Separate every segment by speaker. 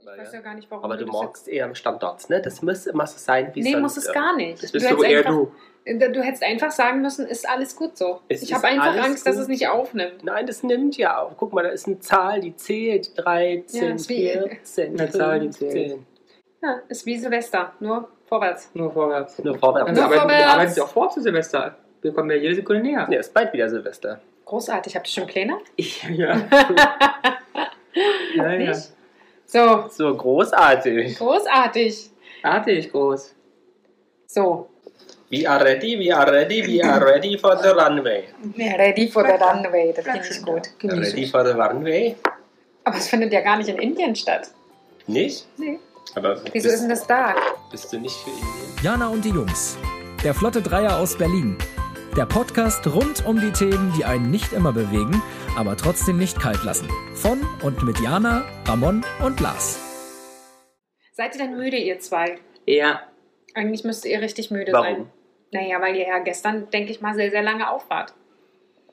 Speaker 1: aber, ja.
Speaker 2: weiß ja gar nicht, warum
Speaker 1: aber du
Speaker 2: das
Speaker 1: magst eher Standards, ne? Das muss immer so sein, wie
Speaker 2: jetzt... Nee,
Speaker 1: sonst,
Speaker 2: muss es
Speaker 1: ja.
Speaker 2: gar nicht.
Speaker 1: Das bist
Speaker 2: hättest
Speaker 1: du eher
Speaker 2: einfach,
Speaker 1: du.
Speaker 2: du hättest einfach sagen müssen, ist alles gut so.
Speaker 1: Es
Speaker 2: ich
Speaker 1: ist
Speaker 2: habe einfach
Speaker 1: alles
Speaker 2: Angst, dass es
Speaker 1: gut
Speaker 2: nicht
Speaker 1: so.
Speaker 2: aufnimmt.
Speaker 1: Nein, das nimmt ja auf. Guck mal, da ist eine Zahl, die zählt. 13,
Speaker 2: Ja, ist wie-
Speaker 1: 14,
Speaker 3: Eine Zahl, die
Speaker 1: 15.
Speaker 3: zählt.
Speaker 2: Ja, ist wie Silvester, nur vorwärts.
Speaker 3: Nur vorwärts.
Speaker 1: Nur vorwärts.
Speaker 3: Und wir,
Speaker 2: Nur
Speaker 3: arbeiten, wir
Speaker 2: vorwärts.
Speaker 3: arbeiten ja auch vor zu Silvester. Wir kommen ja jede Sekunde näher.
Speaker 1: Ja, ist bald wieder Silvester.
Speaker 2: Großartig, habt ihr schon Pläne?
Speaker 3: Ich, ja. ja, ja.
Speaker 2: Nicht? So,
Speaker 1: So großartig.
Speaker 2: großartig.
Speaker 3: Artig groß.
Speaker 2: So,
Speaker 1: We are ready, we are ready, we are ready for the runway.
Speaker 2: ready for the runway, das finde ich gut.
Speaker 1: Ready
Speaker 2: Gemütlich.
Speaker 1: for the runway?
Speaker 2: Aber es findet ja gar nicht in Indien statt.
Speaker 1: Nicht?
Speaker 2: Nee.
Speaker 1: Aber
Speaker 2: Wieso ist denn das da?
Speaker 1: bist du nicht für Indien?
Speaker 4: Jana und die Jungs. Der Flotte Dreier aus Berlin. Der Podcast rund um die Themen, die einen nicht immer bewegen, aber trotzdem nicht kalt lassen. Von und mit Jana, Ramon und Lars.
Speaker 2: Seid ihr denn müde, ihr zwei?
Speaker 3: Ja.
Speaker 2: Eigentlich müsst ihr richtig müde
Speaker 1: Warum?
Speaker 2: sein. Naja, weil ihr ja gestern, denke ich mal, sehr, sehr lange aufwart.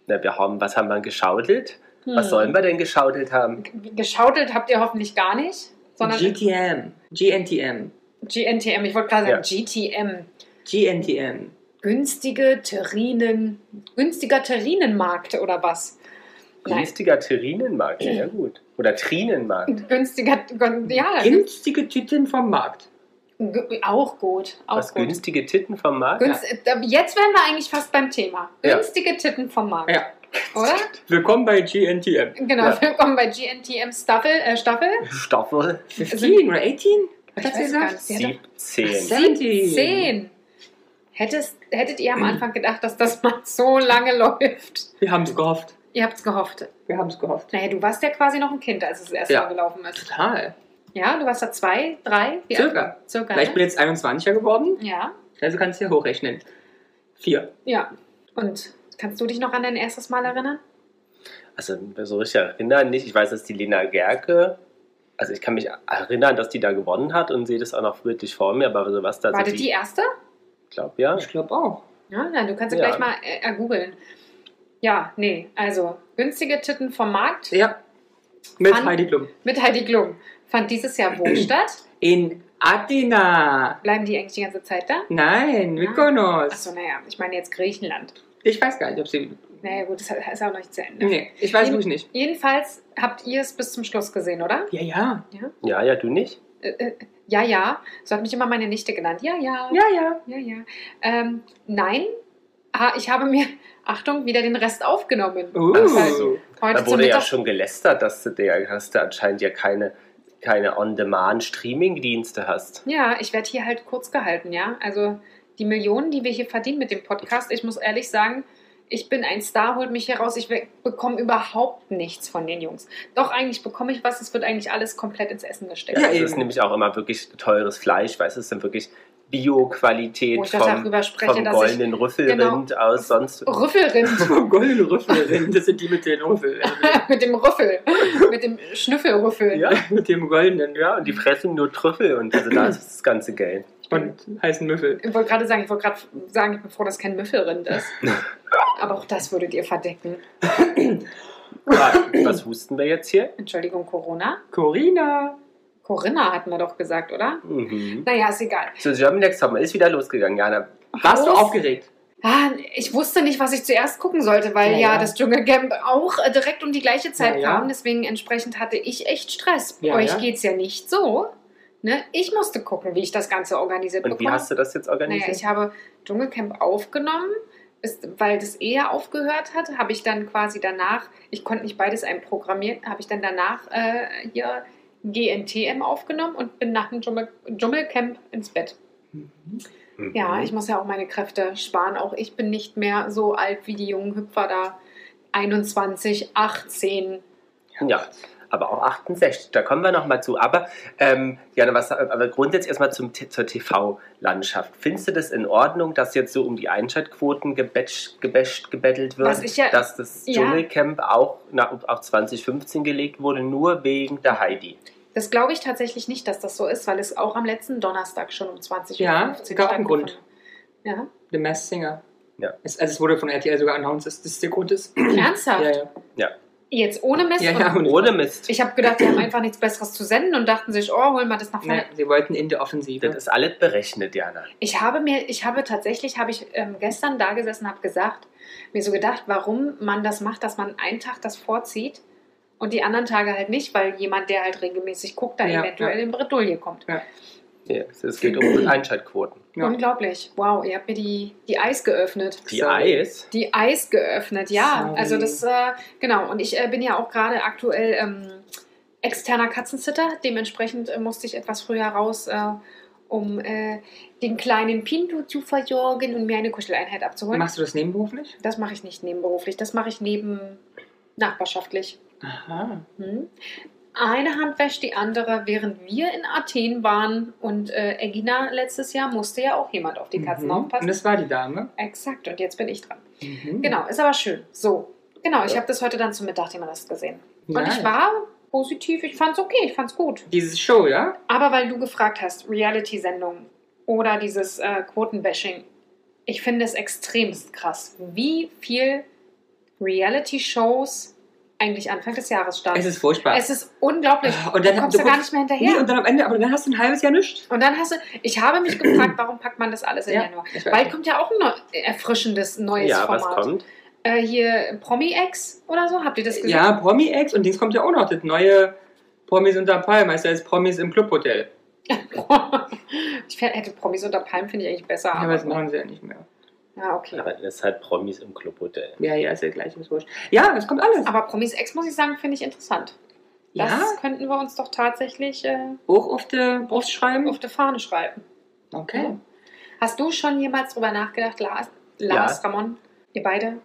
Speaker 1: Na, wir haben, was haben wir geschautelt?
Speaker 2: Hm.
Speaker 1: Was sollen wir denn geschautelt haben?
Speaker 2: Geschautelt habt ihr hoffentlich gar nicht, sondern
Speaker 3: GTM. GNTM.
Speaker 2: GNTM. Ich wollte gerade sagen GTM.
Speaker 3: GNTM.
Speaker 2: Günstige Terrinen. Günstiger Terrinenmarkt oder was? Nein.
Speaker 1: Günstiger Terrinenmarkt, ja gut. Oder Trinenmarkt.
Speaker 2: Günstiger, gün- ja,
Speaker 3: Günstige Tüten vom Markt.
Speaker 2: gü- auch gut. Auch
Speaker 1: Was
Speaker 2: gut.
Speaker 1: günstige Titten vom Markt?
Speaker 2: Günst, äh, Jetzt wären wir eigentlich fast beim Thema.
Speaker 1: Ja.
Speaker 2: Günstige Titten vom Markt,
Speaker 3: Ja.
Speaker 2: oder?
Speaker 3: Willkommen bei GNTM.
Speaker 2: Genau,
Speaker 1: Ja.
Speaker 2: willkommen bei GNTM Staffel. Äh, Staffel.
Speaker 1: Also Staffel
Speaker 3: 15 oder 18? Hat
Speaker 2: Also- Ich
Speaker 3: das
Speaker 2: weiß gar nicht.
Speaker 3: gesagt?
Speaker 2: Sie hat doch-
Speaker 1: 17.
Speaker 3: 17.
Speaker 2: 10. Hättest, hättet
Speaker 1: Mhm.
Speaker 2: ihr am Anfang gedacht, dass das mal so lange läuft?
Speaker 3: Wir haben es gehofft.
Speaker 2: Ihr habt's gehofft.
Speaker 3: Wir haben es gehofft.
Speaker 2: Naja, du warst ja quasi noch ein Kind, als es das erste
Speaker 3: Ja.
Speaker 2: Mal gelaufen ist.
Speaker 3: Total.
Speaker 2: Ja, du warst da zwei, drei? Wie alt?
Speaker 3: Circa.
Speaker 2: Circa.
Speaker 3: Weil ich bin
Speaker 2: ne?
Speaker 3: jetzt 21er geworden.
Speaker 2: Ja,
Speaker 3: Also kannst du ja hochrechnen. Vier.
Speaker 2: ja. Und kannst du dich noch an dein erstes Mal erinnern?
Speaker 1: Also so richtig erinnern nicht. Ich weiß, dass die Lena Gerke, also ich kann mich erinnern, dass die da gewonnen hat und sehe das auch noch wirklich vor mir, aber so was da
Speaker 2: War das
Speaker 1: so
Speaker 2: die erste?
Speaker 1: Ich glaube ja.
Speaker 3: Ich glaube auch.
Speaker 2: Ja, na, du kannst ja,
Speaker 1: Ja.
Speaker 2: gleich mal äh, ergoogeln. Ja, nee, also günstige Titten vom Markt
Speaker 3: Ja. Mit
Speaker 2: An-
Speaker 3: Heidi Klum.
Speaker 2: mit Heidi Klum. Fand dieses Jahr wo statt?
Speaker 3: In Athena.
Speaker 2: Bleiben die eigentlich die ganze Zeit da?
Speaker 3: Nein,
Speaker 2: Achso,
Speaker 3: Mykonos.
Speaker 2: naja, ich meine jetzt Griechenland.
Speaker 3: Ich weiß gar nicht, ob sie.
Speaker 2: Naja, gut, das ist auch noch nicht zu Ende.
Speaker 3: Nee, ich weiß wirklich nicht.
Speaker 2: Jedenfalls habt ihr es bis zum Schluss gesehen, oder?
Speaker 3: Ja, ja.
Speaker 1: Ja, ja, du nicht?
Speaker 2: Äh, äh, ja, ja. So hat mich immer meine Nichte genannt. Ja, ja.
Speaker 3: Ja, ja.
Speaker 2: ja, ja. Ähm, nein, ha, ich habe mir, Achtung, wieder den Rest aufgenommen.
Speaker 3: Uh.
Speaker 1: Ach so.
Speaker 2: Heute
Speaker 1: Da
Speaker 2: zum
Speaker 1: wurde ja
Speaker 2: Mittag.
Speaker 1: schon gelästert, dass du, der, dass du anscheinend ja keine, keine On-Demand-Streaming-Dienste hast.
Speaker 2: Ja, ich werde hier halt kurz gehalten, ja. Also die Millionen, die wir hier verdienen mit dem Podcast, ich muss ehrlich sagen, ich bin ein Star, holt mich hier raus. Ich we- bekomme überhaupt nichts von den Jungs. Doch, eigentlich bekomme ich was. Es wird eigentlich alles komplett ins Essen gesteckt.
Speaker 1: Ja,
Speaker 3: Ja,
Speaker 1: also es ist
Speaker 3: eben.
Speaker 1: nämlich auch immer wirklich teures Fleisch, weißt du, es ist dann wirklich
Speaker 2: Wo
Speaker 1: Bio-Qualität
Speaker 2: ich doch
Speaker 1: vom,
Speaker 2: darüber spreche,
Speaker 1: vom
Speaker 2: dass ich Genau.
Speaker 1: goldenen Rüffelrind aus sonst.
Speaker 2: Rüffelrind
Speaker 3: Vom goldenen Oh, Rüffel. Das sind die mit den Rüffel.
Speaker 2: Mit dem Rüffel. Mit dem Schnüffelrüffel.
Speaker 1: Ja,
Speaker 3: Mit dem goldenen, ja.
Speaker 1: ja, und die fressen nur Trüffel und also da ist das ganze Geld.
Speaker 3: Und heißen Müffel.
Speaker 2: Ich wollte gerade sagen, ich wollte gerade sagen, ich bin froh, dass kein Müffelrind ist. Aber auch das würdet ihr verdecken.
Speaker 1: Ja, Ah, was husten wir jetzt hier?
Speaker 2: Entschuldigung, Corona?
Speaker 3: Corina.
Speaker 2: Corinna hatten wir doch gesagt, oder?
Speaker 1: Mhm.
Speaker 2: Naja, ist egal.
Speaker 1: So, German Next Topmodel ist wieder losgegangen, Jana.
Speaker 3: Warst du aufgeregt?
Speaker 2: Ah, ich wusste nicht, was ich zuerst gucken sollte, weil
Speaker 3: Ja,
Speaker 2: ja,
Speaker 3: ja.
Speaker 2: das Dschungelcamp auch äh, direkt um die gleiche Zeit
Speaker 3: Ja, ja.
Speaker 2: kam. Deswegen entsprechend hatte ich echt Stress.
Speaker 3: Ja,
Speaker 2: Euch
Speaker 3: ja.
Speaker 2: geht's ja nicht so. Ne? Ich musste gucken, wie ich das Ganze organisiert
Speaker 1: Und wie
Speaker 2: bekomme.
Speaker 1: hast du das jetzt
Speaker 2: Naja,
Speaker 1: organisiert?
Speaker 2: ich habe Dschungelcamp aufgenommen, ist, weil das eher aufgehört hat, habe ich dann quasi danach, ich konnte nicht beides einprogrammieren, habe ich dann danach äh, hier GNTM aufgenommen und bin nach dem Dschungel, Dschungelcamp ins Bett.
Speaker 1: Mhm.
Speaker 2: Ja, ich muss ja auch meine Kräfte sparen. Auch ich bin nicht mehr so alt wie die jungen Hüpfer da. 21, 18.
Speaker 1: Ja, aber auch 68, da kommen wir nochmal zu. Aber, ähm, Jana, was, aber grundsätzlich erstmal zum, T- zur TV-Landschaft. Findest du das in Ordnung, dass jetzt so um die Einschaltquoten gebetscht, gebetscht, gebettelt wird?
Speaker 2: Was ich ja-
Speaker 1: dass das
Speaker 2: ja.
Speaker 1: Dschungelcamp auch na, auf 2015 gelegt wurde, nur wegen der Heidi.
Speaker 2: Das glaube ich tatsächlich nicht, dass das so ist, weil es auch am letzten Donnerstag schon um 20
Speaker 3: Ja,
Speaker 2: es
Speaker 3: gab einen Grund.
Speaker 2: Ja,
Speaker 3: The Masked Singer.
Speaker 1: Ja.
Speaker 3: Es, also es wurde von RTL sogar announced, dass das der Grund ist.
Speaker 2: ernsthaft?
Speaker 3: Ja, ja.
Speaker 2: Jetzt ohne Mist?
Speaker 3: Ja, ja,
Speaker 2: Und
Speaker 3: ohne.
Speaker 1: Ohne Mist.
Speaker 2: Ich habe gedacht, die haben einfach nichts Besseres zu senden und dachten sich, oh, holen wir das nach vorne.
Speaker 3: Ja, sie wollten in der Offensive.
Speaker 1: Das ist alles berechnet, Jana.
Speaker 2: Ich habe mir, ich habe tatsächlich, habe ich ähm, gestern da gesessen, habe gesagt, mir so gedacht, warum man das macht, dass man einen Tag das vorzieht und die anderen Tage halt nicht, weil jemand, der halt regelmäßig guckt, da
Speaker 3: Ja,
Speaker 2: eventuell in Bredouille kommt.
Speaker 1: Ja, es- es geht um Einschaltquoten.
Speaker 3: Ja.
Speaker 2: Unglaublich. Wow, ihr habt mir die, die Eis geöffnet.
Speaker 1: Die
Speaker 3: Sorry.
Speaker 1: Eis.
Speaker 2: Die Eis geöffnet, ja.
Speaker 3: Sorry.
Speaker 2: Also das, äh, genau. Und ich äh, bin ja auch gerade aktuell ähm, externer Katzensitter. Dementsprechend äh, musste ich etwas früher raus, äh, um äh, den kleinen Pinto zu versorgen und mir eine Kuscheleinheit abzuholen.
Speaker 3: Machst du das nebenberuflich?
Speaker 2: Das mache ich nicht nebenberuflich, das mache ich neben nachbarschaftlich.
Speaker 3: Aha.
Speaker 2: Hm? Eine Hand wäscht die andere, während wir in Athen waren und äh, Egina letztes Jahr musste ja auch jemand auf die Katzen
Speaker 3: Mhm.
Speaker 2: aufpassen.
Speaker 3: Und das war die Dame.
Speaker 2: Exakt, und jetzt bin ich dran.
Speaker 3: Mhm.
Speaker 2: Genau, ist aber schön. So, genau, ich
Speaker 1: Ja.
Speaker 2: habe das heute dann zum Mittag den Rest gesehen. Und
Speaker 3: Nice.
Speaker 2: ich war positiv, ich fand's okay, ich fand's gut.
Speaker 3: Dieses Show, ja?
Speaker 2: Aber weil du gefragt hast, Reality-Sendungen oder dieses äh, Quotenbashing, ich finde es extremst krass, wie viel Reality-Shows eigentlich Anfang des Jahres starten.
Speaker 3: Es ist furchtbar.
Speaker 2: Es ist unglaublich.
Speaker 3: Und dann-
Speaker 2: du kommst
Speaker 3: du
Speaker 2: da gar nicht
Speaker 3: guckst-
Speaker 2: mehr
Speaker 3: nee,
Speaker 2: hinterher.
Speaker 3: und dann am Ende, aber dann hast du ein halbes Jahr nichts.
Speaker 2: und dann hast du, ich habe mich gefragt, warum packt man das alles in
Speaker 3: Ja,
Speaker 2: Januar?
Speaker 3: ich weiß
Speaker 2: Bald
Speaker 3: nicht.
Speaker 2: kommt ja auch ein neu, erfrischendes neues
Speaker 1: Ja,
Speaker 2: Format.
Speaker 1: was kommt?
Speaker 2: Äh, hier Promi-Ex oder so, habt ihr das gesehen?
Speaker 3: Ja, Promi-Ex und Dings kommt ja auch noch. Das neue Promis unter Palm heißt ja jetzt Promis im Clubhotel.
Speaker 2: ich hätte Promis unter Palmen, finde ich eigentlich besser.
Speaker 3: Aber das machen sie ja nicht mehr.
Speaker 2: ja, okay.
Speaker 1: Aber das ist halt Promis im Clubhotel.
Speaker 3: Ja, ja, ist ja gleich, ist wurscht. Ja, das kommt alles.
Speaker 2: Aber Promis Ex, muss ich sagen, finde ich interessant. Das
Speaker 3: ja,
Speaker 2: könnten wir uns doch tatsächlich äh,
Speaker 3: hoch auf die Brust schreiben.
Speaker 2: auf die Fahne schreiben.
Speaker 3: Okay.
Speaker 2: Hast du schon jemals drüber nachgedacht, Lars, Lars Ramon, ihr beide?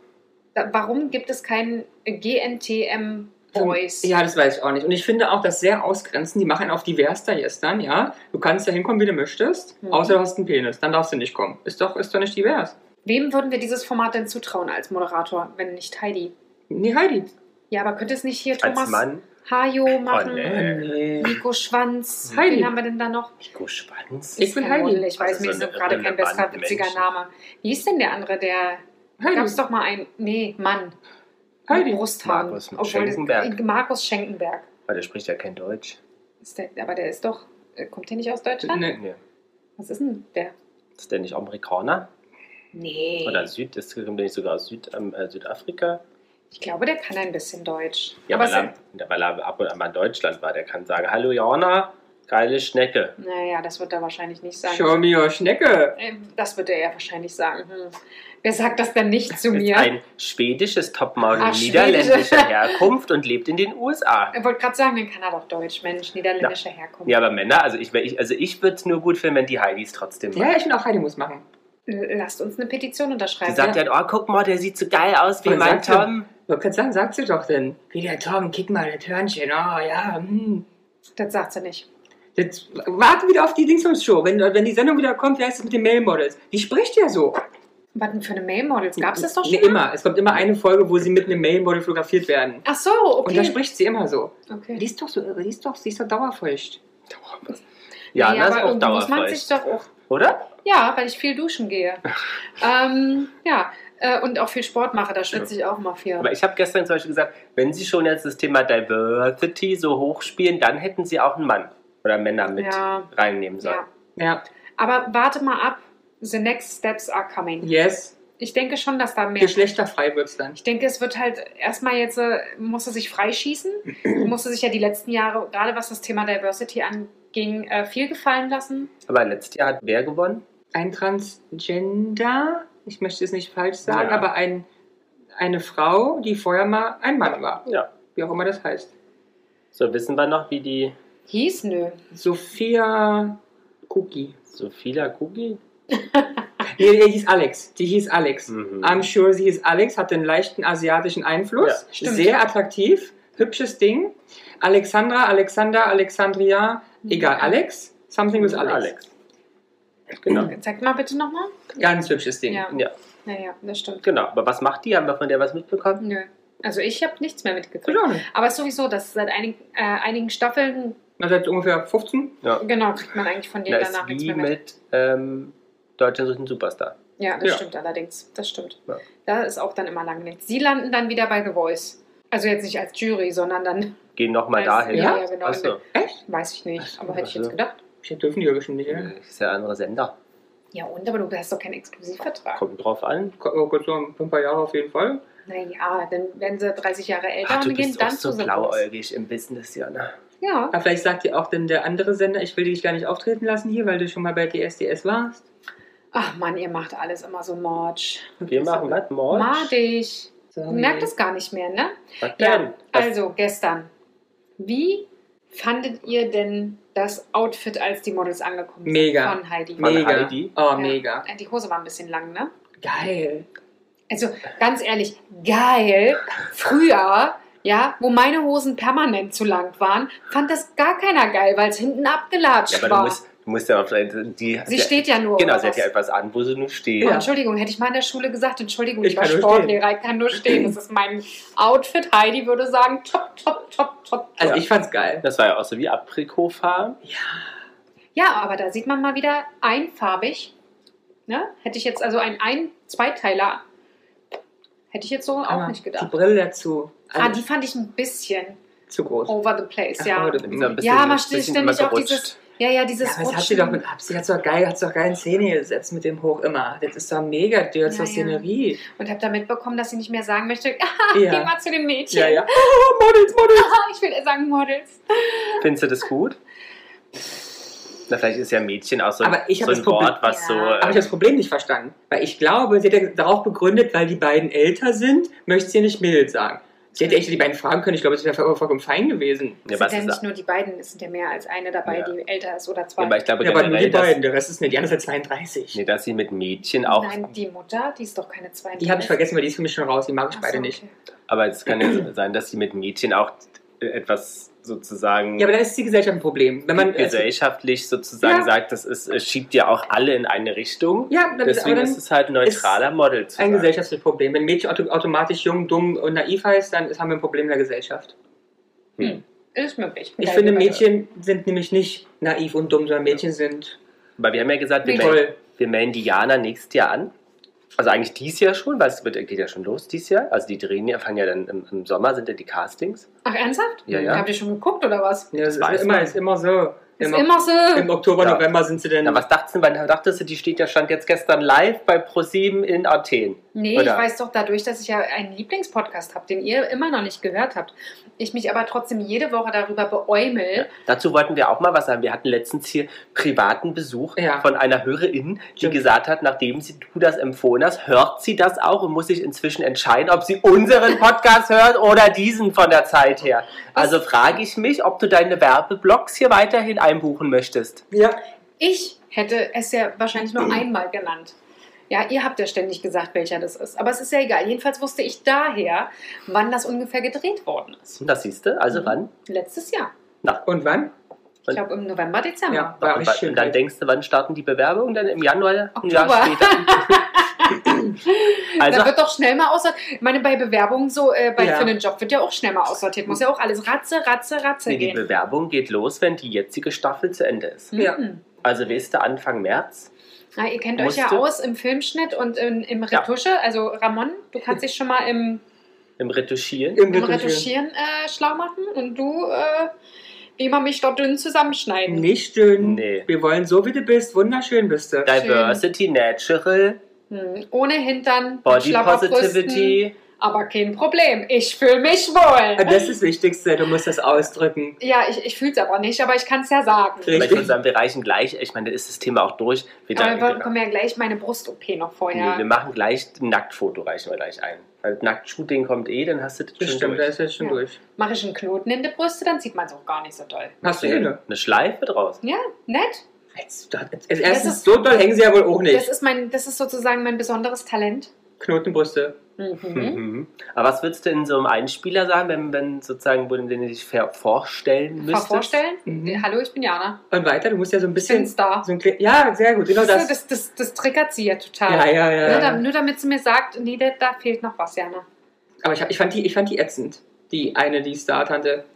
Speaker 2: Da, warum gibt es keinen GNTM Oh, Boys?
Speaker 3: Ähm, Ja, das weiß ich auch nicht. Und ich finde auch das sehr ausgrenzen. Die machen auf divers da jetzt dann, ja. Du kannst da hinkommen, wie du möchtest,
Speaker 2: Mhm.
Speaker 3: außer du hast einen Penis. Dann darfst du nicht kommen. Ist doch, ist doch nicht divers.
Speaker 2: Wem würden wir dieses Format denn zutrauen als Moderator, wenn nicht Heidi?
Speaker 3: Nee, Heidi.
Speaker 2: Ja, aber könnte es nicht hier
Speaker 1: Als
Speaker 2: Thomas
Speaker 1: Mann,
Speaker 2: Hajo
Speaker 1: Oh,
Speaker 2: machen?
Speaker 1: nee.
Speaker 3: nee.
Speaker 2: Nico Schwanz.
Speaker 1: Hm.
Speaker 3: Heidi.
Speaker 2: Wen haben wir denn da noch?
Speaker 1: Nico Schwanz.
Speaker 3: Ich bin Heidi.
Speaker 2: Vermutlich, Ich weiß,
Speaker 1: Also
Speaker 2: mir
Speaker 1: so
Speaker 2: ist
Speaker 1: eine
Speaker 2: gerade kein besserer,
Speaker 1: irrelevante
Speaker 2: witziger
Speaker 1: Menschen.
Speaker 2: Name. Wie ist denn der andere? Der
Speaker 3: Heidi.
Speaker 2: gab es doch mal einen. Nee, Mann.
Speaker 3: Heidi.
Speaker 2: Mit Brusthaaren.
Speaker 1: Markus
Speaker 2: Obwohl das-
Speaker 1: Schenkenberg.
Speaker 2: äh, Markus Schenkenberg.
Speaker 1: Weil der spricht ja kein Deutsch.
Speaker 2: Ist der, aber der ist doch. äh, Kommt der nicht aus Deutschland?
Speaker 3: Nee.
Speaker 1: Nee.
Speaker 2: Was ist denn der?
Speaker 1: Ist der nicht Amerikaner?
Speaker 2: Nee.
Speaker 1: Oder Süd? Ist, kommt der nicht sogar aus Süd, ähm, äh, Südafrika?
Speaker 2: Ich glaube, der kann ein bisschen Deutsch.
Speaker 1: Ja,
Speaker 2: aber
Speaker 1: weil er, weil er ab und an mal in Deutschland war. Der kann sagen, hallo Jana, geile Schnecke.
Speaker 2: naja, das wird er wahrscheinlich nicht sagen.
Speaker 3: Show me your Schnecke.
Speaker 2: Äh, Das wird er ja wahrscheinlich sagen. Hm. Wer sagt das denn nicht zu
Speaker 1: Ist
Speaker 2: mir?
Speaker 1: ein schwedisches Topmodel
Speaker 2: Ah,
Speaker 1: niederländischer
Speaker 2: schwedisch.
Speaker 1: Herkunft und lebt in den USA.
Speaker 2: Ich wollte gerade sagen, dann kann er doch Deutsch, Mensch, niederländischer Herkunft.
Speaker 1: Ja, aber Männer, also ich, wär- ich, also ich würde es nur gut finden, wenn die Heidis trotzdem machen.
Speaker 3: Ja, ich finde auch Heidi muss machen.
Speaker 2: L- Lasst uns eine Petition
Speaker 1: Die
Speaker 2: unterschreiben.
Speaker 1: sagt dann, oh, guck mal, der sieht so geil aus wie
Speaker 3: Man
Speaker 1: mein
Speaker 3: sagt ja-
Speaker 1: Tom.
Speaker 3: Ich wollte gerade sagen, sagt sie doch denn. Wie der Tom, kick mal das Hörnchen. Oh ja, hm.
Speaker 2: Das sagt sie nicht.
Speaker 3: Jetzt warte wieder auf die Dingsbums-Show. Wenn, wenn die Sendung wieder kommt, wie heißt es mit den Mailmodels? Die spricht ja so.
Speaker 2: Was denn für eine Mailmodels? Gab es das doch schon?
Speaker 3: Nee,
Speaker 2: mal?
Speaker 3: immer. Es kommt immer eine Folge, wo sie mit einem Mailmodel fotografiert werden.
Speaker 2: Ach so,
Speaker 3: Und da
Speaker 2: okay.
Speaker 3: spricht sie immer so. Die
Speaker 2: okay.
Speaker 3: ist doch so irre, die ist doch, sie ist doch dauerfeucht.
Speaker 1: Ja,
Speaker 2: Nee,
Speaker 1: das ist
Speaker 2: aber
Speaker 1: auch
Speaker 2: irgendwie muss man sich
Speaker 1: dauerfeucht.
Speaker 2: doch auch.
Speaker 1: Oder?
Speaker 2: Ja, weil ich viel duschen gehe. ähm, ja, äh, und auch viel Sport mache, da schwitze ich auch mal viel.
Speaker 1: Aber ich habe gestern zum Beispiel gesagt, wenn sie schon jetzt das Thema Diversity so hochspielen, dann hätten sie auch einen Mann oder Männer mit
Speaker 2: Ja,
Speaker 1: reinnehmen sollen.
Speaker 2: ja.
Speaker 3: Ja,
Speaker 2: Aber warte mal ab. The next steps are coming.
Speaker 3: yes.
Speaker 2: Ich denke schon, dass da mehr.
Speaker 3: Geschlechterfrei wird's dann.
Speaker 2: Ich denke, es wird halt erstmal jetzt, äh, musste sich freischießen, musste sich ja die letzten Jahre, gerade was das Thema Diversity anging, äh, viel gefallen lassen.
Speaker 1: Aber letztes Jahr hat wer gewonnen?
Speaker 3: Ein Transgender, ich möchte es nicht falsch sagen,
Speaker 1: Ja.
Speaker 3: aber ein, eine Frau, die vorher mal ein Mann war.
Speaker 1: Ja.
Speaker 3: Wie auch immer das heißt.
Speaker 1: So wissen wir noch, wie die
Speaker 2: Hieß nö.
Speaker 3: Sophia Cookie.
Speaker 1: Sophia Kugi?
Speaker 3: Nee, die hieß Alex. Die hieß Alex.
Speaker 1: Mhm.
Speaker 3: I'm sure sie ist Alex, hat einen leichten asiatischen Einfluss.
Speaker 1: Ja,
Speaker 2: stimmt.
Speaker 3: sehr attraktiv, hübsches Ding. Alexandra, Alexander, Alexandria,
Speaker 2: Mhm.
Speaker 3: egal, Alex. Something with Alex.
Speaker 1: Alex. Genau.
Speaker 2: Zeig mal bitte nochmal.
Speaker 3: Ganz hübsches Ding.
Speaker 2: Ja.
Speaker 1: Ja,
Speaker 2: Naja, das stimmt.
Speaker 1: genau. Aber was macht die? Haben wir von der was mitbekommen?
Speaker 2: Nö. Also ich habe nichts mehr mitgekriegt.
Speaker 3: Genau. nicht.
Speaker 2: Aber es ist sowieso, dass seit einigen, äh, einigen Staffeln,
Speaker 3: Na, seit ungefähr 15.
Speaker 2: genau, kriegt man eigentlich von
Speaker 1: Ja,
Speaker 2: denen
Speaker 1: ist
Speaker 2: danach nichts
Speaker 1: wie
Speaker 2: mehr mit.
Speaker 1: mit ähm, Deutschland sucht einen Superstar.
Speaker 2: Ja, das
Speaker 3: Ja.
Speaker 2: stimmt allerdings. Das stimmt.
Speaker 1: Ja.
Speaker 2: Da ist auch dann immer lang nichts. Sie landen dann wieder bei The Voice. Also jetzt nicht als Jury, sondern dann,
Speaker 1: Gehen nochmal
Speaker 2: Weiß-
Speaker 1: dahin.
Speaker 3: ja,
Speaker 2: ja, genau.
Speaker 1: Achso.
Speaker 3: Echt?
Speaker 2: weiß ich nicht,
Speaker 1: Ach,
Speaker 2: aber hätte ich jetzt
Speaker 1: also.
Speaker 2: gedacht.
Speaker 3: Ich dürfen die ja bestimmt nicht,
Speaker 2: Genau.
Speaker 3: oder?
Speaker 1: Das Äh, ist ja ein anderer Sender.
Speaker 2: Ja und, aber du hast doch keinen Exklusivvertrag.
Speaker 1: Kommt drauf an.
Speaker 3: Oh Gott, so ein paar Jahre auf jeden Fall.
Speaker 2: Naja, dann werden sie 30 Jahre älter
Speaker 1: Ach, Ah, du
Speaker 2: und gehen
Speaker 1: bist
Speaker 2: dann
Speaker 1: auch so
Speaker 2: zusammen.
Speaker 1: blauäugig im Business, Jana.
Speaker 2: Ja,
Speaker 3: Aber vielleicht sagt dir auch denn der andere Sender, ich will dich gar nicht auftreten lassen hier, weil du schon mal bei DSDS warst.
Speaker 2: ach Mann, ihr macht alles immer so morsch.
Speaker 1: Wir machen was, Mord?
Speaker 2: Madig.
Speaker 3: Sorry.
Speaker 2: Du merkst es gar nicht mehr, ne?
Speaker 1: Was
Speaker 2: Ja,
Speaker 1: denn? Was-
Speaker 2: also gestern. Wie fandet ihr denn das Outfit, als die Models angekommen sind?
Speaker 3: Mega.
Speaker 2: Von Heidi.
Speaker 1: Von
Speaker 3: Mega.
Speaker 1: Heidi.
Speaker 3: Oh,
Speaker 2: Ja.
Speaker 3: mega.
Speaker 2: Die Hose war ein bisschen lang, ne?
Speaker 3: Geil.
Speaker 2: Also ganz ehrlich, geil. Früher, ja, wo meine Hosen permanent zu lang waren, fand das gar keiner geil, weil es hinten abgelatscht
Speaker 1: Ja, aber du
Speaker 2: war.
Speaker 1: musst, du musst ja auf die.
Speaker 2: sie steht ja nur.
Speaker 1: Genau,
Speaker 2: oder
Speaker 1: sie hat
Speaker 2: was?
Speaker 1: ja etwas an, wo sie nur steht.
Speaker 2: Oh, Entschuldigung, hätte ich mal in der Schule gesagt, Entschuldigung,
Speaker 3: Ich
Speaker 2: ich war
Speaker 3: kann nur
Speaker 2: Sportlehrer, ich kann nur stehen. Das ist mein Outfit. Heidi würde sagen, top, top, top, top.
Speaker 3: Also
Speaker 1: Ja.
Speaker 3: ich fand's geil.
Speaker 1: Das war ja auch so wie Aprikotfarben.
Speaker 2: Ja, aber da sieht man mal wieder einfarbig. Ne? Hätte ich jetzt also ein, ein Zweiteiler, hätte ich jetzt so auch
Speaker 3: Aber
Speaker 2: nicht
Speaker 3: Die
Speaker 2: gedacht.
Speaker 3: Brille dazu.
Speaker 2: Ah,
Speaker 3: Ah, Also
Speaker 2: die fand ich ein bisschen
Speaker 3: zu groß.
Speaker 2: over the place,
Speaker 3: Ach,
Speaker 2: ja.
Speaker 3: aber das-
Speaker 1: Dann ist er ein
Speaker 2: Ja, man steht
Speaker 1: bisschen
Speaker 2: ständig
Speaker 1: immer
Speaker 2: auf
Speaker 1: gerutscht.
Speaker 2: dieses- Ja, ja,
Speaker 3: Ja,
Speaker 2: dieses
Speaker 3: aber das hat sie
Speaker 2: Rutschen.
Speaker 3: doch mit Absicht, hat sie doch geil, hat sie doch geil in Szene gesetzt mit dem Hoch immer. Das ist doch mega, die
Speaker 2: Ja,
Speaker 3: hat zur
Speaker 2: ja.
Speaker 3: Szenerie.
Speaker 2: Und habe da mitbekommen, dass sie nicht mehr sagen möchte, ah, geh
Speaker 3: Ja.
Speaker 2: mal zu den Mädchen.
Speaker 3: ja, ja. Oh, Models, Models.
Speaker 2: Ich will eher sagen Models.
Speaker 1: Findest du das gut? Na, vielleicht ist ja Mädchen auch so, ein-
Speaker 3: Aber ich hab
Speaker 1: so
Speaker 3: das
Speaker 1: ein
Speaker 3: Problem-
Speaker 1: Wort, was so.
Speaker 2: Ja.
Speaker 3: Habe ich das Problem nicht verstanden. Weil ich glaube, sie hat ja darauf begründet, weil die beiden älter sind, möchte sie nicht Mädels sagen. Sie hätte echt die beiden fragen können, ich glaube, es wäre voll- vollkommen fein gewesen.
Speaker 2: Es
Speaker 1: ja,
Speaker 2: sind
Speaker 1: was
Speaker 2: ja
Speaker 1: ist,
Speaker 2: nicht nur die beiden, es sind ja mehr als eine dabei,
Speaker 1: Ja.
Speaker 2: die älter ist oder zwei.
Speaker 1: ja, aber ich glaube
Speaker 3: Ja, aber nur die
Speaker 1: generell,
Speaker 3: beiden,
Speaker 1: dass,
Speaker 3: der Rest ist nicht. Die andere ist ja 32.
Speaker 1: nee, dass sie mit Mädchen auch.
Speaker 2: Nein, die Mutter, die ist doch keine 32.
Speaker 3: Die habe ich vergessen, weil die ist für mich schon raus, die mag ich
Speaker 2: Ach so,
Speaker 3: beide nicht.
Speaker 2: okay.
Speaker 1: Aber es kann ja sein, dass sie mit Mädchen auch etwas sozusagen.
Speaker 3: Ja, aber da ist die Gesellschaft ein Problem. Wenn man, also,
Speaker 1: gesellschaftlich sozusagen
Speaker 3: Ja.
Speaker 1: sagt, das ist, es schiebt ja auch alle in eine Richtung.
Speaker 3: ja, dann, aber
Speaker 1: Deswegen
Speaker 3: dann
Speaker 1: ist es halt ein neutraler Model zu
Speaker 3: ein
Speaker 1: sein.
Speaker 3: gesellschaftliches Problem. Wenn ein Mädchen auto automatisch jung, dumm und naiv heißt, dann ist- haben wir ein Problem in der Gesellschaft.
Speaker 2: Ist möglich.
Speaker 3: Ich
Speaker 2: Geil,
Speaker 3: finde,
Speaker 2: geil.
Speaker 3: Mädchen sind nämlich nicht naiv und dumm, sondern Mädchen sind
Speaker 1: Weil wir haben ja gesagt, wir,
Speaker 2: Nee.
Speaker 1: melden,
Speaker 3: toll.
Speaker 1: wir melden die Jana nächstes Jahr an. Also eigentlich dieses Jahr schon, weil es wird, geht ja schon los dieses Jahr. Also die drehen ja, fangen ja dann im, im Sommer, sind ja die Castings.
Speaker 2: Ach, ernsthaft?
Speaker 1: Ja, ja.
Speaker 2: Habt ihr schon geguckt oder was?
Speaker 3: Ja, das
Speaker 1: weiß
Speaker 3: ist immer,
Speaker 1: man.
Speaker 3: ist immer so.
Speaker 2: Ist
Speaker 3: Im-
Speaker 2: immer so.
Speaker 3: Im Oktober,
Speaker 1: Ja.
Speaker 3: November sind sie dann.
Speaker 1: Na, was dachtest du, wann dachtest du, die steht ja stand jetzt gestern live bei ProSieben in Athen.
Speaker 2: Nee,
Speaker 1: Oder?
Speaker 2: ich weiß doch dadurch, dass ich ja einen Lieblingspodcast habe, den ihr immer noch nicht gehört habt. Ich mich aber trotzdem jede Woche darüber beäumel.
Speaker 1: Dazu wollten wir auch mal was sagen. Wir hatten letztens hier privaten Besuch
Speaker 3: Ja.
Speaker 1: von einer Hörerin, die
Speaker 3: Stimmt.
Speaker 1: gesagt hat, nachdem sie du das empfohlen hast, hört sie das auch und muss sich inzwischen entscheiden, ob sie unseren Podcast hört oder diesen von der Zeit her. Also frage ich mich, ob du deine Werbeblogs hier weiterhin einbuchen möchtest.
Speaker 3: ja.
Speaker 2: Ich hätte es ja wahrscheinlich nur einmal genannt. Ja, ihr habt ja ständig gesagt, welcher das ist. Aber es ist ja egal. Jedenfalls wusste ich daher, wann das ungefähr gedreht worden ist.
Speaker 1: Und Das siehst du, also
Speaker 2: Mhm.
Speaker 1: wann?
Speaker 2: Letztes Jahr.
Speaker 3: Und wann?
Speaker 2: Ich glaube im November, Dezember.
Speaker 3: Ja, war
Speaker 1: Und,
Speaker 3: richtig
Speaker 1: wa-
Speaker 3: schön.
Speaker 1: und dann denkst du, wann starten die Bewerbungen? Dann im Januar, ein Jahr
Speaker 2: Oktober.
Speaker 1: später. also
Speaker 2: da wird doch schnell mal aussortiert. Ich meine, bei Bewerbungen so, äh, bei,
Speaker 3: Ja.
Speaker 2: für den Job wird ja auch schnell mal aussortiert. Muss ja auch alles ratze, ratze, ratze
Speaker 1: nee, die
Speaker 2: gehen.
Speaker 1: Bewerbung geht los, wenn die jetzige Staffel zu Ende ist.
Speaker 2: Mhm.
Speaker 3: Ja.
Speaker 1: Also wie ist der Anfang März?
Speaker 2: Na, ihr kennt euch
Speaker 1: Musste.
Speaker 2: ja aus im Filmschnitt und in, im Retusche. Also Ramon, du kannst dich schon mal im,
Speaker 1: Im Retuschieren.
Speaker 3: Im
Speaker 2: im
Speaker 3: Retuschieren.
Speaker 2: Retuschieren äh, schlau machen und du, äh, wie man mich dort dünn zusammenschneiden.
Speaker 3: Nicht dünn.
Speaker 1: Nee.
Speaker 3: Wir wollen so, wie du bist. Wunderschön bist du.
Speaker 1: Diversity, Natural,
Speaker 2: Hm, Ohne Hintern,
Speaker 1: Body
Speaker 2: schlapper Brüsten,
Speaker 1: Positivity. Äh.
Speaker 2: Aber kein Problem, ich fühle mich wohl.
Speaker 3: Äh, Das ist das Wichtigste. Du musst das ausdrücken.
Speaker 2: Ja, ich, ich fühle es aber nicht, aber ich kann es ja sagen.
Speaker 3: Richtig.
Speaker 1: Vielleicht in unseren Bereichen gleich. Ich meine, da ist das Thema auch durch. Wir,
Speaker 2: Aber wir
Speaker 1: wir,
Speaker 2: kommen ja gleich meine Brust-OP noch
Speaker 1: nee,
Speaker 2: vorher.
Speaker 1: wir machen gleich ein Nacktfoto, reichen wir gleich ein. Weil das Nacktshooting kommt eh, dann hast du das
Speaker 3: Das
Speaker 1: schon
Speaker 3: stimmt,
Speaker 1: durch.
Speaker 3: das ist jetzt schon
Speaker 2: Ja.
Speaker 3: durch.
Speaker 2: Mache ich einen Knoten in der Brüste, dann sieht man es auch gar nicht so doll.
Speaker 3: Hast du eh
Speaker 1: eine,
Speaker 3: ne?
Speaker 1: eine Schleife draus.
Speaker 2: Ja, nett.
Speaker 3: Als erstens,
Speaker 2: ist-
Speaker 3: so doll hängen sie ja wohl auch
Speaker 2: Das
Speaker 3: nicht.
Speaker 2: ist, mein, das ist sozusagen mein besonderes Talent.
Speaker 3: Knotenbrüste.
Speaker 2: Mhm.
Speaker 1: Mhm. Aber was würdest du in so einem Einspieler sagen, wenn, wenn sozusagen, wo du den dich ver- vorstellen
Speaker 2: Mal
Speaker 1: müsstest?
Speaker 2: vorstellen?
Speaker 3: Mhm.
Speaker 2: Hallo, ich bin Jana.
Speaker 3: Und weiter, du musst ja so ein
Speaker 2: Ich bin
Speaker 3: bisschen. So
Speaker 2: Star.
Speaker 3: ein kle- ja, sehr gut, genau
Speaker 2: Siehst du,
Speaker 3: das.
Speaker 2: das, Ne, das, das triggert sie ja total.
Speaker 3: Ja, ja,
Speaker 2: Nur, da,
Speaker 3: ja. ja.
Speaker 2: nur damit sie mir sagt, nee, da, da fehlt noch was, Jana.
Speaker 3: Aber ich, ich, fand die, ich fand die ätzend. Die eine, die Star-Tante.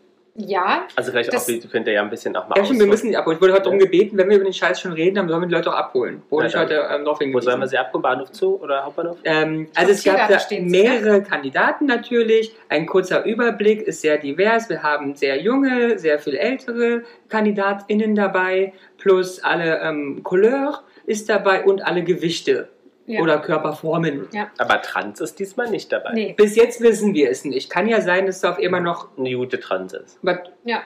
Speaker 2: Ja,
Speaker 1: Also vielleicht
Speaker 2: Das-
Speaker 1: auch, wir- könnt ihr ja ein bisschen auch mal
Speaker 3: Ja, stimmt, wir
Speaker 1: ausholen.
Speaker 3: müssen die abholen. Ich wurde heute darum gebeten, wenn wir über den Scheiß schon reden, dann sollen wir die Leute auch abholen. Wurde
Speaker 1: Na
Speaker 3: ich
Speaker 1: dann.
Speaker 3: heute ähm, darauf
Speaker 1: Wo sollen wir
Speaker 3: hingewiesen.
Speaker 1: sie abholen? Bahnhof zu oder Hauptbahnhof?
Speaker 3: Ähm, also es gab
Speaker 2: Tiergarten
Speaker 3: da
Speaker 2: stehen sie, ne?
Speaker 3: mehrere Kandidaten natürlich. Ein kurzer Überblick ist sehr divers. Wir haben sehr junge, sehr viel ältere KandidatInnen dabei, plus alle ähm, Couleur ist dabei und alle Gewichte
Speaker 2: ja.
Speaker 3: oder Körperformen.
Speaker 1: Aber Trans ist diesmal nicht dabei.
Speaker 2: Nee.
Speaker 3: Bis jetzt wissen wir es nicht. Kann ja sein, dass da auf immer noch
Speaker 1: Eine gute Trans ist.
Speaker 3: was
Speaker 2: Ja.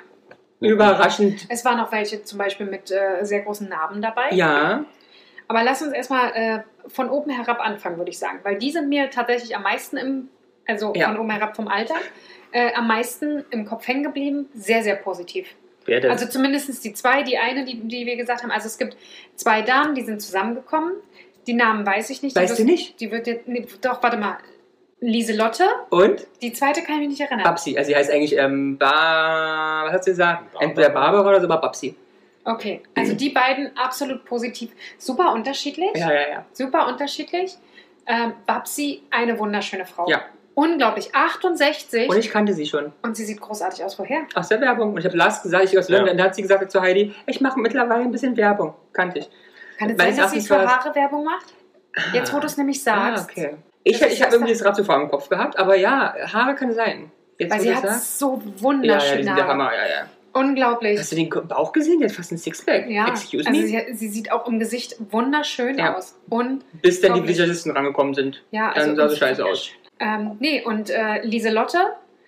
Speaker 3: überraschend.
Speaker 2: Es waren auch welche zum Beispiel mit äh, sehr großen Narben dabei.
Speaker 3: Ja,
Speaker 2: Aber lass uns erstmal äh, von oben herab anfangen, würde ich sagen. Weil die sind mir tatsächlich am meisten im, also
Speaker 3: Ja.
Speaker 2: von oben herab vom Alter, äh, am meisten im Kopf hängen geblieben. Sehr, sehr positiv.
Speaker 1: Wer denn?
Speaker 2: Also zumindest die zwei, die eine, die, die wir gesagt haben. Also es gibt zwei Damen, die sind zusammengekommen. Die Namen weiß ich nicht. Die
Speaker 3: weißt du
Speaker 2: wird-
Speaker 3: nicht?
Speaker 2: Die wird jetzt, nee, doch, warte mal. Lieselotte,
Speaker 3: Und?
Speaker 2: die zweite kann ich mich nicht erinnern.
Speaker 3: Babsi, also sie heißt eigentlich ähm, ba was hat sie gesagt?
Speaker 1: Barbara.
Speaker 3: Entweder Barbara oder so, aber Babsi.
Speaker 2: Okay, also die beiden absolut positiv. Super unterschiedlich.
Speaker 3: Ja, ja, ja.
Speaker 2: Super unterschiedlich. Ähm, Babsi, eine wunderschöne Frau.
Speaker 3: Ja.
Speaker 2: Unglaublich. 68.
Speaker 3: Und ich kannte sie schon
Speaker 2: Und sie sieht großartig aus. Woher?
Speaker 3: aus der Werbung. Und ich habe Lars gesagt, ich aus
Speaker 1: Ja.
Speaker 3: London, dann hat sie gesagt zu Heidi, ich mache mittlerweile ein bisschen Werbung. Kannte ich.
Speaker 2: Kann es sein,
Speaker 3: Meines
Speaker 2: dass sie
Speaker 3: Erachtens
Speaker 2: für
Speaker 3: war es-
Speaker 2: Haare Werbung macht? Jetzt, wo du es nämlich sagst.
Speaker 3: Ah, okay. Ich,
Speaker 2: Das ist
Speaker 3: ich habe
Speaker 2: das
Speaker 3: irgendwie das Radzufahren im Kopf gehabt, aber ja, Haare kann sein. Jetzt,
Speaker 2: Weil
Speaker 3: wo
Speaker 2: sie
Speaker 3: du
Speaker 2: hat
Speaker 3: sagst.
Speaker 2: so
Speaker 3: ja, ja, die
Speaker 2: wunderschöne
Speaker 3: sind der
Speaker 2: Haare.
Speaker 3: Hammer, ja, ja.
Speaker 2: Unglaublich.
Speaker 3: Hast du den Bauch gesehen? Der hat fast ein Sixpack.
Speaker 2: ja,
Speaker 3: Excuse
Speaker 2: also
Speaker 3: me.
Speaker 2: sie, sie sieht auch im Gesicht wunderschön
Speaker 3: Ja.
Speaker 2: aus. Und
Speaker 3: Bis dann die
Speaker 2: Unglaublich.
Speaker 3: Visagisten rangekommen sind.
Speaker 2: ja, also
Speaker 3: Dann sah sie scheiße aus.
Speaker 2: Ähm, nee, und äh, Lieselotte.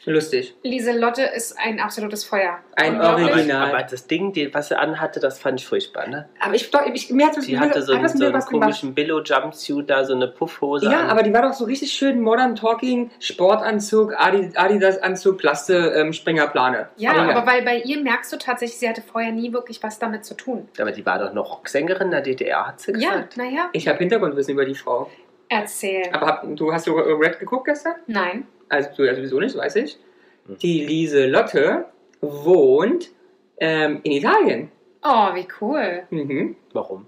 Speaker 3: Lustig.
Speaker 2: Lieselotte ist ein absolutes Feuer.
Speaker 3: Ein
Speaker 2: Unglaublich.
Speaker 1: aber,
Speaker 3: Original.
Speaker 1: aber das Ding, die, was sie anhatte, das fand ich furchtbar, ne?
Speaker 3: Aber ich, doch, ich mir hat
Speaker 1: Die hatte so einen,
Speaker 3: hat das
Speaker 1: so
Speaker 3: mir
Speaker 1: einen
Speaker 3: was gemacht.
Speaker 1: komischen Billo-Jumpsuit, da so eine Puffhose.
Speaker 3: Ja,
Speaker 1: an.
Speaker 3: aber die war doch so richtig schön Modern Talking, Sportanzug, Adi- Adidas-Anzug, Plaste, ähm, Springerplane.
Speaker 2: Ja,
Speaker 3: Mega.
Speaker 2: aber weil bei ihr merkst du tatsächlich, sie hatte vorher nie wirklich was damit zu tun.
Speaker 1: aber die war doch noch Rocksängerin der DDR, hat sie
Speaker 2: Ja,
Speaker 1: gesagt.
Speaker 2: naja,
Speaker 3: Ich habe Hintergrundwissen über die Frau.
Speaker 2: erzähl.
Speaker 3: Aber hab, du hast du Red geguckt gestern?
Speaker 2: Nein.
Speaker 3: Also du ja sowieso nicht, weiß ich.
Speaker 1: Mhm.
Speaker 3: Die Lise Lotte wohnt ähm, in Italien.
Speaker 2: Oh, wie cool.
Speaker 3: Mhm.
Speaker 1: Warum?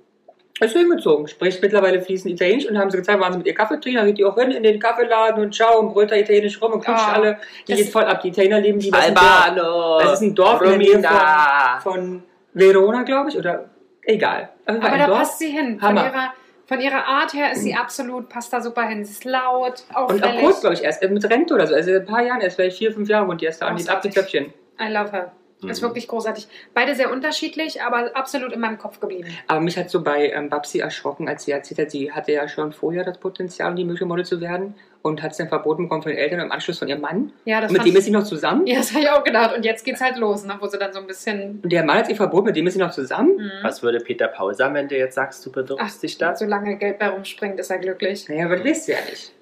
Speaker 3: Ist hingezogen, spricht mittlerweile fließend Italienisch und haben sie gezeigt, waren sie mit ihr Kaffee trinken, dann geht die auch hin in den Kaffeeladen und ciao und brüllt da italienisch rum und kutscht
Speaker 2: Ah,
Speaker 3: alle. Die
Speaker 2: das-
Speaker 3: geht voll ab. Die Italiener leben die
Speaker 1: Albano!
Speaker 3: Das ist ein Dorf in der Nähe von,
Speaker 1: Romina!
Speaker 3: von Verona, glaube ich, oder egal. Auf jeden Fall
Speaker 2: Aber
Speaker 3: ein
Speaker 2: da
Speaker 3: Dorf.
Speaker 2: passt sie hin. Von
Speaker 3: Hammer. Mhm.
Speaker 2: ihrer, von ihrer Art her ist sie absolut, passt da super hin. Sie ist laut,
Speaker 3: Und auch
Speaker 2: auffällig.
Speaker 3: kurz, glaube ich, erst äh, mit Rente oder so. Also in ein paar Jahren erst, vielleicht vier, fünf Jahre und die
Speaker 2: Oh,
Speaker 3: erst da und die ist ab die
Speaker 2: Großartig.
Speaker 3: Köpfchen.
Speaker 2: I love her. Ist
Speaker 3: Mhm.
Speaker 2: wirklich großartig. Beide sehr unterschiedlich, aber absolut in meinem Kopf geblieben.
Speaker 3: Aber mich hat so bei ähm, Babsi erschrocken, als sie erzählt hat, sie hatte ja schon vorher das Potenzial, um die mögliche Model zu werden und hat es dann verboten bekommen von den Eltern und im Anschluss von ihrem Mann.
Speaker 2: Ja, das
Speaker 3: mit
Speaker 2: fand
Speaker 3: dem ist
Speaker 2: ich,
Speaker 3: sie noch zusammen.
Speaker 2: Ja, das habe ich auch gedacht. Und jetzt geht's halt los, ne? wo sie dann so ein bisschen.
Speaker 3: Und der Mann hat ihr verboten, mit dem ist sie noch zusammen.
Speaker 2: Hm.
Speaker 1: Was würde Peter Paul sagen, wenn du jetzt sagst, du bewirbst
Speaker 2: Ach,
Speaker 1: dich da?
Speaker 2: Solange Geld bei rumspringt, ist er glücklich.
Speaker 3: Naja, aber das weißt du ja nicht.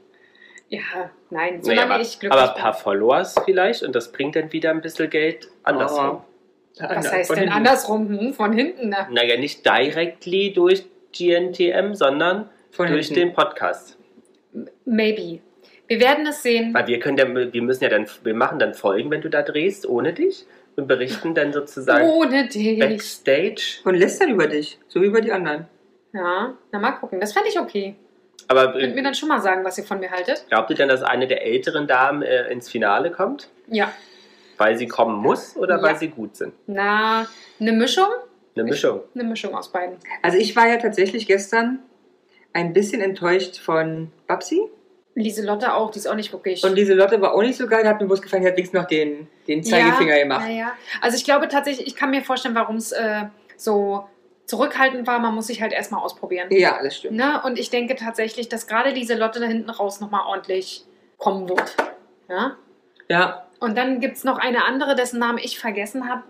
Speaker 2: Ja, nein,
Speaker 1: Nee,
Speaker 2: solange
Speaker 1: aber,
Speaker 2: ich glücklich
Speaker 1: aber ein
Speaker 2: bin.
Speaker 1: paar Followers vielleicht und das bringt dann wieder ein bisschen Geld andersrum.
Speaker 3: Oh.
Speaker 2: Was heißt
Speaker 3: Und
Speaker 2: denn
Speaker 3: hinten.
Speaker 2: andersrum? Hm, von hinten, ne?
Speaker 1: Naja, nicht directly durch GNTM, sondern
Speaker 3: Von
Speaker 1: durch
Speaker 3: hinten.
Speaker 1: den Podcast.
Speaker 2: Maybe. Wir werden es sehen.
Speaker 1: Weil wir können ja, wir müssen ja dann, wir machen dann Folgen, wenn du da drehst, ohne dich und berichten dann sozusagen
Speaker 3: Oh,
Speaker 2: Ohne dich.
Speaker 1: Backstage.
Speaker 3: Und lässt dann über dich, so wie über die anderen.
Speaker 2: Ja, na mal gucken. Das fände ich okay.
Speaker 1: Aber
Speaker 2: Könnt
Speaker 1: äh,
Speaker 2: mir dann schon mal sagen, was ihr von mir haltet.
Speaker 1: glaubt ihr denn, dass eine der älteren Damen äh, ins Finale kommt?
Speaker 2: Ja.
Speaker 1: Weil sie kommen muss oder weil
Speaker 2: Ja.
Speaker 1: sie gut sind?
Speaker 2: Na, eine Mischung?
Speaker 1: Eine
Speaker 2: Ich-
Speaker 1: Mischung.
Speaker 2: Eine Mischung aus beiden.
Speaker 3: Also ich war ja tatsächlich gestern ein bisschen enttäuscht von Babsi.
Speaker 2: Lieselotte auch, die ist auch nicht wirklich.
Speaker 3: Und diese Lotte war auch nicht so geil, hat mir bloß gefallen, die hat links noch den, den Zeigefinger
Speaker 2: ja,
Speaker 3: gemacht.
Speaker 2: Naja. Also ich glaube tatsächlich, ich kann mir vorstellen, warum es äh, so zurückhaltend war. Man muss sich halt erstmal ausprobieren.
Speaker 3: Ja, das stimmt.
Speaker 2: Ne? Und ich denke tatsächlich, dass gerade Lieselotte da hinten raus nochmal ordentlich kommen wird. Ja?
Speaker 3: Ja,
Speaker 2: Und dann gibt es noch eine andere, dessen Namen ich vergessen habe,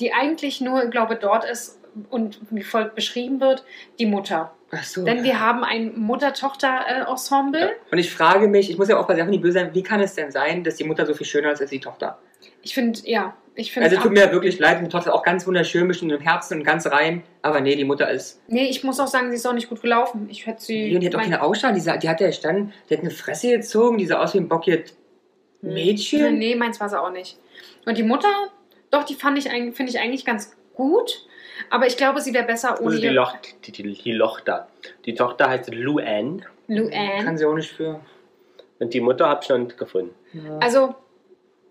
Speaker 2: die eigentlich nur, glaube dort ist und wie folgt beschrieben wird, die Mutter.
Speaker 3: ach so.
Speaker 2: Denn wir haben ein Mutter-Tochter-Ensemble.
Speaker 3: Und ich frage mich, ich muss ja auch bei Sachen die böse sein, wie kann es denn sein, dass die Mutter so viel schöner ist als die Tochter?
Speaker 2: Ich finde, ja, ich finde.
Speaker 3: Also tut mir ja wirklich leid, die Tochter ist auch ganz wunderschön, bestimmt im Herzen und ganz rein, aber nee, die Mutter ist.
Speaker 2: nee, ich muss auch sagen, sie ist auch nicht gut gelaufen. Ich hätte sie.
Speaker 3: Und die hat auch keine Ausstrahlung, die, sah, die hat ja gestanden, die hat eine Fresse gezogen, die sah aus wie ein Bockjet
Speaker 2: Hm.
Speaker 3: Mädchen.
Speaker 2: Nee, meins war sie auch nicht. Und die Mutter, doch, die fand ich, eigentlich- finde ich eigentlich ganz gut. Aber ich glaube, sie wäre
Speaker 3: Oh,
Speaker 2: besser ohne
Speaker 1: Also die
Speaker 2: ihr-
Speaker 1: Loch, die, die, die Lochter. Die Tochter heißt Luann
Speaker 2: Luann.
Speaker 3: Kann sie auch nicht für.
Speaker 1: und die Mutter habe ich noch nicht gefunden.
Speaker 2: Also,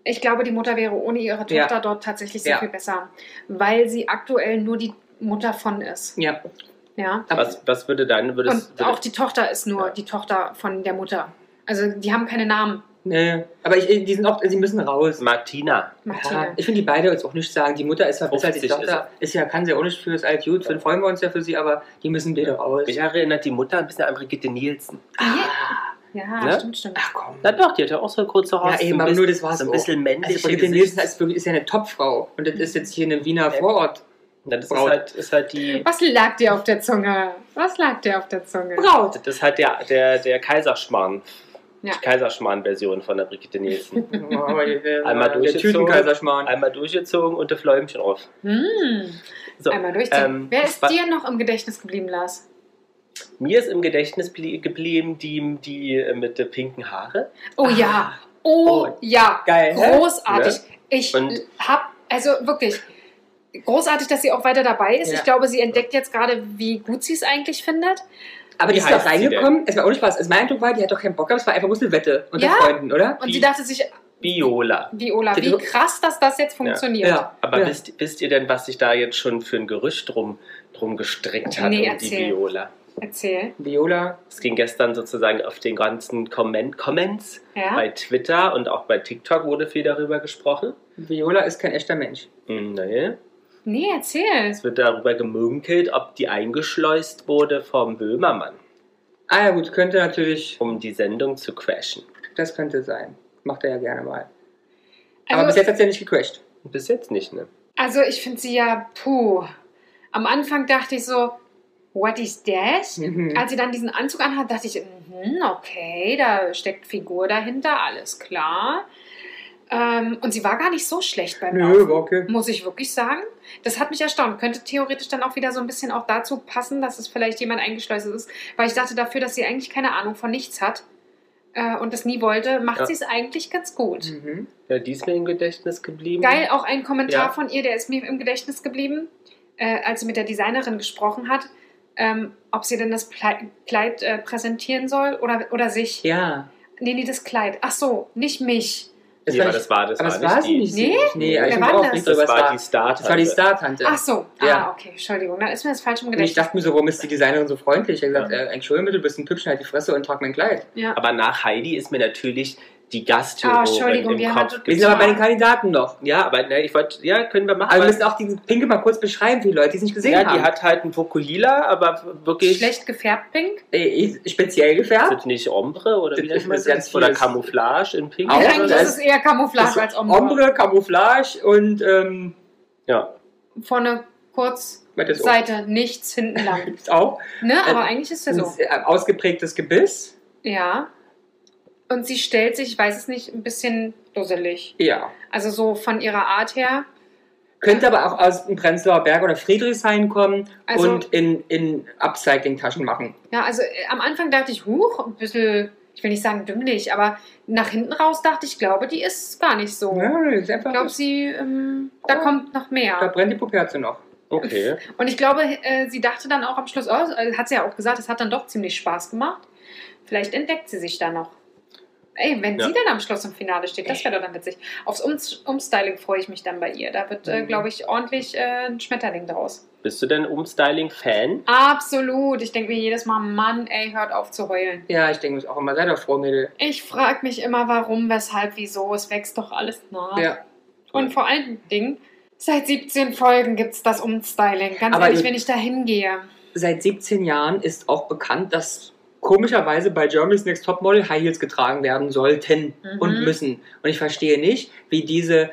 Speaker 2: Ich glaube, die Mutter wäre ohne ihre Tochter
Speaker 3: Ja.
Speaker 2: dort tatsächlich sehr
Speaker 3: Ja.
Speaker 2: viel besser, weil sie aktuell nur die Mutter von ist.
Speaker 3: Ja.
Speaker 2: Ja.
Speaker 1: Was, was würde dann, würde es,
Speaker 2: Und
Speaker 1: würde,
Speaker 2: auch die Tochter ist nur
Speaker 1: Ja.
Speaker 2: die Tochter von der Mutter. Also die haben keine Namen,
Speaker 3: Nee. Aber ich, die sind auch, sie müssen raus.
Speaker 1: Martina,
Speaker 2: Martina.
Speaker 3: Ja, ich finde die beide jetzt auch nicht sagen. Die Mutter ist zwar besser als die
Speaker 1: 50 ist
Speaker 3: Tochter, ist, ja, kann sie auch nicht für das alt gut, dann freuen wir uns ja für sie, aber die müssen beide raus.
Speaker 1: mich erinnert die Mutter ein bisschen an Brigitte Nielsen.
Speaker 3: Ah,
Speaker 2: Ja,
Speaker 1: Ne?
Speaker 2: stimmt, stimmt.
Speaker 3: ach komm.
Speaker 1: Na doch, die hat ja auch so kurze Haare.
Speaker 3: Ja,
Speaker 1: so ein
Speaker 3: eben, aber
Speaker 1: bisschen-
Speaker 3: nur das war's
Speaker 1: So ein
Speaker 3: auch.
Speaker 1: bisschen
Speaker 3: Also
Speaker 1: männlich.
Speaker 3: Brigitte Nielsen ist, wirklich- ist ja eine Topfrau und das ist jetzt hier in einem Wiener
Speaker 1: Ja.
Speaker 3: Vorort.
Speaker 1: Das ist
Speaker 3: Braut.
Speaker 1: halt, ist halt die.
Speaker 2: Was lag dir auf der Zunge? Was lag dir auf der Zunge?
Speaker 3: Braut.
Speaker 1: Das ist halt der, der, der Kaiserschmarrn.
Speaker 2: Oh. Ja.
Speaker 1: Die Kaiserschmarrn-Version von der Brigitte
Speaker 3: Oh,
Speaker 1: Nielsen. Einmal
Speaker 3: Einmal
Speaker 1: durchgezogen.
Speaker 3: Tütenkaiserschmarrn.
Speaker 1: Einmal durchgezogen und der Fläumchen auf.
Speaker 2: Hm.
Speaker 1: So,
Speaker 2: Einmal durchziehen.
Speaker 1: ähm,
Speaker 2: Wer ist
Speaker 1: was-
Speaker 2: dir noch im Gedächtnis geblieben, Lars?
Speaker 1: Mir ist im Gedächtnis blie- geblieben, die, die äh, mit der pinken Haare.
Speaker 2: Oh ja. Oh,
Speaker 1: Oh.
Speaker 2: ja.
Speaker 3: Geil. Ah. hä?
Speaker 2: Großartig. Ich
Speaker 1: Und-
Speaker 2: hab, also wirklich, großartig, dass sie auch weiter dabei ist.
Speaker 3: Ja.
Speaker 2: Ich glaube, sie entdeckt jetzt gerade, wie gut sie es eigentlich findet.
Speaker 3: Aber die
Speaker 1: Wie
Speaker 3: ist doch
Speaker 1: heißt sie
Speaker 3: reingekommen, es war auch nicht was. Also mein Eindruck war, die hat doch keinen Bock gehabt, es war einfach bloß eine Wette unter
Speaker 2: Ja.
Speaker 3: Freunden, oder?
Speaker 2: Und
Speaker 1: Wie-
Speaker 2: sie dachte sich,
Speaker 1: Viola.
Speaker 2: Viola,
Speaker 3: Die-
Speaker 2: wie krass, dass das jetzt funktioniert.
Speaker 1: Aber
Speaker 3: Ja.
Speaker 1: wisst, wisst ihr denn, was sich da jetzt schon für ein Gerücht drum, drum gestrickt hat
Speaker 2: Nee,
Speaker 1: um die
Speaker 2: erzähl.
Speaker 1: Viola?
Speaker 2: Erzähl.
Speaker 3: Viola.
Speaker 1: Es ging gestern sozusagen auf den ganzen Comment Comments
Speaker 2: Ja.
Speaker 1: bei Twitter und auch bei TikTok wurde viel darüber gesprochen.
Speaker 3: Viola ist kein echter Mensch.
Speaker 1: Hm, Nee.
Speaker 2: Nee, erzähl.
Speaker 1: Es wird darüber gemunkelt, ob die eingeschleust wurde vom Böhmermann,
Speaker 3: Ah ja gut, könnte natürlich,
Speaker 1: um die Sendung zu crashen.
Speaker 3: das könnte sein. Macht er ja gerne mal. Aber bis
Speaker 2: Also,
Speaker 3: jetzt hat sie ja nicht gecrashed.
Speaker 1: Bis jetzt nicht, ne?
Speaker 2: also ich finde sie ja, puh. Am Anfang dachte ich so, what is that?
Speaker 3: Mhm.
Speaker 2: Als sie dann diesen Anzug anhat, dachte ich, mhm, okay, da steckt Figur dahinter, alles klar. Ähm, und sie war gar nicht so schlecht beim
Speaker 3: Nö,
Speaker 2: Laufen,
Speaker 3: war okay.
Speaker 2: muss ich wirklich sagen. Das hat mich erstaunt. Könnte theoretisch dann auch wieder so ein bisschen auch dazu passen, dass es vielleicht jemand eingeschleust ist, weil ich dachte dafür, dass sie eigentlich keine Ahnung von nichts hat äh, und das nie wollte, macht
Speaker 1: Ja.
Speaker 2: sie es eigentlich ganz gut.
Speaker 3: Mhm.
Speaker 1: Ja, die ist mir im Gedächtnis geblieben.
Speaker 2: Geil, auch ein Kommentar
Speaker 1: Ja.
Speaker 2: von ihr, der ist mir im Gedächtnis geblieben, äh, als sie mit der Designerin gesprochen hat, ähm, ob sie denn das Plei- Kleid äh, präsentieren soll oder, oder sich.
Speaker 3: Ja.
Speaker 2: Nee, nee, das Kleid. Ach so, nicht mich.
Speaker 1: Das nee,
Speaker 3: Das war
Speaker 1: war, das war das
Speaker 3: nicht- aber
Speaker 1: war
Speaker 3: es war sie
Speaker 1: die.
Speaker 3: nicht.
Speaker 2: Nee?
Speaker 3: Nee,
Speaker 1: Wer
Speaker 3: ich
Speaker 2: war
Speaker 3: war auch
Speaker 2: das?
Speaker 3: nicht
Speaker 1: Das
Speaker 3: drüber.
Speaker 1: war die Star.
Speaker 3: das war die Star-Tante.
Speaker 2: Ach so,
Speaker 3: Ja.
Speaker 2: ah, okay, Entschuldigung, dann ist mir das falsch im
Speaker 3: Und ich
Speaker 2: Gedächtnis.
Speaker 3: dachte mir so, warum ist die Designerin so freundlich? Er hat gesagt,
Speaker 1: Ja.
Speaker 3: äh, entschuldige bitte, du bist ein Püppchen, halt die Fresse und trag mein Kleid.
Speaker 2: Ja.
Speaker 1: Aber nach Heidi ist mir natürlich die
Speaker 2: Ah,
Speaker 3: äh,
Speaker 1: Gastjurorin
Speaker 2: Entschuldigung,
Speaker 1: im
Speaker 2: wir
Speaker 1: Kopf.
Speaker 2: hatten-
Speaker 3: Wir
Speaker 1: geblieben.
Speaker 3: sind aber bei den Kandidaten noch.
Speaker 1: Ja, aber ne, ich wollte, ja, können wir machen.
Speaker 3: Aber wir
Speaker 1: aber-
Speaker 3: müssen auch die Pinke mal kurz beschreiben für die Leute, die es nicht gesehen
Speaker 1: ja,
Speaker 3: haben.
Speaker 1: die hat halt einen Vokuhila, aber wirklich
Speaker 2: Schlecht gefärbt pink.
Speaker 3: äh, äh, speziell
Speaker 1: Ist
Speaker 3: gefärbt.
Speaker 1: das nicht Ombre oder
Speaker 3: Das
Speaker 1: wie
Speaker 3: ist
Speaker 1: nennt man
Speaker 3: ganz
Speaker 1: das? Oder
Speaker 3: vieles.
Speaker 1: Camouflage in Pink?
Speaker 3: Auch
Speaker 1: oder
Speaker 2: Eigentlich
Speaker 1: so?
Speaker 3: das-
Speaker 2: ist es eher
Speaker 3: Das
Speaker 2: Camouflage
Speaker 3: ist
Speaker 2: als Ombre.
Speaker 3: Ombre, Camouflage und ähm,
Speaker 1: ja.
Speaker 2: Vorne kurz,
Speaker 3: was das auch
Speaker 2: Seite nichts, hinten lang.
Speaker 3: gibt's auch.
Speaker 2: ne? Aber
Speaker 3: Äh,
Speaker 2: eigentlich ist
Speaker 3: Das
Speaker 2: es
Speaker 3: ist
Speaker 2: so.
Speaker 3: ein sehr ausgeprägtes Gebiss.
Speaker 2: Ja. Und sie stellt sich, ich weiß es nicht, ein bisschen dusselig.
Speaker 3: Ja.
Speaker 2: Also so von ihrer Art her.
Speaker 3: Könnte aber auch aus dem Prenzlauer Berg oder Friedrichshain kommen
Speaker 2: Also-
Speaker 3: und in, in Upcycling-Taschen machen.
Speaker 2: Ja, also äh, am Anfang dachte ich, huch, ein bisschen, ich will nicht sagen dümmlich, aber nach hinten raus dachte ich, glaube, die ist gar nicht so.
Speaker 3: Ja, das ist
Speaker 2: Ich
Speaker 3: einfach.
Speaker 2: glaube, sie, ähm, da
Speaker 3: Ja.
Speaker 2: kommt noch
Speaker 3: da
Speaker 2: mehr.
Speaker 3: brennt die Puppe noch.
Speaker 1: Okay.
Speaker 2: Und ich glaube, äh, sie dachte dann auch am Schluss, oh, äh, hat sie ja auch gesagt, es hat dann doch ziemlich Spaß gemacht. Vielleicht entdeckt sie sich da noch. Ey, wenn
Speaker 1: Ja.
Speaker 2: sie dann am Schluss im Finale steht, das wäre doch dann witzig. Aufs um Umstyling freue ich mich dann bei ihr. Da wird, äh,
Speaker 3: Mhm.
Speaker 2: glaube ich, ordentlich äh, ein Schmetterling draus.
Speaker 1: Bist du denn Umstyling-Fan?
Speaker 2: Absolut. Ich denke mir jedes Mal, Mann, ey, hört auf zu heulen.
Speaker 3: Ja, ich denke es auch immer. Sei doch froh, Mädel.
Speaker 2: Ich frage mich immer, warum, weshalb, wieso. Es wächst doch alles nach.
Speaker 3: Ja.
Speaker 2: Und vor allen Dingen, seit 17 Folgen gibt es das Umstyling. Ganz
Speaker 3: Aber
Speaker 2: ehrlich,
Speaker 3: ihr-
Speaker 2: wenn ich da hingehe.
Speaker 3: Seit 17 Jahren ist auch bekannt, dass komischerweise bei Germany's Next Topmodel High Heels getragen werden sollten
Speaker 2: Mhm.
Speaker 3: und müssen. Und ich verstehe nicht, wie diese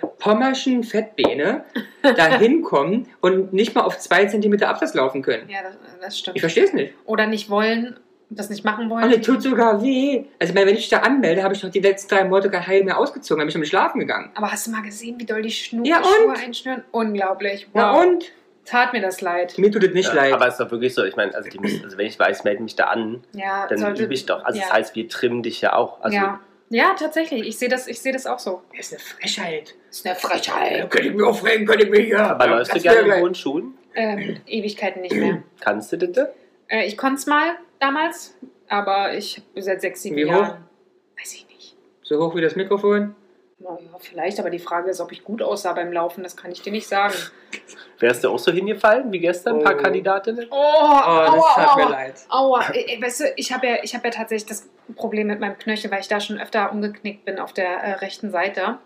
Speaker 3: pommerschen Fettbeine da hinkommen und nicht mal auf zwei Zentimeter Absatz laufen können.
Speaker 2: Ja, das, das stimmt.
Speaker 3: Ich verstehe es nicht.
Speaker 2: Oder nicht wollen, das nicht machen
Speaker 3: Und es
Speaker 2: wollen.
Speaker 3: tut sogar weh. Also, ich meine, wenn ich mich da anmelde, habe ich noch die letzten drei Monate kein Heil mehr ausgezogen, habe ich damit schlafen gegangen.
Speaker 2: Aber hast du mal gesehen, wie doll die Schnur
Speaker 3: Ja,
Speaker 2: Schuhe
Speaker 3: und?
Speaker 2: einschnüren? Unglaublich. Wow.
Speaker 3: Na und?
Speaker 2: Tat mir das leid.
Speaker 3: Mir tut es nicht
Speaker 1: ja,
Speaker 3: leid.
Speaker 1: Aber es ist doch wirklich so, ich meine, also, die müssen, also wenn ich weiß, melde mich da an,
Speaker 2: Ja,
Speaker 1: dann
Speaker 2: sollte-
Speaker 1: übe ich doch. Also
Speaker 2: ja.
Speaker 1: das heißt, wir trimmen dich ja auch. Also
Speaker 2: ja. ja, tatsächlich. Ich sehe das, ich sehe das auch so.
Speaker 3: das ist eine Frechheit.
Speaker 2: Ist eine Frechheit.
Speaker 3: Könnte ich mir aufregen, könnte ich mir ja.
Speaker 1: Aber läufst du
Speaker 3: das
Speaker 1: gerne
Speaker 3: wäre
Speaker 1: in
Speaker 3: gleich.
Speaker 1: hohen Schuhen?
Speaker 2: Ähm, Ewigkeiten nicht mehr.
Speaker 1: Kannst du das?
Speaker 2: Äh, ich konnte es mal damals, aber ich seit sechs, sieben
Speaker 3: Wie hoch?
Speaker 2: Jahren. Weiß ich nicht.
Speaker 3: So hoch wie das Mikrofon?
Speaker 2: Na ja, vielleicht, aber die Frage ist, ob ich gut aussah beim Laufen, das kann ich dir nicht sagen.
Speaker 1: Wärst du auch so hingefallen wie gestern? Ein paar
Speaker 3: Oh.
Speaker 1: Kandidatinnen?
Speaker 2: Oh,
Speaker 3: Oh,
Speaker 2: aua,
Speaker 3: das tat mir
Speaker 2: aua.
Speaker 3: leid.
Speaker 2: Aua, ey, ey, weißt du, ich habe ja, ich hab ja tatsächlich das Problem mit meinem Knöchel, weil ich da schon öfter umgeknickt bin auf der äh, rechten Seite.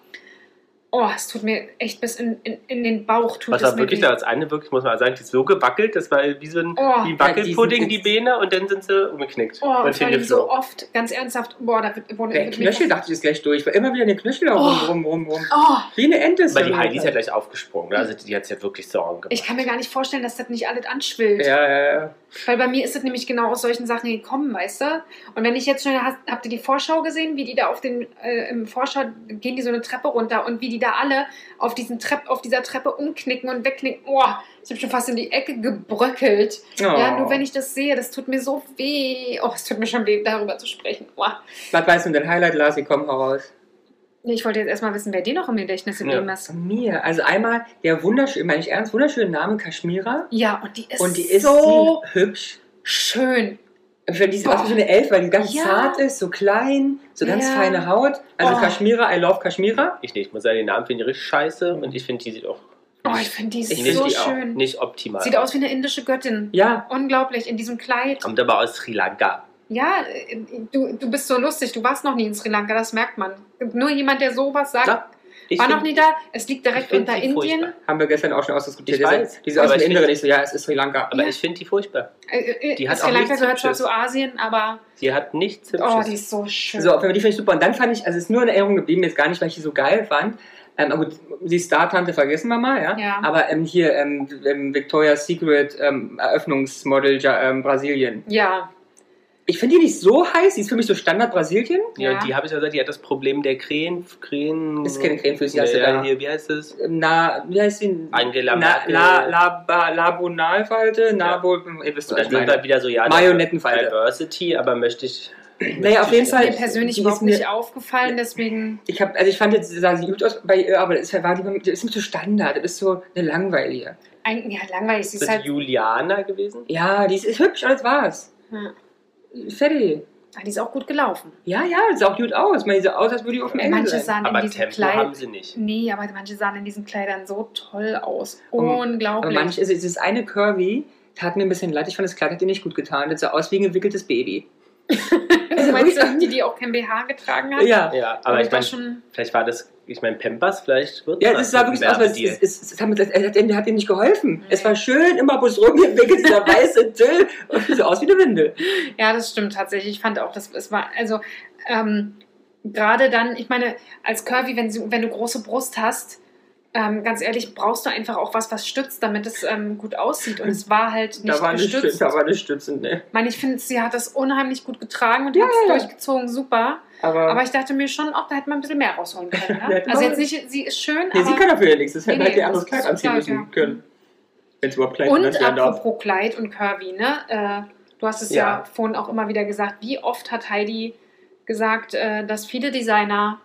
Speaker 2: Oh, es tut mir echt bis in, in, in den Bauch tut
Speaker 1: Was
Speaker 2: es
Speaker 1: war
Speaker 2: mir
Speaker 1: wirklich
Speaker 2: weh.
Speaker 1: da? Das eine wirklich, muss man sagen, die ist so gewackelt, das war wie so ein
Speaker 2: Oh,
Speaker 1: wie ein Wackelpudding,
Speaker 3: ja,
Speaker 1: die
Speaker 3: die sind-
Speaker 1: Beine, und dann sind sie umgeknickt.
Speaker 2: Oh,
Speaker 1: und
Speaker 2: und vor allem
Speaker 1: hingeflogen.
Speaker 2: so oft, ganz ernsthaft, boah, da wird, wurde
Speaker 3: Der
Speaker 2: wird
Speaker 3: Knöchel
Speaker 2: mir-
Speaker 3: dachte ich ist gleich durch, weil immer wieder der Knöchel da
Speaker 2: Oh.
Speaker 3: rum, rum, rum, rum.
Speaker 2: Oh,
Speaker 3: Wie eine Ente ist
Speaker 1: Aber die
Speaker 3: er
Speaker 1: Heidi ist ja gleich aufgesprungen, ne? also die hat es ja wirklich Sorgen gemacht.
Speaker 2: ich kann mir gar nicht vorstellen, dass das nicht alles anschwillt.
Speaker 3: Ja, ja, ja.
Speaker 2: Weil bei mir ist es nämlich genau aus solchen Sachen gekommen, weißt du? Und wenn ich jetzt schon, hast, habt ihr die Vorschau gesehen, wie die da auf den, äh, im Vorschau gehen die so eine Treppe runter und wie die da alle auf, diesen Trepp, auf dieser Treppe umknicken und wegknicken. Oh, ich habe schon fast in die Ecke gebröckelt. Ja,
Speaker 3: Oh.
Speaker 1: Oh.
Speaker 2: nur wenn ich das sehe, das tut mir so weh. Oh, es tut mir schon weh, darüber zu sprechen. Oh.
Speaker 3: Was weißt du denn dein Highlight, Lasi? Komm heraus.
Speaker 2: Nee, Ich wollte jetzt erstmal wissen, wer dir noch im Gedächtnis geblieben
Speaker 1: Ja.
Speaker 2: ist.
Speaker 3: Von mir. Also einmal der wunderschöne, meine ich ernst, wunderschöne Name Kaschmira.
Speaker 2: Ja, und die ist,
Speaker 3: Und die ist
Speaker 2: so
Speaker 3: sie hübsch.
Speaker 2: schön.
Speaker 3: Und Für die ist
Speaker 2: Boah.
Speaker 3: aus wie eine Elf, weil die ganz
Speaker 2: Ja.
Speaker 3: zart ist, so klein, so ganz
Speaker 2: Ja.
Speaker 3: feine Haut. Also
Speaker 2: Oh.
Speaker 3: Kaschmira, I love Kaschmira.
Speaker 1: Ich nicht, ich muss sagen, den Namen finde ich richtig scheiße und ich finde, die sieht auch
Speaker 2: Oh, ich finde die
Speaker 3: Ich
Speaker 1: nicht,
Speaker 2: so
Speaker 1: die
Speaker 2: schön.
Speaker 1: Auch nicht optimal.
Speaker 2: Sieht aus wie eine indische Göttin.
Speaker 3: Ja,
Speaker 2: Unglaublich, in diesem Kleid.
Speaker 1: Kommt aber aus Sri Lanka.
Speaker 2: Ja, äh, du, du bist so lustig. Du warst noch nie in Sri Lanka, das merkt man. Nur jemand, der sowas sagt,
Speaker 1: Ja, Ich
Speaker 2: war
Speaker 1: find-
Speaker 2: noch nie da. Es liegt direkt
Speaker 1: ich find
Speaker 2: unter
Speaker 1: die
Speaker 2: Indien.
Speaker 1: furchtbar.
Speaker 3: haben wir gestern auch schon ausdiskutiert.
Speaker 1: Ich
Speaker 3: Diese-
Speaker 1: weiß.
Speaker 3: Diese aus
Speaker 1: Aber
Speaker 3: dem
Speaker 1: ich
Speaker 3: Inneren.
Speaker 1: find-
Speaker 3: Ich so, ja, es ist Sri Lanka.
Speaker 1: Aber
Speaker 2: Ja.
Speaker 1: ich finde die furchtbar.
Speaker 2: Äh, äh,
Speaker 1: Die hat
Speaker 2: Sri
Speaker 1: auch
Speaker 2: Lanka
Speaker 1: nichts
Speaker 2: gehört zwar
Speaker 1: Hübsches.
Speaker 2: zu Asien, aber
Speaker 1: Sie hat nichts
Speaker 2: oh,
Speaker 1: Hübsches.
Speaker 2: die ist so schön.
Speaker 3: So, auf jeden Fall, die finde ich super. Und dann fand ich, also es ist nur in Erinnerung geblieben, jetzt gar nicht, weil ich die so geil fand. Ähm, aber gut, die Star-Tante vergessen wir mal, ja.
Speaker 2: Ja.
Speaker 3: Aber ähm, hier, ähm, ähm, Victoria's Secret ähm, Eröffnungsmodel ja, ähm, Brasilien.
Speaker 2: ja,
Speaker 3: Ich finde die nicht so heiß, die ist für mich so Standard Brasilien.
Speaker 1: ja,
Speaker 2: ja.
Speaker 1: und die habe ich ja gesagt, die hat das Problem der Krähen. Krähen
Speaker 3: Ist keine Krähenfüße, die hast du
Speaker 1: ja,
Speaker 3: da.
Speaker 1: hier, wie heißt es?
Speaker 3: Ähm, Na, wie heißt die?
Speaker 1: Angela
Speaker 3: Na,
Speaker 1: Merkel.
Speaker 3: la, la, ba, Labonalfalte, Nabo, ihr wisst,
Speaker 1: Und
Speaker 3: was
Speaker 1: dann
Speaker 3: ich
Speaker 1: sind
Speaker 3: meine.
Speaker 1: wir wieder so, ja,
Speaker 3: Marionettenfalte.
Speaker 1: Diversity, aber möchte ich.
Speaker 3: Naja, auf jeden Fall.
Speaker 2: mir persönlich
Speaker 3: die ist
Speaker 2: überhaupt
Speaker 3: mir-
Speaker 2: nicht aufgefallen, deswegen.
Speaker 3: Ich hab, also ich fand jetzt, sie sah sie gut aus bei ihr, aber das war die, das ist nicht so Standard, das ist so eine langweilige.
Speaker 2: Ein, ja, langweilig. Sie
Speaker 1: Ist
Speaker 2: ist
Speaker 1: das
Speaker 2: halt.
Speaker 1: Juliana gewesen?
Speaker 3: Ja, die ist, ist hübsch, alles war's.
Speaker 2: Ja.
Speaker 3: Fertig.
Speaker 2: Ah, die ist auch gut gelaufen.
Speaker 3: Ja, ja, das sah auch gut aus. Man sieht so aus, als würde ich auf dem Ende
Speaker 2: Manche
Speaker 3: sein.
Speaker 2: sahen
Speaker 1: Aber
Speaker 2: in diesem
Speaker 1: Tempo
Speaker 2: Kleid.
Speaker 1: haben sie nicht.
Speaker 2: Nee, aber manche sahen in diesen Kleidern so toll aus.
Speaker 3: Und-
Speaker 2: Unglaublich.
Speaker 3: Aber manch ist dieses eine Curvy, tat mir ein bisschen leid. Ich fand das Kleid hat ihr nicht gut getan. Das sah aus wie ein gewickeltes Baby.
Speaker 2: also meinst du, die, die auch kein BH getragen hat?
Speaker 3: Ja.
Speaker 1: Ja,
Speaker 2: Aber
Speaker 1: aber
Speaker 2: das
Speaker 1: ich
Speaker 2: war
Speaker 1: meine,
Speaker 2: schon.
Speaker 1: vielleicht war das, ich meine, Pampers, vielleicht wird
Speaker 3: Ja,
Speaker 1: was
Speaker 3: das sah
Speaker 1: mit
Speaker 3: wirklich aus, weil es,
Speaker 1: Werbedeal.
Speaker 3: es, es, es, hat, mir- es hat, ihm- hat ihm nicht geholfen.
Speaker 2: Nee.
Speaker 3: Es war schön immer bloß rumgewickelt, dieser weiße Tüll und so aus wie eine Windel.
Speaker 2: Ja, das stimmt tatsächlich. Ich fand auch, das es war also ähm, gerade dann. Ich meine, als Curvy, wenn, sie- wenn du große Brust hast, ähm, ganz ehrlich, brauchst du einfach auch was, was stützt, damit es ähm, gut aussieht. Und es war halt nicht
Speaker 3: Da war eine Stütze,
Speaker 2: gestützt.
Speaker 3: da war eine Stütze, ne.
Speaker 2: Ich meine, ich finde, sie hat das unheimlich gut getragen und
Speaker 3: Ja,
Speaker 2: hat es
Speaker 3: ja, ja.
Speaker 2: durchgezogen, super.
Speaker 3: Aber,
Speaker 2: Aber ich dachte mir schon, auch da hätte man ein bisschen mehr rausholen können.
Speaker 3: Ja,
Speaker 2: Ne?
Speaker 3: genau.
Speaker 2: Also jetzt nicht, sie ist schön,
Speaker 3: nee,
Speaker 2: aber
Speaker 3: sie kann dafür ja nichts. Das
Speaker 2: Nee,
Speaker 3: hätte halt
Speaker 2: nee,
Speaker 3: ihr anderes
Speaker 2: das ist
Speaker 3: Kleid anziehen
Speaker 2: Kleid,
Speaker 3: müssen
Speaker 2: ja.
Speaker 3: können. Wenn es überhaupt Kleid genannt
Speaker 2: Und
Speaker 3: werden darf.
Speaker 2: apropos Kleid und Curvy, ne? Äh, du hast es ja.
Speaker 1: Ja.
Speaker 2: vorhin auch immer wieder gesagt. Wie oft hat Heidi gesagt, äh, dass viele Designer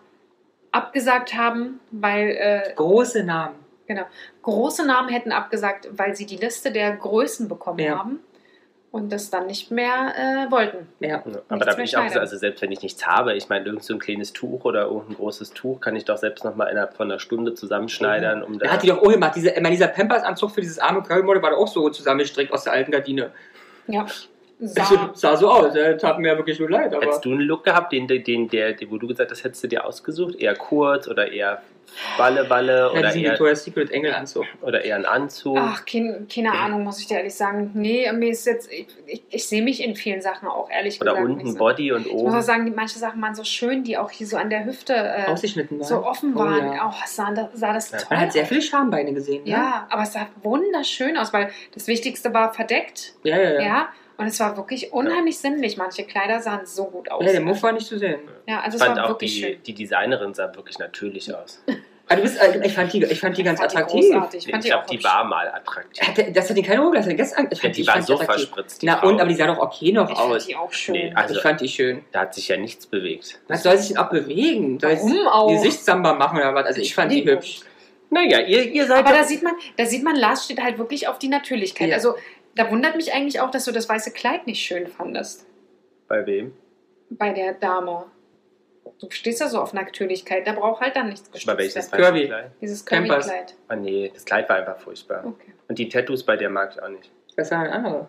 Speaker 2: abgesagt haben, weil äh,
Speaker 3: Große Namen.
Speaker 2: große Namen hätten abgesagt, weil sie die Liste der Größen bekommen
Speaker 3: Ja.
Speaker 2: haben und das dann nicht mehr äh, wollten.
Speaker 3: Ja.
Speaker 1: Ja, aber da bin
Speaker 2: mehr
Speaker 1: ich auch so,
Speaker 2: schneidern.
Speaker 1: also selbst wenn ich nichts habe, ich meine, irgend so ein kleines Tuch oder irgendein großes Tuch kann ich doch selbst nochmal innerhalb von einer Stunde zusammenschneidern, um
Speaker 3: Da hat die doch auch gemacht. Diese, ich meine, dieser Pampers-Anzug für dieses arme Curl-Model war doch auch so zusammengestrickt aus der alten Gardine.
Speaker 2: Ja.
Speaker 3: Also,
Speaker 2: Sah.
Speaker 3: sah so aus. äh, Tat mir ja wirklich nur leid. Aber
Speaker 1: Hättest du einen Look gehabt, den, den, den, der, den, wo du gesagt hast, hättest du dir ausgesucht? Eher kurz oder eher Walle, Walle
Speaker 3: ja,
Speaker 1: oder,
Speaker 3: diesen
Speaker 1: eher,
Speaker 3: Victoria's Secret Engel-Anzug.
Speaker 1: oder eher ein Anzug?
Speaker 2: Ach, kein, keine Ahnung, muss ich dir ehrlich sagen. Nee, mir ist jetzt, ich, ich, ich sehe mich in vielen Sachen auch ehrlich
Speaker 1: oder
Speaker 2: gesagt.
Speaker 1: unten
Speaker 2: nicht so.
Speaker 1: Body und
Speaker 2: Ich muss auch
Speaker 1: oben?
Speaker 2: sagen, die, manche Sachen waren so schön, die auch hier so an der Hüfte äh,
Speaker 3: Ausgeschnitten war.
Speaker 2: so offen
Speaker 3: Oh,
Speaker 2: waren.
Speaker 3: ja.
Speaker 2: Oh, sah, da- sah das
Speaker 1: Ja.
Speaker 2: toll
Speaker 3: Man hat sehr
Speaker 2: aus.
Speaker 3: viele Schambeine gesehen. Ne?
Speaker 2: Ja, aber es sah wunderschön aus, weil das Wichtigste war verdeckt.
Speaker 3: Ja, ja,
Speaker 2: Ja.
Speaker 3: ja. ja.
Speaker 2: Und es war wirklich unheimlich sinnlich. Manche Kleider sahen so gut aus.
Speaker 3: der Muff war nicht zu sehen.
Speaker 2: Ja, also
Speaker 1: Ich
Speaker 2: es
Speaker 1: fand
Speaker 2: war
Speaker 1: auch
Speaker 2: wirklich
Speaker 1: die,
Speaker 2: schön.
Speaker 1: die Designerin sah wirklich natürlich aus.
Speaker 3: Aber du bist, äh, ich, fand die, ich fand die ganz
Speaker 2: fand
Speaker 3: attraktiv.
Speaker 2: großartig.
Speaker 1: Ich,
Speaker 2: Ich fand die
Speaker 1: glaube,
Speaker 2: auch
Speaker 1: die
Speaker 2: hübsch.
Speaker 1: war mal attraktiv.
Speaker 3: Hatte- das hat die keine Ruhe gelassen. Gestern, ich
Speaker 1: Ja,
Speaker 3: fand
Speaker 1: die
Speaker 3: ich
Speaker 1: war
Speaker 3: fand
Speaker 1: so
Speaker 3: attraktiv.
Speaker 1: verspritzt. Die
Speaker 3: Na
Speaker 1: Frau.
Speaker 3: und, aber die sah doch okay noch
Speaker 2: Ich fand
Speaker 3: aus.
Speaker 2: die auch schön.
Speaker 1: Nee, also-
Speaker 3: ich fand die schön.
Speaker 1: Da hat sich ja nichts bewegt.
Speaker 3: Was soll sich denn auch bewegen? Soll ich
Speaker 2: Warum auch?
Speaker 3: Gesichtssamba machen oder was? Also ich fand die
Speaker 2: Entschuldigung.
Speaker 3: hübsch.
Speaker 1: Naja, ihr, ihr seid
Speaker 2: Aber da
Speaker 1: doch-
Speaker 2: sieht man, da sieht man, Lars steht halt wirklich auf die Natürlichkeit.
Speaker 3: Ja.
Speaker 2: Also da wundert mich eigentlich auch, dass du das weiße Kleid nicht schön fandest
Speaker 1: bei wem?
Speaker 2: bei der Dame. Du stehst ja so auf Natürlichkeit, da braucht halt dann nichts
Speaker 1: Bei welches
Speaker 2: Gestütztes.
Speaker 1: war das
Speaker 3: Kirby.
Speaker 1: Kleid?
Speaker 2: Dieses
Speaker 3: Campers.
Speaker 2: Kirby-Kleid.
Speaker 1: Oh nee, das Kleid war einfach furchtbar.
Speaker 2: Okay.
Speaker 1: Und die Tattoos bei der mag ich auch nicht.
Speaker 3: Das war ein anderer.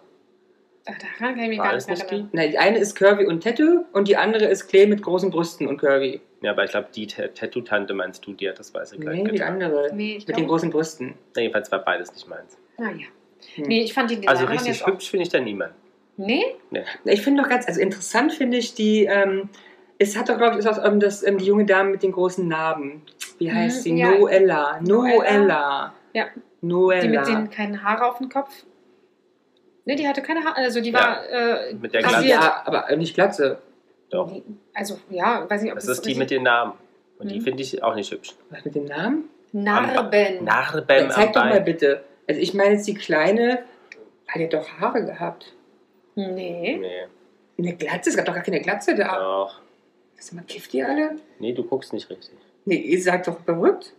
Speaker 2: Ach, daran kann ich mich
Speaker 1: War
Speaker 2: gar
Speaker 1: Ah, das
Speaker 2: nicht mehr
Speaker 1: nicht
Speaker 2: erinnern.
Speaker 1: die?
Speaker 3: Nein, die eine ist Curvy und Tattoo und die andere ist Klee mit großen Brüsten und Curvy.
Speaker 1: Ja, aber ich glaube, die Ta- Tattoo-Tante meinst du, die hat das weiße Kleid
Speaker 3: Nee, die
Speaker 1: getragen.
Speaker 3: andere.
Speaker 2: Nee, ich
Speaker 3: Mit den
Speaker 2: glaube.
Speaker 3: großen Brüsten.
Speaker 1: Jedenfalls war beides nicht meins.
Speaker 2: Naja.
Speaker 3: Hm.
Speaker 2: Nee, ich fand die
Speaker 1: Also
Speaker 2: Designerin
Speaker 1: richtig
Speaker 2: jetzt auch.
Speaker 1: hübsch finde ich da niemand.
Speaker 2: Nee?
Speaker 3: Ich finde doch ganz, also interessant finde ich die, ähm, es hat doch, glaube ich, ist auch, ähm, das, ähm, die junge Dame mit den großen Narben. Wie heißt
Speaker 2: Mhm,
Speaker 3: sie?
Speaker 2: ja.
Speaker 3: Noella. Noella.
Speaker 2: Ja.
Speaker 3: Noella.
Speaker 2: Die mit den keinen Haare auf dem Kopf. Nee, die hatte keine Haare. Also die
Speaker 1: Ja.
Speaker 2: war äh,
Speaker 1: Mit der
Speaker 3: Ach,
Speaker 1: Glatze.
Speaker 2: rasiert.
Speaker 3: ja, aber äh, nicht Glatze.
Speaker 1: Doch.
Speaker 2: Also ja, weiß nicht, ob
Speaker 1: Das ist die
Speaker 2: richtig-
Speaker 1: mit den Namen. Und die
Speaker 2: Mhm.
Speaker 1: finde ich auch nicht hübsch.
Speaker 3: Was mit dem Namen?
Speaker 2: Narben. Äh,
Speaker 1: Narben
Speaker 3: Zeig
Speaker 1: Ähm, am
Speaker 3: doch mal
Speaker 1: Bein.
Speaker 3: bitte. Also ich meine jetzt die kleine, hat ja doch Haare gehabt.
Speaker 2: Nee.
Speaker 1: Nee,
Speaker 3: Eine Glatze? Es gab doch gar keine Glatze da.
Speaker 1: doch.
Speaker 3: Sag mal, kifft ihr alle?
Speaker 1: Nee, du guckst nicht richtig.
Speaker 3: Nee, ihr seid doch verrückt.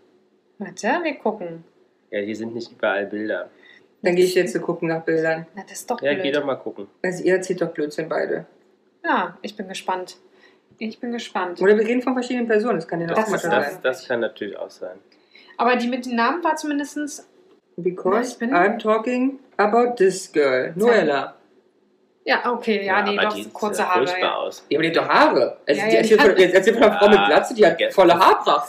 Speaker 2: Warte, wir gucken.
Speaker 1: Ja, hier sind nicht überall Bilder.
Speaker 3: Dann gehe ich jetzt zu gucken nach Bildern.
Speaker 2: Na, das ist doch
Speaker 1: Ja,
Speaker 2: blöd.
Speaker 1: geh doch mal gucken.
Speaker 3: Also ihr erzählt doch Blödsinn beide.
Speaker 2: Ja, ich bin gespannt. Ich bin gespannt.
Speaker 3: Oder wir reden von verschiedenen Personen, das kann ja auch
Speaker 1: Das,
Speaker 3: mal
Speaker 1: das,
Speaker 2: ist
Speaker 3: sein.
Speaker 1: das, kann natürlich auch sein.
Speaker 2: Aber die mit den Namen war zumindestens Ja,
Speaker 3: Because
Speaker 2: ich bin-
Speaker 3: I'm talking about this girl, Noella.
Speaker 2: Ja, okay, ja, nee,
Speaker 1: aber
Speaker 2: doch,
Speaker 1: die sieht
Speaker 2: kurze
Speaker 1: ja
Speaker 2: Haare.
Speaker 1: furchtbar
Speaker 2: Ja.
Speaker 1: aus.
Speaker 3: Ja, aber die hat doch Haare. Also
Speaker 2: Ja,
Speaker 3: die
Speaker 2: ja,
Speaker 3: erzählt
Speaker 2: die
Speaker 3: von,
Speaker 2: hat-
Speaker 3: jetzt erzählt von einer Frau mit Ah,
Speaker 1: Ja,
Speaker 3: Glatze, die hat
Speaker 1: vergessen.
Speaker 3: volle Haarpracht.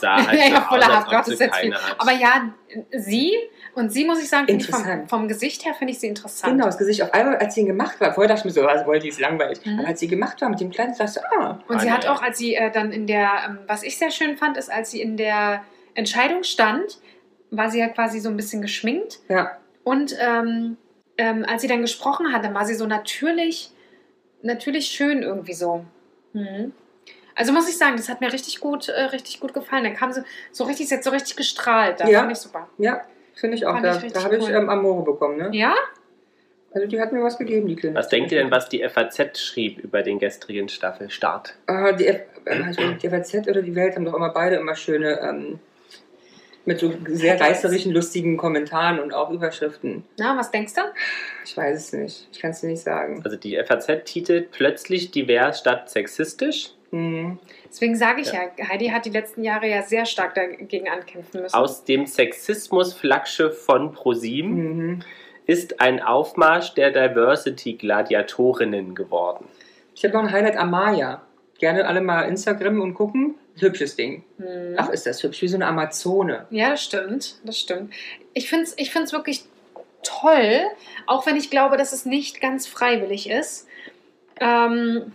Speaker 1: Sah halt
Speaker 2: Ja, ja,
Speaker 1: so
Speaker 2: voller
Speaker 1: aus, als
Speaker 2: Haarpracht
Speaker 1: ob sie
Speaker 2: ist jetzt viel.
Speaker 1: keine hat.
Speaker 2: Aber ja, sie und sie muss ich sagen, finde ich vom,
Speaker 3: Interessant.
Speaker 2: vom Gesicht her finde ich sie interessant.
Speaker 3: Genau, das Gesicht auf einmal, als sie ihn gemacht war. Vorher dachte ich mir so, was wollte die, ist langweilig.
Speaker 2: Mhm.
Speaker 3: Aber als sie gemacht war mit dem Kleinen, dachte ich, ah,
Speaker 2: Und sie
Speaker 1: Ah,
Speaker 2: hat
Speaker 1: nee.
Speaker 2: auch, als sie äh, dann in der, ähm, was ich sehr schön fand, ist, als sie in der Entscheidung stand, war sie ja quasi so ein bisschen geschminkt.
Speaker 3: ja.
Speaker 2: Und ähm, ähm, als sie dann gesprochen hat, dann war sie so natürlich, natürlich schön irgendwie so. Mhm. Also muss ich sagen, das hat mir richtig gut, äh, richtig gut gefallen. Dann kam sie so richtig, sie hat so richtig gestrahlt. Da
Speaker 3: Ja.
Speaker 2: fand ich super.
Speaker 3: Ja, finde ich auch.
Speaker 2: Fand
Speaker 3: Da,
Speaker 2: ich richtig
Speaker 3: da habe ich
Speaker 2: cool.
Speaker 3: ähm, Amore bekommen, ne?
Speaker 2: Ja?
Speaker 3: Also die hat mir was gegeben, die Kleine.
Speaker 1: Was denkt ihr denn, was die FAZ schrieb über den gestrigen Staffelstart?
Speaker 3: Ah, die, F äh, ich glaub, die FAZ oder die Welt haben doch immer beide immer schöne, ähm, mit so sehr reißerischen, lustigen Kommentaren und auch Überschriften.
Speaker 2: Na, was denkst du?
Speaker 3: Ich weiß es nicht. Ich kann es dir nicht sagen.
Speaker 1: Also die FAZ titelt plötzlich divers statt sexistisch.
Speaker 3: Hm.
Speaker 2: Deswegen sage ich ja. Heidi hat die letzten Jahre ja sehr stark dagegen ankämpfen müssen.
Speaker 1: Aus dem Sexismus-Flaggschiff von ProSieben
Speaker 3: Mhm.
Speaker 1: ist ein Aufmarsch der Diversity-Gladiatorinnen geworden.
Speaker 3: Ich habe noch ein Highlight Amaya. Gerne alle mal Instagram und gucken. Hübsches Ding.
Speaker 2: Mhm.
Speaker 3: Ach, ist das hübsch, wie so eine Amazone.
Speaker 2: Ja, das stimmt, das stimmt. Ich finde es ich find's wirklich toll, auch wenn ich glaube, dass es nicht ganz freiwillig ist. Ähm,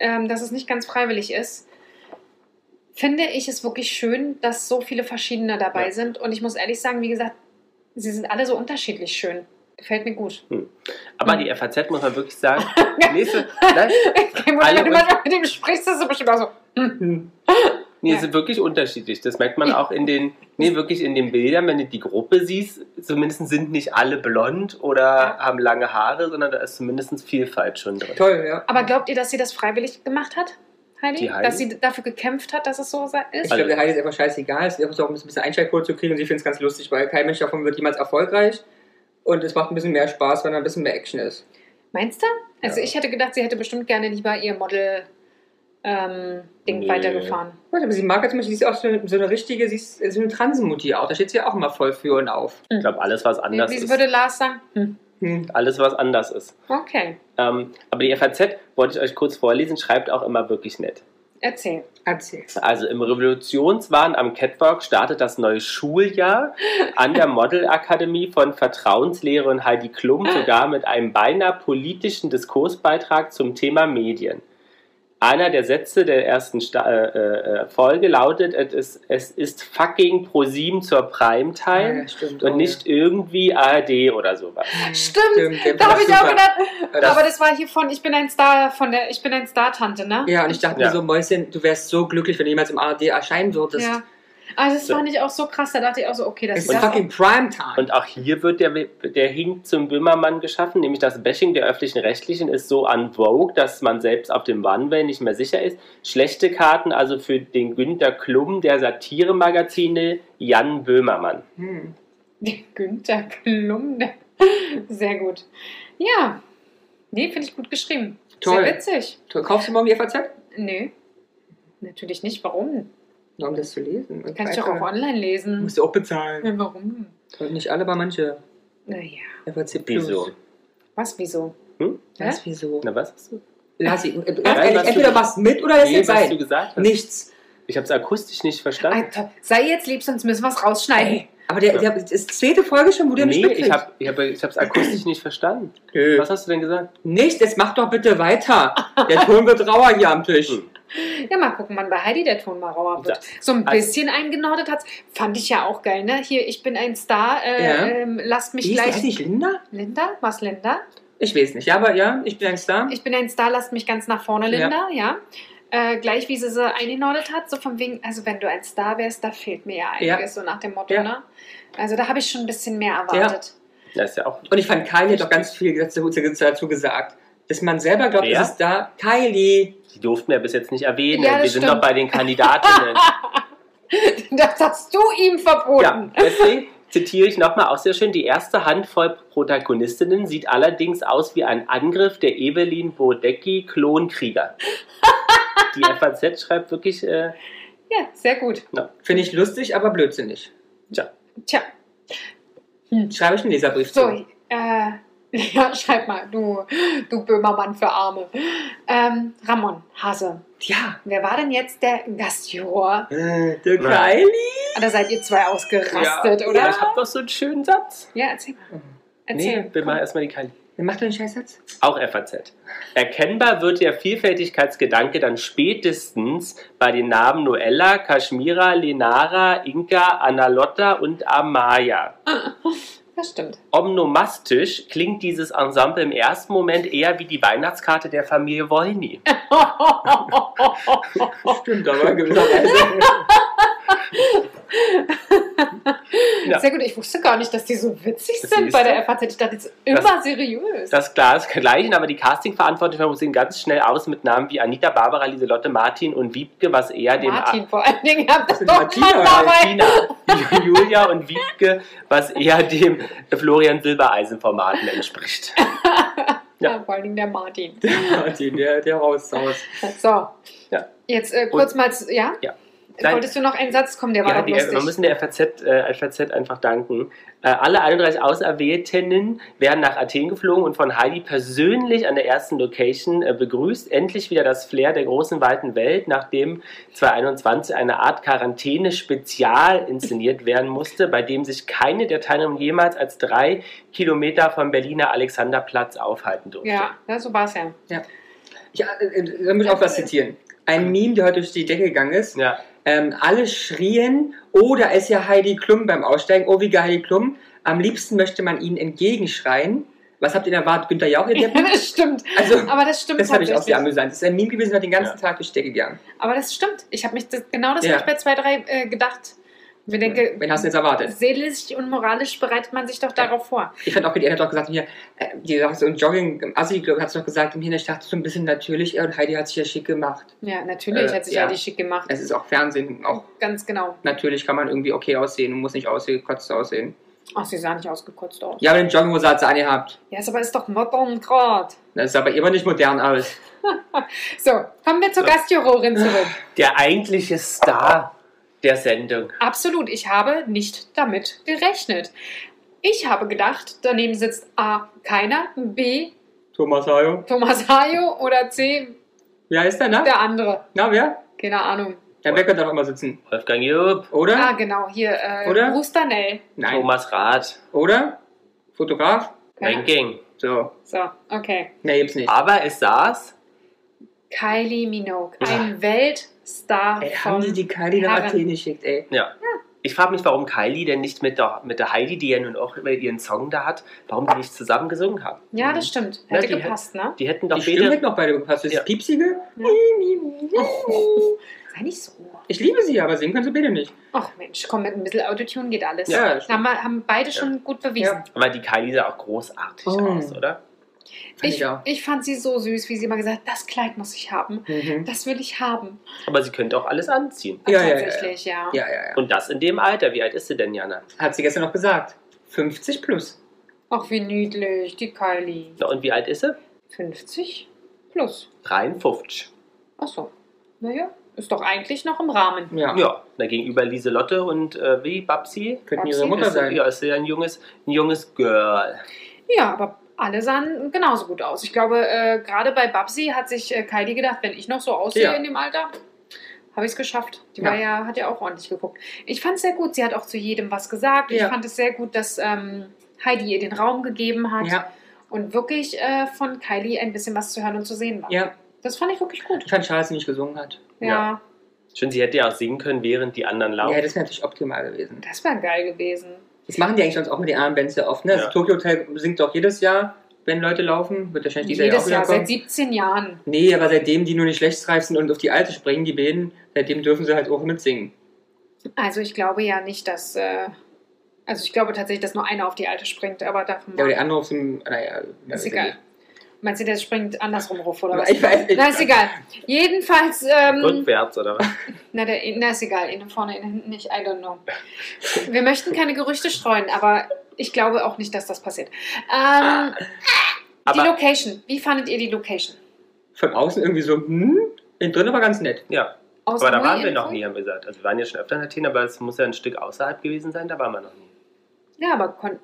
Speaker 2: ähm, dass es nicht ganz freiwillig ist. Finde ich es wirklich schön, dass so viele verschiedene dabei
Speaker 1: Ja.
Speaker 2: sind. Und ich muss ehrlich sagen, wie gesagt, sie sind alle so unterschiedlich schön. Gefällt mir gut.
Speaker 1: Aber
Speaker 2: Mhm.
Speaker 1: die FAZ muss man wirklich sagen, nächste, nein,
Speaker 2: Okay, Mutter,
Speaker 1: Alle
Speaker 2: wenn du
Speaker 1: unter-
Speaker 2: manchmal mit dem sprichst, ist es bestimmt auch so.
Speaker 3: Hm.
Speaker 1: nee,
Speaker 2: Ja.
Speaker 1: sind wirklich unterschiedlich. Das merkt man auch in den, nee, wirklich in den Bildern, wenn du die Gruppe siehst, zumindest sind nicht alle blond oder
Speaker 2: Ja.
Speaker 1: haben lange Haare, sondern da ist zumindest Vielfalt schon drin.
Speaker 3: Toll, ja.
Speaker 2: Aber glaubt ihr, dass sie das freiwillig gemacht hat, Heidi?
Speaker 1: Die Heidi?
Speaker 2: Dass sie dafür gekämpft hat, dass es so se-
Speaker 3: Ich
Speaker 2: ist?
Speaker 3: glaube, der Heidi ist einfach scheißegal. Es ist einfach so, um ein bisschen Einschaltquote zu kriegen. Und sie finden es ganz lustig, weil kein Mensch davon wird jemals erfolgreich. Und es macht ein bisschen mehr Spaß, wenn da ein bisschen mehr Action ist.
Speaker 2: Meinst du? Also
Speaker 1: Ja.
Speaker 2: ich hätte gedacht, sie hätte bestimmt gerne lieber ihr Model-Ding
Speaker 1: Nee.
Speaker 2: weitergefahren.
Speaker 3: Gut, aber sie mag ja zum Beispiel, sie ist auch so eine, so eine richtige, sie ist so eine Transenmutti auch. Da steht sie ja auch immer voll für und auf.
Speaker 1: Ich glaube, alles, was
Speaker 2: Wie,
Speaker 1: anders
Speaker 2: wie
Speaker 1: ist.
Speaker 2: würde Lars sagen? Hm.
Speaker 3: Hm.
Speaker 1: Alles, was anders ist.
Speaker 2: Okay,
Speaker 1: Ähm, aber die FAZ, wollte ich euch kurz vorlesen, schreibt auch immer wirklich nett.
Speaker 2: erzähl.
Speaker 3: Erzähl.
Speaker 1: Also im Revolutionswahn am Catwalk startet das neue Schuljahr an der Modelakademie von Vertrauenslehrerin Heidi Klum sogar mit einem beinahe politischen Diskursbeitrag zum Thema Medien. Einer der Sätze der ersten Sta äh, äh, Folge lautet, es ist, es ist fucking ProSieben zur Primetime
Speaker 3: Ah, stimmt. Oh,
Speaker 1: und nicht irgendwie ARD oder sowas.
Speaker 2: Stimmt,
Speaker 3: der
Speaker 2: da habe
Speaker 3: ist
Speaker 2: ich auch
Speaker 3: super.
Speaker 2: gedacht,
Speaker 3: Das-
Speaker 2: aber das war hier von Ich bin ein Star, von der Ich bin ein Star-Tante, ne?
Speaker 3: Ja, und ich dachte
Speaker 1: Ja.
Speaker 3: mir so, Mäuschen, du wärst so glücklich, wenn du jemals im ARD erscheinen würdest.
Speaker 2: Ja. Aber das
Speaker 1: So.
Speaker 2: fand ich auch so krass, da dachte ich auch so, okay, das
Speaker 3: Es
Speaker 2: ist
Speaker 3: ist fucking Primetime.
Speaker 1: Und auch hier wird der, der Hink zum Böhmermann geschaffen, nämlich das Bashing der öffentlichen Rechtlichen ist so an Vogue, dass man selbst auf dem Runway nicht mehr sicher ist. Schlechte Karten also für den Günter Klum der Satiremagazine Jan Böhmermann.
Speaker 3: hm.
Speaker 2: Günther Klum. der- Sehr gut. Ja, nee, finde ich gut geschrieben.
Speaker 3: Toll.
Speaker 2: Sehr witzig.
Speaker 3: Toll. Kaufst du morgen die FAZ?
Speaker 2: Nö. Natürlich nicht. Warum?
Speaker 3: Nur um das zu lesen.
Speaker 2: Du kannst doch auch online lesen.
Speaker 3: Musst du auch bezahlen.
Speaker 2: Ja, warum?
Speaker 3: Und nicht alle, aber manche.
Speaker 2: Naja.
Speaker 3: FAC Plus.
Speaker 1: Wieso?
Speaker 2: Was, wieso?
Speaker 1: Hm?
Speaker 2: Hä?
Speaker 3: Was, wieso?
Speaker 1: Na, was hast du?
Speaker 3: Lass ich, äh,
Speaker 1: Nein,
Speaker 3: ganz ehrlich,
Speaker 1: was du-
Speaker 3: entweder was mit oder lass
Speaker 1: Nee,
Speaker 3: es
Speaker 1: was du
Speaker 3: sein.
Speaker 1: gesagt hast.
Speaker 3: Nichts.
Speaker 1: Ich habe es akustisch nicht verstanden.
Speaker 2: Alter, sei jetzt lieb, sonst müssen wir es rausschneiden.
Speaker 3: Aber der, der, das ist die zweite Folge schon, wo der nicht
Speaker 1: nee,
Speaker 3: mitkriegt.
Speaker 1: ich habe ich hab, ich hab's akustisch nicht verstanden.
Speaker 3: Nö.
Speaker 1: Was hast du denn gesagt?
Speaker 3: Nicht, jetzt mach doch bitte weiter. Jetzt holen wir Trauer hier am Tisch.
Speaker 1: Hm.
Speaker 2: Ja, mal gucken, wann bei Heidi der Ton mal rauer wird.
Speaker 1: Ja.
Speaker 2: So ein
Speaker 1: Also-
Speaker 2: bisschen eingenordet hat's. Fand ich ja auch geil, ne? Hier, ich bin ein Star, äh,
Speaker 3: Ja.
Speaker 2: ähm, lasst mich
Speaker 3: Wie ist die
Speaker 2: gleich.
Speaker 3: eigentlich Linda?
Speaker 2: Linda? Was, Linda?
Speaker 3: Ich weiß nicht, ja, aber ja, ich bin ein Star.
Speaker 2: Ich bin ein Star, lasst mich ganz nach vorne,
Speaker 3: Ja.
Speaker 2: Linda, ja. Äh, gleich wie sie sie eingenordet hat, so von wegen, also wenn du ein Star wärst, da fehlt mir ja
Speaker 3: Ja.
Speaker 2: einiges, so nach dem Motto,
Speaker 3: Ja.
Speaker 2: ne? Also da habe ich schon ein bisschen mehr erwartet.
Speaker 1: Das ist ja auch.
Speaker 3: Und ich fand, Kylie hat doch ganz viel dazu- dazu gesagt, dass man selber glaubt,
Speaker 1: Wer?
Speaker 3: es ist da Kylie.
Speaker 1: Die durften wir bis jetzt nicht erwähnen.
Speaker 2: Ja, das
Speaker 1: wir sind
Speaker 2: stimmt.
Speaker 1: noch bei den Kandidatinnen.
Speaker 2: Das hast du ihm
Speaker 1: ja,
Speaker 2: verboten.
Speaker 1: deswegen zitiere ich nochmal auch sehr schön. Die erste Handvoll Protagonistinnen sieht allerdings aus wie ein Angriff der Evelyn Bodecki Klonkrieger. Die FAZ schreibt wirklich, äh,
Speaker 2: Ja, sehr gut.
Speaker 3: Finde ich lustig, aber blödsinnig.
Speaker 2: Tja,
Speaker 3: Schreibe ich einen Leserbrief
Speaker 2: so,
Speaker 3: zu.
Speaker 2: äh, ja, schreib mal, du, du Böhmermann für Arme. Ähm, Ramon, Hase,
Speaker 3: Ja.
Speaker 2: wer war denn jetzt der Gastjuror? Ah,
Speaker 3: Äh, der
Speaker 1: Na.
Speaker 3: Kylie?
Speaker 2: Da seid ihr zwei ausgerastet, oder?
Speaker 1: ich habe doch so einen schönen Satz.
Speaker 2: Ja, erzähl mal. Erzähl.
Speaker 1: Nee, wir machen erstmal die Kali.
Speaker 3: Wer macht denn einen Scheißsatz?
Speaker 1: Auch FAZ. Erkennbar wird der Vielfältigkeitsgedanke dann spätestens bei den Namen Noella, Kashmira, Lenara, Inka, Analotta und Amaya.
Speaker 2: Das stimmt.
Speaker 1: Omnomastisch klingt dieses Ensemble im ersten Moment eher wie die Weihnachtskarte der Familie Wollny.
Speaker 3: Stimmt, genau aber gewisserweise.
Speaker 1: Ja.
Speaker 2: Sehr gut, ich wusste gar nicht, dass die so witzig
Speaker 1: Das
Speaker 2: sind
Speaker 1: siehst
Speaker 2: bei
Speaker 1: du.
Speaker 2: der FAZ. Ich dachte, die sind immer seriös.
Speaker 1: Das gleiche, aber die Castingverantwortlichen sehen ganz schnell aus mit Namen wie Anita, Barbara, Lieselotte, Martin und Wiebke, was eher dem
Speaker 2: Martin vor allen Dingen hat das
Speaker 3: sind
Speaker 2: doch
Speaker 3: Martina
Speaker 2: Mann
Speaker 3: oder
Speaker 2: dabei.
Speaker 1: Tina, Julia und Wiebke, was eher dem Florian Silbereisen-Format entspricht. Ja.
Speaker 2: Ja. vor allen Dingen der Martin.
Speaker 3: Martin, der, der raus, raus.
Speaker 2: So.
Speaker 1: Ja.
Speaker 2: Jetzt äh, kurz mal, zu, ja?
Speaker 1: Ja. Nein.
Speaker 2: Wolltest du noch einen Satz kommen, der war
Speaker 1: Ja,
Speaker 2: doch
Speaker 1: die,
Speaker 2: lustig.
Speaker 1: wir müssen der FAZ, äh, FAZ einfach danken. Äh, alle 31 Auserwählten werden nach Athen geflogen und von Heidi persönlich an der ersten Location äh, begrüßt. Endlich wieder das Flair der großen, weiten Welt, nachdem 2021 eine Art Quarantäne-Spezial inszeniert werden musste, bei dem sich keine der Teilnehmer jemals als drei Kilometer vom Berliner Alexanderplatz aufhalten durfte.
Speaker 2: ja, ja, so war es ja.
Speaker 3: Ja, äh, da muss ich auch was zitieren. Ein Meme, der heute durch die Decke gegangen ist.
Speaker 1: Ja.
Speaker 3: Ähm, alle schrien, oh, da ist ja Heidi Klum beim Aussteigen, oh, wie geil Heidi Klum. Am liebsten möchte man ihnen entgegenschreien. Was habt ihr denn erwartet, Günther Jauch, ihr Deppen?
Speaker 2: das stimmt.
Speaker 3: Also,
Speaker 2: Aber das stimmt
Speaker 3: das habe ich auch sehr
Speaker 2: tatsächlich.
Speaker 3: amüsant. Das ist ein Meme gewesen, hat den ganzen
Speaker 1: Ja.
Speaker 3: Tag durch die Decke gegangen.
Speaker 2: Aber das stimmt. Ich habe mich das, genau das
Speaker 3: Ja.
Speaker 2: habe ich bei zwei, drei äh, gedacht. Und Mir denke,
Speaker 3: Wen hast du jetzt erwartet?
Speaker 2: seelisch und moralisch bereitet man sich doch darauf vor.
Speaker 3: Ich fand auch, die hat doch gesagt, mir, äh, die hat so ein Jogging, im Assi, glaube ich, hat es doch gesagt, mir, ich dachte so ein bisschen natürlich, ja, und Heidi hat sich ja schick gemacht.
Speaker 2: Ja, natürlich
Speaker 3: Äh,
Speaker 2: hat sich
Speaker 3: ja.
Speaker 2: ja. die schick gemacht.
Speaker 3: Es ist auch Fernsehen, auch
Speaker 2: Ganz genau.
Speaker 3: natürlich kann man irgendwie okay aussehen und muss nicht ausgekotzt aussehen.
Speaker 2: Ach, sie sah nicht ausgekotzt aus.
Speaker 3: Ja, aber den Jogginghose hat sie angehabt.
Speaker 2: Ja, ist aber ist doch modern grad.
Speaker 3: Das sah bei ihr aber nicht modern aus.
Speaker 2: So, kommen wir zur Gastjurorin zurück.
Speaker 1: Der eigentliche Star der Sendung.
Speaker 2: Absolut, ich habe nicht damit gerechnet. Ich habe gedacht, daneben sitzt A. keiner, B.
Speaker 3: Thomas Hayo.
Speaker 2: Thomas Hayo oder C.
Speaker 3: Wer ist der, ne?
Speaker 2: der andere.
Speaker 3: Na, wer?
Speaker 2: Keine Ahnung.
Speaker 3: Der Becker darf auch mal sitzen.
Speaker 1: Wolfgang Jupp,
Speaker 2: Ah,
Speaker 3: Oder?
Speaker 2: genau, hier. Äh,
Speaker 3: Oder?
Speaker 2: Brustanell.
Speaker 3: Nein.
Speaker 1: Thomas Rath,
Speaker 3: Oder? Fotograf?
Speaker 2: Keine-
Speaker 1: Ranking.
Speaker 3: So.
Speaker 2: So, okay.
Speaker 3: Mehr gibt's nicht.
Speaker 1: Aber es saß
Speaker 2: Kylie Minogue,
Speaker 1: Ja.
Speaker 2: ein Weltstar
Speaker 3: Ey,
Speaker 2: vom
Speaker 3: haben die die Kylie nach
Speaker 2: Herren.
Speaker 3: Athen geschickt, ey.
Speaker 1: Ja. Ich frage mich, warum Kylie denn nicht mit der, mit der Heidi, die ja nun auch immer ihren Song da hat, warum die nicht zusammen gesungen haben.
Speaker 2: Ja, das stimmt.
Speaker 1: Ja,
Speaker 2: Hätte
Speaker 1: die
Speaker 2: gepasst, ne?
Speaker 1: Die hätten doch
Speaker 3: Die Stimme
Speaker 1: beide.
Speaker 3: hätten auch beide gepasst. Das
Speaker 1: Ja.
Speaker 3: Piepsige?
Speaker 2: Ja. Sei nicht so.
Speaker 3: Oh. Ich liebe sie, aber singen können sie beide nicht.
Speaker 2: Ach Mensch, komm, mit ein bisschen Autotune geht alles.
Speaker 3: Ja,
Speaker 2: Da haben, wir, haben beide schon gut bewiesen.
Speaker 1: Aber die Kylie sah auch großartig
Speaker 3: Oh.
Speaker 1: aus, oder?
Speaker 3: ich
Speaker 2: Ich,
Speaker 3: auch.
Speaker 2: ich fand sie so süß, wie sie immer gesagt hat, das Kleid muss ich haben.
Speaker 3: Mhm.
Speaker 2: Das will ich haben.
Speaker 1: Aber sie könnte auch alles anziehen.
Speaker 3: Ja, ja, ja,
Speaker 2: Tatsächlich, ja.
Speaker 3: Ja, ja, ja.
Speaker 1: Und das in dem Alter. Wie alt ist sie denn, Jana?
Speaker 3: Hat sie gestern noch gesagt. 50 plus.
Speaker 2: Ach, wie niedlich, die Kylie.
Speaker 1: Na, und wie alt ist sie?
Speaker 2: 50 plus.
Speaker 1: 53.
Speaker 2: Ach so. Naja, Ist doch eigentlich noch im Rahmen.
Speaker 3: Ja,
Speaker 1: Ja, da gegenüber Lieselotte und äh, wie Babsi.
Speaker 3: könnten
Speaker 2: Babsi
Speaker 3: ihre Mutter
Speaker 1: Ist,
Speaker 3: sein.
Speaker 1: ja, ist ja ein junges, ein junges Girl.
Speaker 2: Ja, aber alle sahen genauso gut aus. Ich glaube, äh, gerade bei Babsi hat sich äh, Kylie gedacht, wenn ich noch so aussehe
Speaker 3: Ja.
Speaker 2: in dem Alter, habe ich es geschafft. Die
Speaker 3: Ja.
Speaker 2: war ja, hat ja auch ordentlich geguckt. Ich fand es sehr gut. Sie hat auch zu jedem was gesagt. Ich
Speaker 3: Ja.
Speaker 2: fand es sehr gut, dass ähm, Heidi ihr den Raum gegeben hat
Speaker 3: Ja,
Speaker 2: und wirklich äh, von Kylie ein bisschen was zu hören und zu sehen war.
Speaker 3: ja.
Speaker 2: Das fand ich wirklich gut.
Speaker 3: Ich fand schade, dass sie nicht gesungen hat.
Speaker 2: Ja,
Speaker 1: Ja. Schön, sie hätte ja auch singen können, während die anderen laufen.
Speaker 3: Ja, das wäre natürlich optimal gewesen.
Speaker 2: das wäre geil gewesen.
Speaker 3: Das machen die eigentlich sonst auch mit den anderen Bands sehr oft. Ne?
Speaker 1: Ja.
Speaker 3: Das Tokyo Hotel singt doch jedes Jahr, wenn Leute laufen. Wird
Speaker 1: Äh,
Speaker 3: wahrscheinlich dieser
Speaker 2: Jedes
Speaker 3: Jahr
Speaker 2: Jahr,
Speaker 3: auch wieder
Speaker 2: seit
Speaker 3: kommen.
Speaker 2: 17 Jahren.
Speaker 3: Nee, aber seitdem die nur nicht schlechtreif sind und auf die Alte springen, die Bäden, seitdem dürfen sie halt auch mitsingen.
Speaker 2: Also ich glaube ja nicht, dass. Äh, also ich glaube tatsächlich, dass nur einer auf die alte springt, aber davon
Speaker 3: Ja, aber der andere auf dem. Naja,
Speaker 2: Ist egal. Meinst du, der springt andersrum ruf oder was?
Speaker 3: Ich weiß nicht.
Speaker 2: Na, ist egal. Jedenfalls, ähm,
Speaker 1: Rückwärts oder was?
Speaker 2: na, der, na, ist egal. Innen vorne, innen hinten nicht. I don't know. Wir möchten keine Gerüchte streuen, aber ich glaube auch nicht, dass das passiert. Ähm,
Speaker 1: Ah,
Speaker 2: die
Speaker 1: Aber
Speaker 2: Location. Wie fandet ihr die Location?
Speaker 3: Von außen irgendwie so, hm? Innen drin aber ganz nett.
Speaker 1: ja,
Speaker 2: Aus
Speaker 1: aber da
Speaker 2: Hui
Speaker 1: waren wir
Speaker 2: in
Speaker 1: noch
Speaker 2: Hui?
Speaker 1: nie, haben wir gesagt. Also wir waren ja schon öfter in Athen, aber es muss ja ein Stück außerhalb gewesen sein, da waren wir noch nie.
Speaker 2: Ja, aber kon-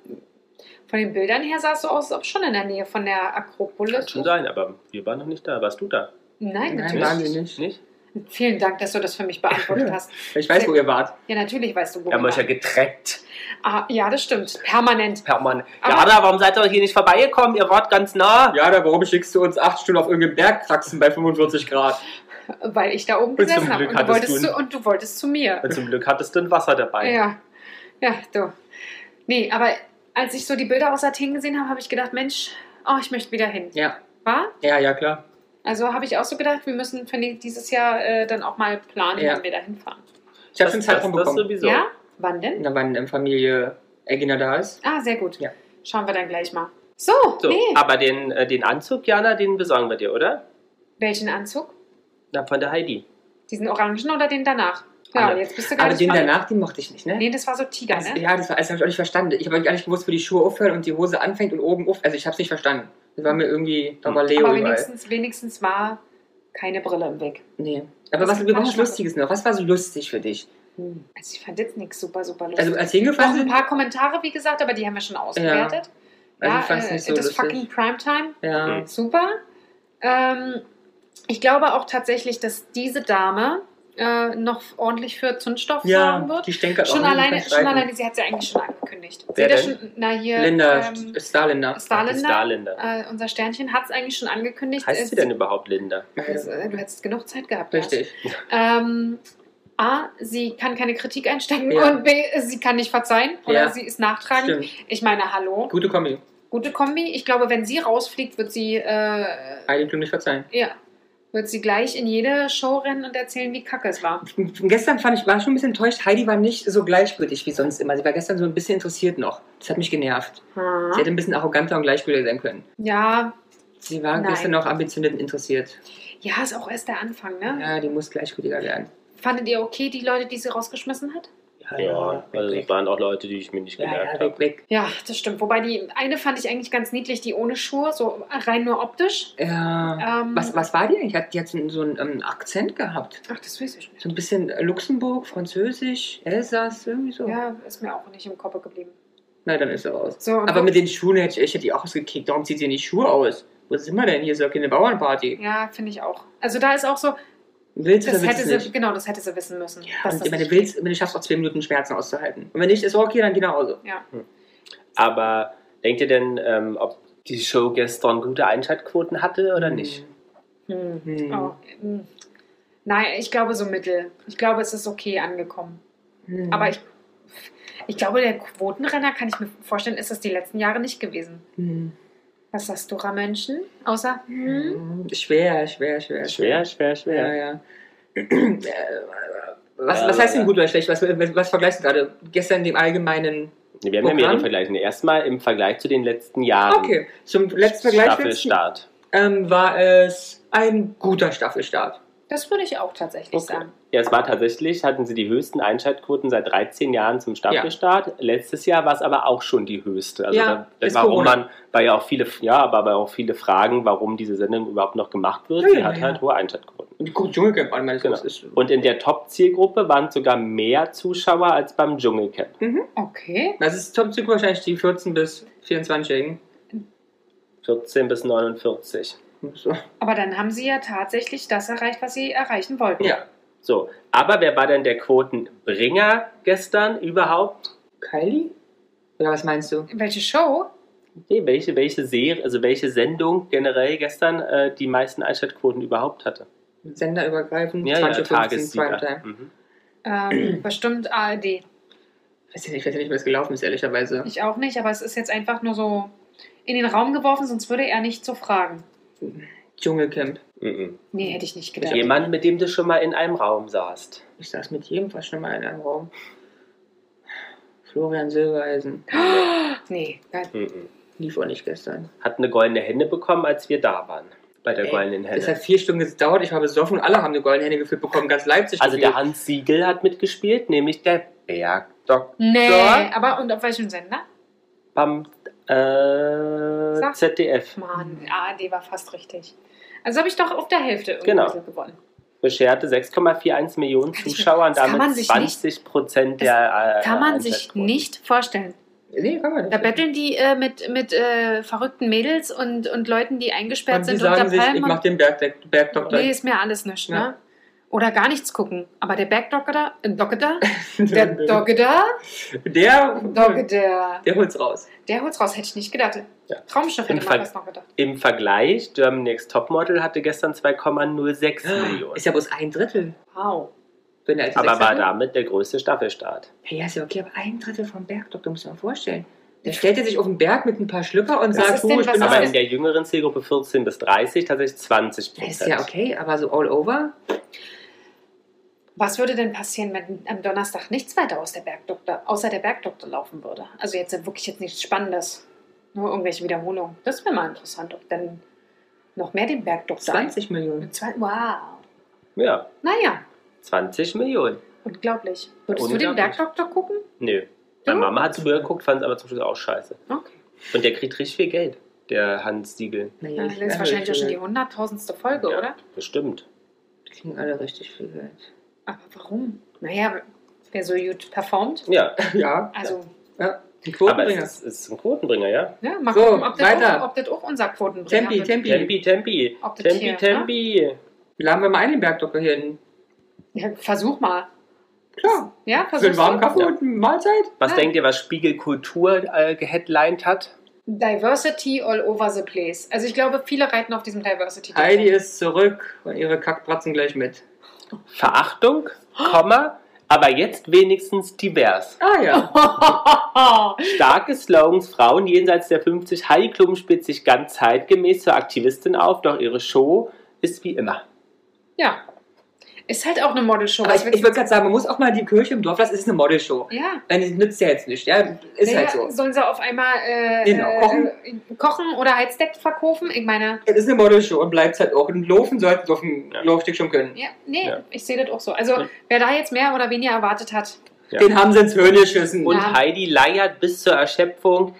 Speaker 2: von den Bildern her sah es so aus, als ob schon in der Nähe von der
Speaker 1: Kann
Speaker 2: Akropolis.
Speaker 1: schon sein, aber wir waren noch nicht da. Warst du da?
Speaker 2: Nein,
Speaker 3: Nein,
Speaker 2: natürlich.
Speaker 3: waren wir nicht.
Speaker 1: Nicht?
Speaker 2: nicht. Vielen Dank, dass du das für mich beantwortet hast.
Speaker 3: Ich weiß, wo ihr wart.
Speaker 2: Ja, natürlich weißt du, wo
Speaker 1: Wir haben
Speaker 2: wir
Speaker 1: euch ja
Speaker 2: waren.
Speaker 1: getreckt.
Speaker 2: ah, ja, das stimmt. Permanent.
Speaker 1: Permanent.
Speaker 2: Aber-
Speaker 1: Ja, da, warum seid ihr hier nicht vorbeigekommen? Ihr wart ganz nah.
Speaker 3: Ja, da warum schickst du uns acht Stunden auf irgendeinen Berg kraxen bei 45 Grad?
Speaker 2: Weil ich da oben
Speaker 1: Und zum
Speaker 2: gesessen habe
Speaker 1: Glück
Speaker 2: und, du
Speaker 1: hattest
Speaker 2: wolltest
Speaker 1: du Also, ihn.
Speaker 2: zu- und du wolltest zu mir.
Speaker 1: Und zum Glück hattest du ein Wasser dabei.
Speaker 2: Ja, ja, du. Nee, aber als ich so die Bilder aus Athen gesehen habe, habe ich gedacht, Mensch, oh, ich möchte wieder hin.
Speaker 3: Ja.
Speaker 2: War?
Speaker 3: Ja, ja, klar.
Speaker 2: Also habe ich auch so gedacht, wir müssen für die- dieses Jahr äh, dann auch mal planen,
Speaker 3: Ja.
Speaker 2: wann wir da hinfahren.
Speaker 3: Ich habe den Zeitraum
Speaker 1: das, das
Speaker 3: bekommen.
Speaker 1: sowieso.
Speaker 2: Ja? Wann denn?
Speaker 3: Na, wann ähm, Familie Eggener da ist.
Speaker 2: Ah, sehr gut.
Speaker 3: Ja.
Speaker 2: Schauen wir dann gleich mal. So,
Speaker 1: So,
Speaker 2: nee.
Speaker 1: aber den, äh, den Anzug, Jana, den besorgen wir dir, oder?
Speaker 2: Welchen Anzug?
Speaker 1: Na, von der Heidi.
Speaker 2: Diesen orangen oder den danach? Ja,
Speaker 1: Alle.
Speaker 2: jetzt bist du gar
Speaker 3: Aber
Speaker 2: nicht
Speaker 3: den
Speaker 2: dran.
Speaker 3: danach, den mochte ich nicht, ne?
Speaker 2: Nee, das war so Tiger,
Speaker 3: Das,
Speaker 2: ne?
Speaker 3: ja, das, war- das habe ich auch nicht verstanden. Ich habe gar nicht gewusst, wo die Schuhe aufhören und die Hose anfängt und oben auf. Also ich habe es nicht verstanden. Das war mir irgendwie nochmal Leo
Speaker 2: Hm. aber
Speaker 3: überall.
Speaker 2: wenigstens, wenigstens war keine Brille im Weg.
Speaker 3: Nee. Aber
Speaker 2: Das
Speaker 3: was, wir brauchen was
Speaker 2: manchmal-
Speaker 3: Lustiges noch. Was war so lustig für dich?
Speaker 2: Also ich fand jetzt nichts super, super lustig.
Speaker 3: Hm. Also als wir hingefahren
Speaker 2: Noch ein
Speaker 3: sind,
Speaker 2: paar Kommentare, wie gesagt, aber die haben wir schon ausgewertet.
Speaker 3: also
Speaker 2: Ja,
Speaker 3: ich fand es
Speaker 2: äh,
Speaker 3: nicht so
Speaker 2: it is
Speaker 3: lustig.
Speaker 2: fucking Primetime.
Speaker 3: ja.
Speaker 2: Super. Ähm, ich glaube auch tatsächlich, dass diese Dame äh, noch ordentlich für Zündstoff sorgen
Speaker 3: ja,
Speaker 2: wird.
Speaker 3: die stänkert
Speaker 2: Schon
Speaker 3: auch.
Speaker 2: alleine,
Speaker 3: Kann
Speaker 2: schon
Speaker 3: streiten.
Speaker 2: alleine, sie hat sie eigentlich schon angekündigt.
Speaker 1: Wer
Speaker 2: sie
Speaker 1: denn?
Speaker 2: hat ja schon, na hier,
Speaker 3: Linda,
Speaker 2: ähm,
Speaker 3: Starlinder.
Speaker 1: Die
Speaker 2: Starlinda,
Speaker 1: Starlinder.
Speaker 2: äh, unser Sternchen, hat es eigentlich schon angekündigt.
Speaker 1: Heißt
Speaker 2: Äh,
Speaker 1: sie denn überhaupt Linda?
Speaker 2: das, äh, du hättest genug Zeit gehabt. Lars.
Speaker 3: Richtig.
Speaker 2: Ähm, A, sie kann keine Kritik einstecken
Speaker 3: Ja.
Speaker 2: und B, sie kann nicht verzeihen oder
Speaker 3: Ja.
Speaker 2: sie ist nachtragend.
Speaker 3: Stimmt.
Speaker 2: Ich meine, hallo,
Speaker 3: Gute Kombi.
Speaker 2: gute Kombi. Ich glaube, wenn sie rausfliegt, wird sie, äh,
Speaker 3: Heidi Klum nicht verzeihen.
Speaker 2: ja, wird sie gleich in jede Show rennen und erzählen, wie kacke es war.
Speaker 3: Gestern fand ich, war ich schon ein bisschen enttäuscht. Heidi war nicht so gleichgültig wie sonst immer. Sie war gestern so ein bisschen interessiert noch. Das hat mich genervt. Sie hätte ein bisschen arroganter und gleichgültiger sein können.
Speaker 2: Ja,
Speaker 3: Sie war
Speaker 2: Nein.
Speaker 3: gestern noch ambitioniert und interessiert.
Speaker 2: ja, ist auch erst der Anfang, ne?
Speaker 3: Ja, die muss gleichgültiger werden.
Speaker 2: Fandet ihr okay, die Leute, die sie rausgeschmissen hat?
Speaker 1: Ja, also es
Speaker 3: weg, weg.
Speaker 1: waren auch Leute, die ich mir nicht
Speaker 3: Ja,
Speaker 1: gemerkt
Speaker 3: ja,
Speaker 1: habe.
Speaker 3: weg, weg.
Speaker 2: Ja, das stimmt. Wobei die eine fand ich eigentlich ganz niedlich, die ohne Schuhe, so rein nur optisch.
Speaker 3: Ja.
Speaker 2: Ähm,
Speaker 3: Was, was war die eigentlich? Hat, die hat so einen, so einen ähm, Akzent gehabt.
Speaker 2: Ach, das weiß ich nicht.
Speaker 3: So ein bisschen Luxemburg, Französisch, Elsass, irgendwie so.
Speaker 2: Ja, ist mir auch nicht im Kopf geblieben.
Speaker 3: Na, dann ist sie raus.
Speaker 2: So, und
Speaker 3: Aber mit den Schuhen hätte ich, ich hätte die auch ausgekickt. Warum zieht sie nicht Schuhe aus? Wo sind wir denn? Hier ist ja keine Bauernparty.
Speaker 2: Ja, finde ich auch. Also da ist auch so,
Speaker 3: Willst du
Speaker 2: das
Speaker 3: das
Speaker 2: hätte
Speaker 3: willst du
Speaker 2: sie,
Speaker 3: nicht?
Speaker 2: genau, das hätte sie wissen müssen. dass
Speaker 3: Und
Speaker 2: das
Speaker 3: wenn du
Speaker 2: nicht-
Speaker 3: willst, wenn du schaffst, auch zwei Minuten Schmerzen auszuhalten. Und wenn nicht, ist okay, dann geh nach Hause.
Speaker 1: Aber denkt ihr denn, ähm, ob die Show gestern gute Einschaltquoten hatte oder nicht?
Speaker 2: Hm.
Speaker 3: Hm.
Speaker 2: Oh, hm. Nein, ich glaube so mittel. Ich glaube, es ist okay angekommen.
Speaker 3: Hm.
Speaker 2: Aber ich, ich glaube, der Quotenrenner, kann ich mir vorstellen, ist das die letzten Jahre nicht gewesen.
Speaker 3: Hm.
Speaker 2: Was sagst du, Ramenschen? Außer, hm?
Speaker 3: Schwer, schwer, schwer,
Speaker 1: Schwer, schwer,
Speaker 3: Ja,
Speaker 1: schwer.
Speaker 3: ja. Äh, Was, was heißt denn gut oder schlecht? Was, was vergleichst du gerade? Gestern dem allgemeinen.
Speaker 1: Wir haben ja mehrere
Speaker 3: Programm?
Speaker 1: Vergleiche. Erstmal im Vergleich zu den letzten Jahren.
Speaker 3: Okay, zum letzten Vergleich willst du-
Speaker 1: Staffelstart.
Speaker 3: ähm, war es ein guter Staffelstart.
Speaker 2: Das würde ich auch tatsächlich
Speaker 1: Okay.
Speaker 2: sagen.
Speaker 1: Ja, es war tatsächlich, hatten sie die höchsten Einschaltquoten seit 13 Jahren zum Staffelstart. Letztes Jahr war es aber auch schon die höchste. Also
Speaker 3: Ja,
Speaker 1: da, da,
Speaker 3: ist
Speaker 1: warum
Speaker 3: Corona.
Speaker 1: man, weil ja auch viele, ja, aber weil auch viele Fragen, warum diese Sendung überhaupt noch gemacht wird.
Speaker 3: Ja,
Speaker 1: sie
Speaker 3: ja,
Speaker 1: hat
Speaker 3: ja.
Speaker 1: halt hohe Einschaltquoten.
Speaker 3: Und guckt Dschungelcamp an, meine
Speaker 1: Genau.
Speaker 3: das ist.
Speaker 1: Und in der Top-Zielgruppe waren sogar mehr Zuschauer als beim Dschungelcamp.
Speaker 2: Okay.
Speaker 3: Das ist top Ziel wahrscheinlich die 14 bis 24-Jährigen.
Speaker 1: 14 bis 49.
Speaker 3: So.
Speaker 2: Aber dann haben sie ja tatsächlich das erreicht, was sie erreichen wollten.
Speaker 3: Ja,
Speaker 1: So, aber wer war denn der Quotenbringer gestern überhaupt?
Speaker 3: Kylie? Oder was meinst du?
Speaker 2: Welche Show?
Speaker 1: Nee, welche, welche Serie, also welche Sendung generell gestern äh, die meisten Einschaltquoten überhaupt hatte?
Speaker 3: Senderübergreifend,
Speaker 1: Ja, ja,
Speaker 3: 2015,
Speaker 1: Tagessieger.
Speaker 3: Primetime.
Speaker 1: Mhm.
Speaker 2: Ähm, bestimmt ARD.
Speaker 3: Ich weiß ja nicht, ich weiß ja nicht, wie das gelaufen ist, ehrlicherweise.
Speaker 2: Ich auch nicht, aber es ist jetzt einfach nur so in den Raum geworfen, sonst würde er nicht so fragen.
Speaker 3: Dschungelcamp.
Speaker 1: Mhm.
Speaker 2: Nee, hätte ich nicht
Speaker 1: Mit
Speaker 2: gedacht.
Speaker 1: jemandem, mit dem du schon mal in einem Raum saßt.
Speaker 3: Ich saß mit jedem fast schon mal in einem Raum. Florian Silbereisen.
Speaker 2: Nee, geil.
Speaker 1: Mhm.
Speaker 3: Lief auch nicht gestern.
Speaker 1: Hat eine goldene Hände bekommen, als wir da waren. Bei der
Speaker 3: Ey,
Speaker 1: goldenen
Speaker 3: Es hat
Speaker 1: Hände.
Speaker 3: vier Stunden gedauert, ich war besoffen, alle haben eine goldene Hände gefühlt bekommen, ganz Leipzig.
Speaker 1: Also der
Speaker 3: gefühlt.
Speaker 1: Hans Siegel hat mitgespielt, nämlich der Bergdoktor
Speaker 2: Nee,
Speaker 1: Ja.
Speaker 2: aber und auf welchem Sender?
Speaker 1: beim äh,
Speaker 2: Sag.
Speaker 1: ZDF.
Speaker 2: Mann, ARD war fast richtig. Also habe ich doch auf der Hälfte irgendwie
Speaker 1: Genau.
Speaker 2: ein bisschen gewonnen.
Speaker 1: Bescherte 6,41 Millionen
Speaker 2: Kann ich mir-
Speaker 1: Zuschauer und
Speaker 2: das kann man
Speaker 1: damit
Speaker 2: sich
Speaker 1: 20 Prozent der äh,
Speaker 2: Kann man sich
Speaker 1: Einschaltquoten.
Speaker 2: nicht vorstellen.
Speaker 3: Nee, kann man
Speaker 2: Da
Speaker 3: nicht.
Speaker 2: betteln die äh, mit, mit äh, verrückten Mädels und, und Leuten, die eingesperrt
Speaker 3: Und die
Speaker 2: sind
Speaker 3: sagen
Speaker 2: unter
Speaker 3: sich, ich
Speaker 2: Palmen.
Speaker 3: mach den Berg, Bergdoktor.
Speaker 2: nee, ist mir alles nicht, ne?
Speaker 3: Ja.
Speaker 2: Oder gar nichts gucken. Aber der Bergdogger, äh, Dogger, der Dogger,
Speaker 3: der,
Speaker 2: Dogger,
Speaker 3: der holt's raus.
Speaker 2: der holt's raus, hätte ich nicht gedacht.
Speaker 1: Ja.
Speaker 2: Traumschiff
Speaker 1: Im
Speaker 2: hätte man
Speaker 1: Fall-
Speaker 2: fast noch gedacht.
Speaker 1: Im Vergleich, German Next Topmodel hatte gestern
Speaker 2: Ah,
Speaker 1: 2,06 Millionen.
Speaker 3: Ist ja bloß ein Drittel.
Speaker 2: Wow.
Speaker 3: Wenn der als
Speaker 1: aber
Speaker 3: Sechster
Speaker 1: war
Speaker 3: wird.
Speaker 1: damit der größte Staffelstart.
Speaker 3: Hey, ja, ist ja okay, aber ein Drittel vom Bergdoktor, musst du dir mal vorstellen. Der stellt sich auf den Berg mit ein paar Schlüpper und
Speaker 2: Was
Speaker 3: sagt,
Speaker 2: ist
Speaker 3: du,
Speaker 2: denn-
Speaker 3: ich
Speaker 2: was
Speaker 3: bin
Speaker 2: Genau. ist
Speaker 1: Aber
Speaker 3: aber...
Speaker 2: denn-
Speaker 1: in der jüngeren Zielgruppe 14 bis 30 tatsächlich 20
Speaker 3: Ja,
Speaker 1: Prozent.
Speaker 3: Ist ja okay, aber so all over?
Speaker 2: Was würde denn passieren, wenn am Donnerstag nichts weiter aus der Bergdoktor, außer der Bergdoktor laufen würde? Also jetzt wirklich jetzt nichts Spannendes. Nur irgendwelche Wiederholungen. Das wäre mal interessant, ob dann noch mehr den Bergdoktor.
Speaker 3: 20 Millionen.
Speaker 2: Zwei, wow.
Speaker 1: Ja,
Speaker 2: Naja,
Speaker 1: 20 Millionen.
Speaker 2: unglaublich. Würdest du den
Speaker 1: Unglaublich.
Speaker 2: Bergdoktor gucken?
Speaker 1: Nö. Meine
Speaker 2: Ja.
Speaker 1: Mama hat es früher geguckt, fand es aber zum Schluss auch scheiße.
Speaker 2: Okay.
Speaker 1: Und der kriegt richtig viel Geld, der Hans Siegel.
Speaker 3: Naja,
Speaker 2: Ja,
Speaker 3: ich
Speaker 2: das ist
Speaker 3: weiß
Speaker 2: wahrscheinlich auch
Speaker 3: nicht,
Speaker 2: schon die
Speaker 3: Junge.
Speaker 2: hunderttausendste Folge,
Speaker 1: Ja.
Speaker 2: oder?
Speaker 1: Bestimmt.
Speaker 3: Die kriegen alle richtig viel Geld.
Speaker 2: Aber warum? Naja, wer so gut performt.
Speaker 1: Ja,
Speaker 3: Ja,
Speaker 2: Also,
Speaker 3: ja. Die
Speaker 1: aber es
Speaker 3: Quotenbringer.
Speaker 1: ist, es ist ein Quotenbringer, ja.
Speaker 2: ja, Ne? mal
Speaker 3: So,
Speaker 2: gucken, ob das,
Speaker 3: weiter.
Speaker 2: auch, ob das auch unser Quotenbringer
Speaker 3: Tempi,
Speaker 2: wird.
Speaker 3: Tempi.
Speaker 1: Tempi, Tempi.
Speaker 2: Ob das
Speaker 1: Tempi,
Speaker 2: hier,
Speaker 1: Tempi.
Speaker 3: Laden wir mal einen Bergdoktor hier hin.
Speaker 2: Ja, versuch mal.
Speaker 3: Klar.
Speaker 2: Ja,
Speaker 3: Für
Speaker 2: versuch
Speaker 3: einen warmen Kaffee und eine Mahlzeit.
Speaker 1: Was
Speaker 2: Ja.
Speaker 1: denkt ihr, was Spiegel Kultur äh, geheadlined hat?
Speaker 2: Diversity all over the place. Also ich glaube, viele reiten auf diesem Diversity.
Speaker 3: Heidi ist zurück und ihre Kackpratzen gleich mit.
Speaker 1: Verachtung, Komma, aber jetzt wenigstens divers.
Speaker 3: Ah ja.
Speaker 2: Oh.
Speaker 1: Starke Slogans, Frauen jenseits der 50, Heidi Klum spitzt sich ganz zeitgemäß zur Aktivistin auf, doch ihre Show ist wie immer.
Speaker 2: ja. Ist halt auch eine Modelshow.
Speaker 3: Aber
Speaker 2: Was
Speaker 3: ich, ich
Speaker 2: willst
Speaker 3: würde gerade sagen, man muss auch mal die Kirche im Dorf lassen. Es ist eine Modelshow.
Speaker 2: du- ja.
Speaker 3: Nein, das nützt ja jetzt nicht. Ja, ist
Speaker 2: Naja,
Speaker 3: halt so.
Speaker 2: Sollen sie auf einmal äh,
Speaker 3: Genau,
Speaker 2: äh,
Speaker 3: kochen.
Speaker 2: kochen oder Heizdeck verkaufen? Ich meine,
Speaker 3: Es ist eine Modelshow und bleibt halt auch. Und laufen sollten sie auf dem
Speaker 1: Ja.
Speaker 3: Laufsteg schon können.
Speaker 2: ja, nee,
Speaker 1: Ja.
Speaker 2: ich sehe das auch so. Also
Speaker 1: Ja.
Speaker 2: wer da jetzt mehr oder weniger erwartet hat,
Speaker 1: Ja.
Speaker 3: Den haben sie ins Hirn geschissen.
Speaker 1: Und
Speaker 2: Ja.
Speaker 1: Heidi leiert bis zur Erschöpfung.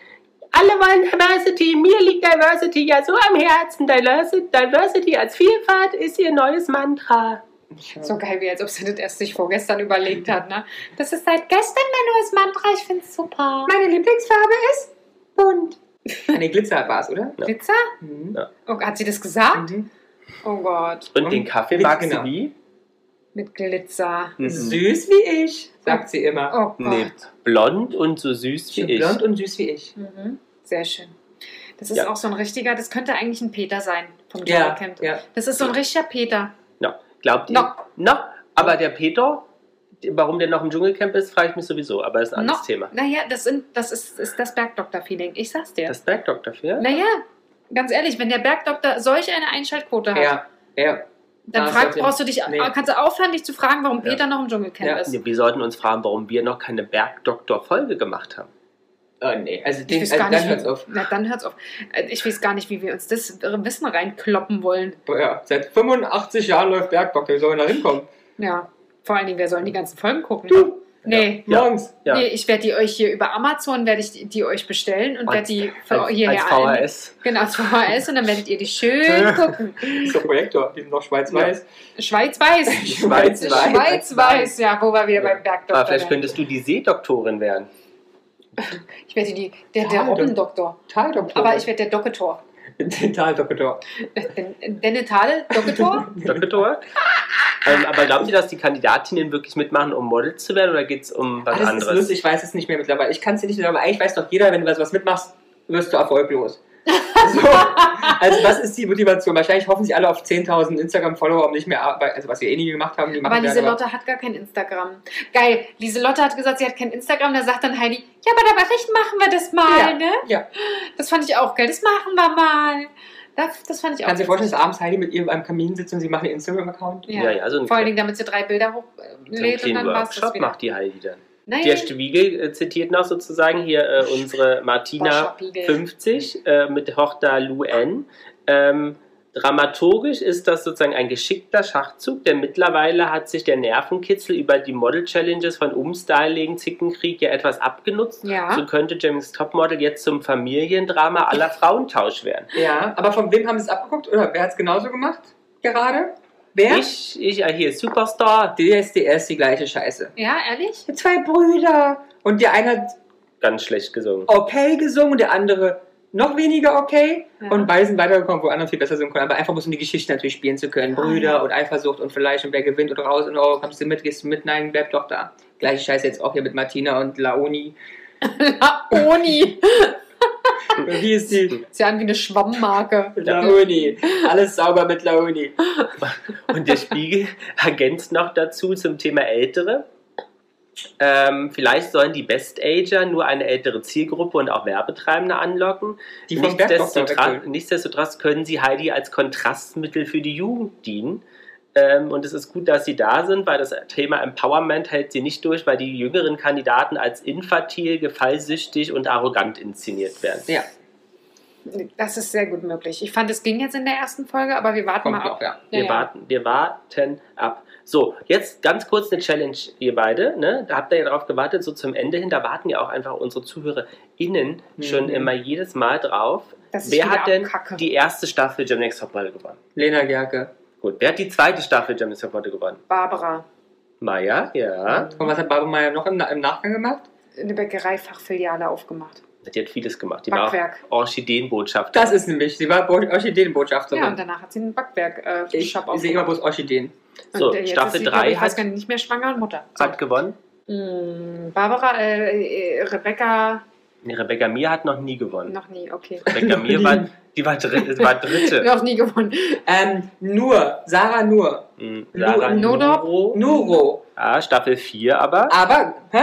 Speaker 1: Alle wollen Diversity, mir liegt Diversity ja so am Herzen. Diversi- Diversity als Vielfalt ist ihr neues Mantra.
Speaker 2: so geil wie als ob sie das erst sich vorgestern überlegt hat. Ne? Das ist seit gestern mein neues Mantra. Ich finde es super.
Speaker 3: Meine Lieblingsfarbe ist bunt. Eine Glitzer war es, oder?
Speaker 1: Ja.
Speaker 2: Pizza?
Speaker 3: Mhm.
Speaker 2: Oh, hat sie das gesagt?
Speaker 3: Mhm.
Speaker 2: Oh Gott,
Speaker 1: Und,
Speaker 3: Und
Speaker 1: den Kaffee
Speaker 3: wie-
Speaker 1: magst du
Speaker 3: genau.
Speaker 1: wie? Hm.
Speaker 2: mit Glitzer.
Speaker 1: Mhm.
Speaker 3: Süß wie ich, sagt sie immer.
Speaker 2: Oh Gott.
Speaker 1: Nee, blond und so süß wie
Speaker 3: Schön
Speaker 1: ich.
Speaker 3: blond und süß wie ich.
Speaker 2: Mhm. Sehr schön. Das ist
Speaker 1: Ja.
Speaker 2: auch so ein richtiger, das könnte eigentlich ein Peter sein vom
Speaker 3: Ja,
Speaker 2: Dschungelcamp.
Speaker 3: ja.
Speaker 2: Das ist so ein richtiger Peter.
Speaker 1: Ja, glaubt ihr?
Speaker 2: Noch.
Speaker 1: Noch. Aber der Peter, warum der noch im Dschungelcamp ist, frage ich mich sowieso. Aber das ist ein anderes
Speaker 2: Noch-
Speaker 1: Thema.
Speaker 2: Naja, das, sind, das ist, ist das Bergdoktor-Feeling. Ich sag's dir.
Speaker 1: Das Bergdoktor für?
Speaker 2: naja, ganz ehrlich, wenn der Bergdoktor solch eine Einschaltquote hat,
Speaker 3: Ja, ja.
Speaker 2: dann
Speaker 3: das
Speaker 2: frag,
Speaker 3: sollte-
Speaker 2: brauchst du dich,
Speaker 3: nee.
Speaker 2: kannst du aufhören, dich zu fragen, warum
Speaker 1: Ja.
Speaker 2: Peter noch im Also, Dschungelcamp
Speaker 3: Ja.
Speaker 2: ist.
Speaker 1: Wir sollten uns fragen, warum wir noch keine Bergdoktor-Folge gemacht haben.
Speaker 3: Oh nee, also
Speaker 2: Ich
Speaker 3: den,
Speaker 2: weiß
Speaker 3: also
Speaker 2: gar
Speaker 3: dann
Speaker 2: nicht,
Speaker 3: hört's
Speaker 2: wie,
Speaker 3: auf.
Speaker 2: na, dann hört's auf. Äh, Ich weiß gar nicht, wie wir uns das Wissen reinkloppen wollen.
Speaker 3: Boah, Ja, seit 85 Jahren läuft Bergdoktor, wie soll man da hinkommen?
Speaker 2: Ja, vor allen Dingen, wer sollen die ganzen Folgen gucken?
Speaker 3: Du,
Speaker 2: Nee,
Speaker 1: Ja.
Speaker 3: Morgens.
Speaker 1: Ja.
Speaker 2: nee ich werde die euch hier über Amazon werde ich die, die euch bestellen und werde die für
Speaker 1: als,
Speaker 2: hierher
Speaker 1: als VHS.
Speaker 2: ein- Genau, als VHS und dann werdet ihr die schön gucken.
Speaker 3: Ist der Projektor, die sind noch schwarz-weiß.
Speaker 2: Schweiz-Weiß.
Speaker 1: Schweiz-weiß.
Speaker 2: Schweiz-Weiß, ja, wo wir
Speaker 1: Ja.
Speaker 2: wieder beim Bergdoktor ne?
Speaker 1: Aber vielleicht
Speaker 2: werden.
Speaker 1: könntest du die Seedoktorin werden.
Speaker 2: Ich werde die, der, der
Speaker 3: Schade.
Speaker 2: Robbendoktor.
Speaker 3: Taldoktor.
Speaker 2: Aber ich werde der Doktor.
Speaker 3: bin Taldoktor.
Speaker 2: Den- Der Netale Doktor?
Speaker 1: Doktor? ähm, aber glauben Sie, dass die Kandidatinnen wirklich mitmachen, um Models zu werden, oder geht es um was
Speaker 3: Alles ist
Speaker 1: anderes?
Speaker 3: lustig, ich weiß es nicht mehr mittlerweile. Ich kann es dir nicht mehr, aber eigentlich weiß doch jeder, wenn du bei sowas mitmachst, wirst du erfolglos. so. Also was ist die Motivation? Wahrscheinlich hoffen sie alle auf 10.000 Instagram-Follower, um nicht mehr arbeiten, also was wir eh nie gemacht haben. Die machen
Speaker 2: Aber
Speaker 3: wir alle.
Speaker 2: Lieselotte hat gar kein Instagram. Geil, Lieselotte hat gesagt, sie hat kein Instagram. Da sagt dann Heidi, ja, aber da recht machen wir das mal,
Speaker 3: Ja,
Speaker 2: ne?
Speaker 3: ja.
Speaker 2: Das fand ich auch geil, das machen wir mal. Das, das fand ich auch
Speaker 3: Kannst du dir
Speaker 2: geil.
Speaker 3: vorstellen, dass abends Heidi mit ihr beim Kamin sitzt und sie machen einen Instagram-Account?
Speaker 1: Ja, ja, so ein,
Speaker 2: Vor allen Dingen, damit sie drei Bilder
Speaker 1: so einen
Speaker 2: hochlädt und
Speaker 1: kleinen
Speaker 2: dann war es das
Speaker 1: Workshop
Speaker 2: wieder.
Speaker 1: macht die Heidi dann.
Speaker 2: Nein,
Speaker 1: Der Spiegel äh, zitiert noch sozusagen hier äh, unsere Martina
Speaker 2: Boah,
Speaker 1: 50 äh, mit Hochda Luen. Ähm, dramaturgisch ist das sozusagen ein geschickter Schachzug, denn mittlerweile hat sich der Nervenkitzel über die Model-Challenges von Umstyling, Zickenkrieg ja etwas abgenutzt. So
Speaker 2: Ja,
Speaker 1: könnte Jamies Topmodel jetzt zum Familiendrama aller Frauentausch werden.
Speaker 3: Ja, aber von wem haben sie es abgeguckt? Oder wer hat es genauso gemacht gerade? Wer?
Speaker 1: Ich, ich, ah, hier, Superstar.
Speaker 3: DSDS, die gleiche Scheiße.
Speaker 2: ja, ehrlich?
Speaker 3: Zwei Brüder. Und der eine hat
Speaker 1: Ganz schlecht
Speaker 3: Oh.
Speaker 1: gesungen.
Speaker 3: okay gesungen und der andere noch weniger okay.
Speaker 2: Ja.
Speaker 3: Und beide sind weitergekommen, wo andere viel besser singen können. Aber einfach muss um die Geschichte natürlich spielen zu können.
Speaker 2: Ah,
Speaker 3: Brüder
Speaker 2: ja.
Speaker 3: und Eifersucht und vielleicht und wer gewinnt und raus und oh, kommst du mit, gehst du mit, nein, bleib doch da. Gleiche Scheiße jetzt auch hier mit Martina und Laoni.
Speaker 2: Oni.
Speaker 3: Wie ist die?
Speaker 2: Ist ja an wie eine Schwammmarke.
Speaker 3: Laoni. Alles sauber mit Laoni.
Speaker 1: Und der Spiegel ergänzt noch dazu zum Thema Ältere. Ähm, vielleicht sollen die Best-Ager nur eine ältere Zielgruppe und auch Werbetreibende anlocken.
Speaker 3: Die vom Bergdoktor
Speaker 1: Nichtsdestotra-
Speaker 3: wegholen.
Speaker 1: Nichtsdestotrotz können sie Heidi als Kontrastmittel für die Jugend dienen. Ähm, und es ist gut, dass sie da sind, weil das Thema Empowerment hält sie nicht durch, weil die jüngeren Kandidaten als infatil, gefallsüchtig und arrogant inszeniert werden.
Speaker 3: Ja,
Speaker 2: Das ist sehr gut möglich. Ich fand, es ging jetzt in der ersten Folge, aber wir warten
Speaker 3: kommt
Speaker 2: mal ab.
Speaker 3: noch, ja.
Speaker 2: Ja,
Speaker 1: Wir,
Speaker 2: ja.
Speaker 1: Warten, wir warten ab. So, jetzt ganz kurz eine Challenge, ihr beide. Ne? Da habt ihr ja drauf gewartet, so zum Ende hin. Da warten ja auch einfach unsere ZuhörerInnen schon
Speaker 3: Mhm.
Speaker 1: immer jedes Mal drauf.
Speaker 2: Dass ich
Speaker 1: Wer
Speaker 2: wieder
Speaker 1: hat denn
Speaker 2: abkacke.
Speaker 1: die erste Staffel Jim Next Topmodel gewonnen?
Speaker 3: Lena Gerke.
Speaker 1: Gut, wer hat die zweite Staffel Jim Next Topmodel gewonnen?
Speaker 2: Barbara,
Speaker 1: Maya, ja.
Speaker 3: Und was hat Barbara Meier noch im, Na- im Nachgang gemacht?
Speaker 2: eine Bäckereifachfiliale aufgemacht.
Speaker 1: Die hat vieles gemacht. Die
Speaker 2: Backwerk.
Speaker 1: war auch Orchideenbotschafter.
Speaker 3: Das ist nämlich, sie war Bo-
Speaker 2: ja, und
Speaker 3: Orchideenbotschafterin.
Speaker 2: danach hat sie einen Backwerk-Shop äh,
Speaker 3: ich
Speaker 2: Shop
Speaker 3: ich sehe immer bloß Orchideen.
Speaker 1: So,
Speaker 2: Und, äh, jetzt
Speaker 1: Staffel
Speaker 2: ist sie,
Speaker 1: 3
Speaker 2: glaub ich,
Speaker 1: hat-
Speaker 2: weiß gar nicht, nicht mehr schwanger und Mutter. So.
Speaker 1: Hat gewonnen.
Speaker 2: Mm, Barbara, äh, äh, Rebecca,
Speaker 1: Nee, Rebecca Mir hat noch nie gewonnen.
Speaker 2: noch nie, okay.
Speaker 1: Rebecca Mir war, die war, dritte, war dritte.
Speaker 2: noch nie gewonnen.
Speaker 3: Ähm, nur, Sarah nur.
Speaker 1: Mhm, Sarah
Speaker 2: Nur-
Speaker 1: Nuro.
Speaker 3: Nuro.
Speaker 1: Ah, Staffel 4 aber.
Speaker 3: Aber, hä?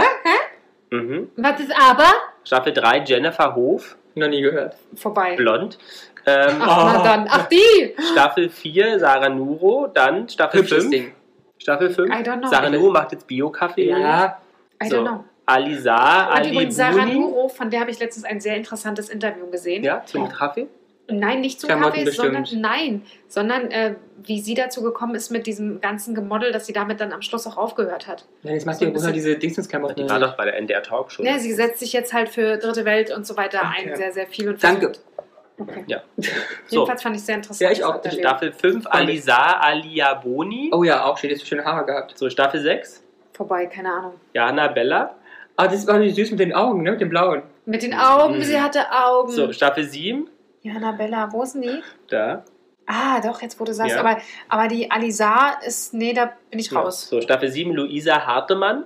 Speaker 1: Mhm.
Speaker 2: Was ist aber?
Speaker 1: Staffel 3 Jennifer Hof,
Speaker 3: Noch nie gehört.
Speaker 2: Vorbei.
Speaker 1: blond. Ähm,
Speaker 2: Ach, na
Speaker 3: Oh.
Speaker 2: dann. Ach, die!
Speaker 1: Staffel 4 Sarah Nuro, dann Staffel
Speaker 3: Hübsches
Speaker 1: 5.
Speaker 3: Ding.
Speaker 1: Staffel
Speaker 2: I
Speaker 1: 5.
Speaker 2: don't know.
Speaker 1: Sarah Nuro macht jetzt Bio-Kaffee.
Speaker 3: Ja.
Speaker 2: I
Speaker 1: So.
Speaker 2: don't know.
Speaker 1: Alisa,
Speaker 2: Und
Speaker 1: Ali
Speaker 2: übrigens Sarah
Speaker 1: Buni.
Speaker 2: Nuro, von der habe ich letztens ein sehr interessantes Interview gesehen.
Speaker 1: Ja, zum Kaffee.
Speaker 2: Nein, nicht zum
Speaker 3: Klamotten
Speaker 2: Kaffee, sondern
Speaker 3: bestimmt.
Speaker 2: nein, sondern äh, wie sie dazu gekommen ist mit diesem ganzen Gemodel, dass sie damit dann am Schluss auch aufgehört hat.
Speaker 3: Nein, jetzt machst du ja bloß noch diese Dingsensklamotten.
Speaker 1: Die war doch bei der NDR Talkshow.
Speaker 2: Ne, sie setzt sich jetzt halt für dritte Welt und so weiter
Speaker 3: Okay.
Speaker 2: ein, sehr, sehr viel. Und
Speaker 3: Danke.
Speaker 2: versucht- Okay.
Speaker 1: Ja. Ah, So,
Speaker 2: Jedenfalls fand ich sehr interessant.
Speaker 3: Ja, ich auch.
Speaker 2: das Interview.
Speaker 1: Staffel 5 Alisa Aliaboni.
Speaker 3: Oh ja, auch schön, jetzt schöne Haare gehabt.
Speaker 1: So, Staffel 6
Speaker 2: Vorbei, keine Ahnung.
Speaker 1: Jana Bella.
Speaker 3: Ah, das war die süß mit den Augen, ne? Mit den blauen.
Speaker 2: Mit den Augen, sie hatte Augen.
Speaker 1: Mhm. So, Staffel 7
Speaker 2: Johanna Bella, wo ist denn die?
Speaker 1: da.
Speaker 2: Ah, doch, jetzt wo du sagst,
Speaker 1: Ja.
Speaker 2: aber, aber die Alisa ist, nee, da bin ich raus.
Speaker 1: So, Staffel 7 Luisa Hartemann.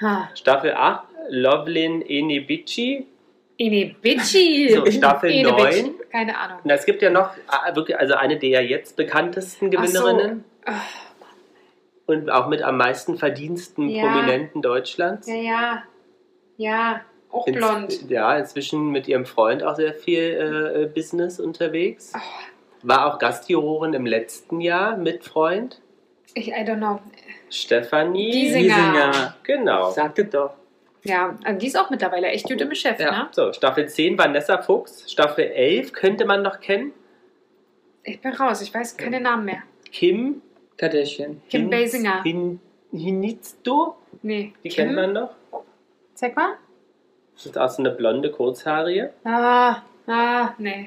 Speaker 2: Ha.
Speaker 1: Staffel 8 Lovelin Enebici.
Speaker 2: Ene Bitchy.
Speaker 1: So, Staffel
Speaker 2: Ene
Speaker 1: 9
Speaker 2: Bitchy. Keine Ahnung.
Speaker 1: Na, es gibt ja noch äh, wirklich, also eine der jetzt bekanntesten Gewinnerinnen
Speaker 2: Ach
Speaker 1: und auch mit am meisten verdiensten
Speaker 2: Ja.
Speaker 1: Prominenten Deutschlands.
Speaker 2: Ja, ja. Ja, auch
Speaker 1: Ins-
Speaker 2: blond.
Speaker 1: Ja, inzwischen mit ihrem Freund auch sehr viel äh, äh, Business unterwegs.
Speaker 2: Oh.
Speaker 1: War auch Gastjurorin im letzten Jahr mit Freund
Speaker 2: Ich, I don't know.
Speaker 1: Stefanie.
Speaker 2: Giesinger.
Speaker 1: Genau.
Speaker 3: Sagte doch.
Speaker 2: Ja, also die ist auch mittlerweile echt gut im Geschäft,
Speaker 3: Ja.
Speaker 2: ne?
Speaker 1: So, Staffel 10 Vanessa Fuchs, Staffel 11 könnte man noch kennen.
Speaker 2: Ich bin raus, ich weiß keine Namen mehr.
Speaker 1: Kim
Speaker 3: Kardashian.
Speaker 2: Kim
Speaker 1: Hinz-
Speaker 2: Basinger.
Speaker 1: Hin, Hinizdo,
Speaker 2: Nee.
Speaker 1: die kennt man noch.
Speaker 2: Zeig mal.
Speaker 1: Das ist auch so eine blonde Kurzhaarige.
Speaker 2: Ah, ah, nee.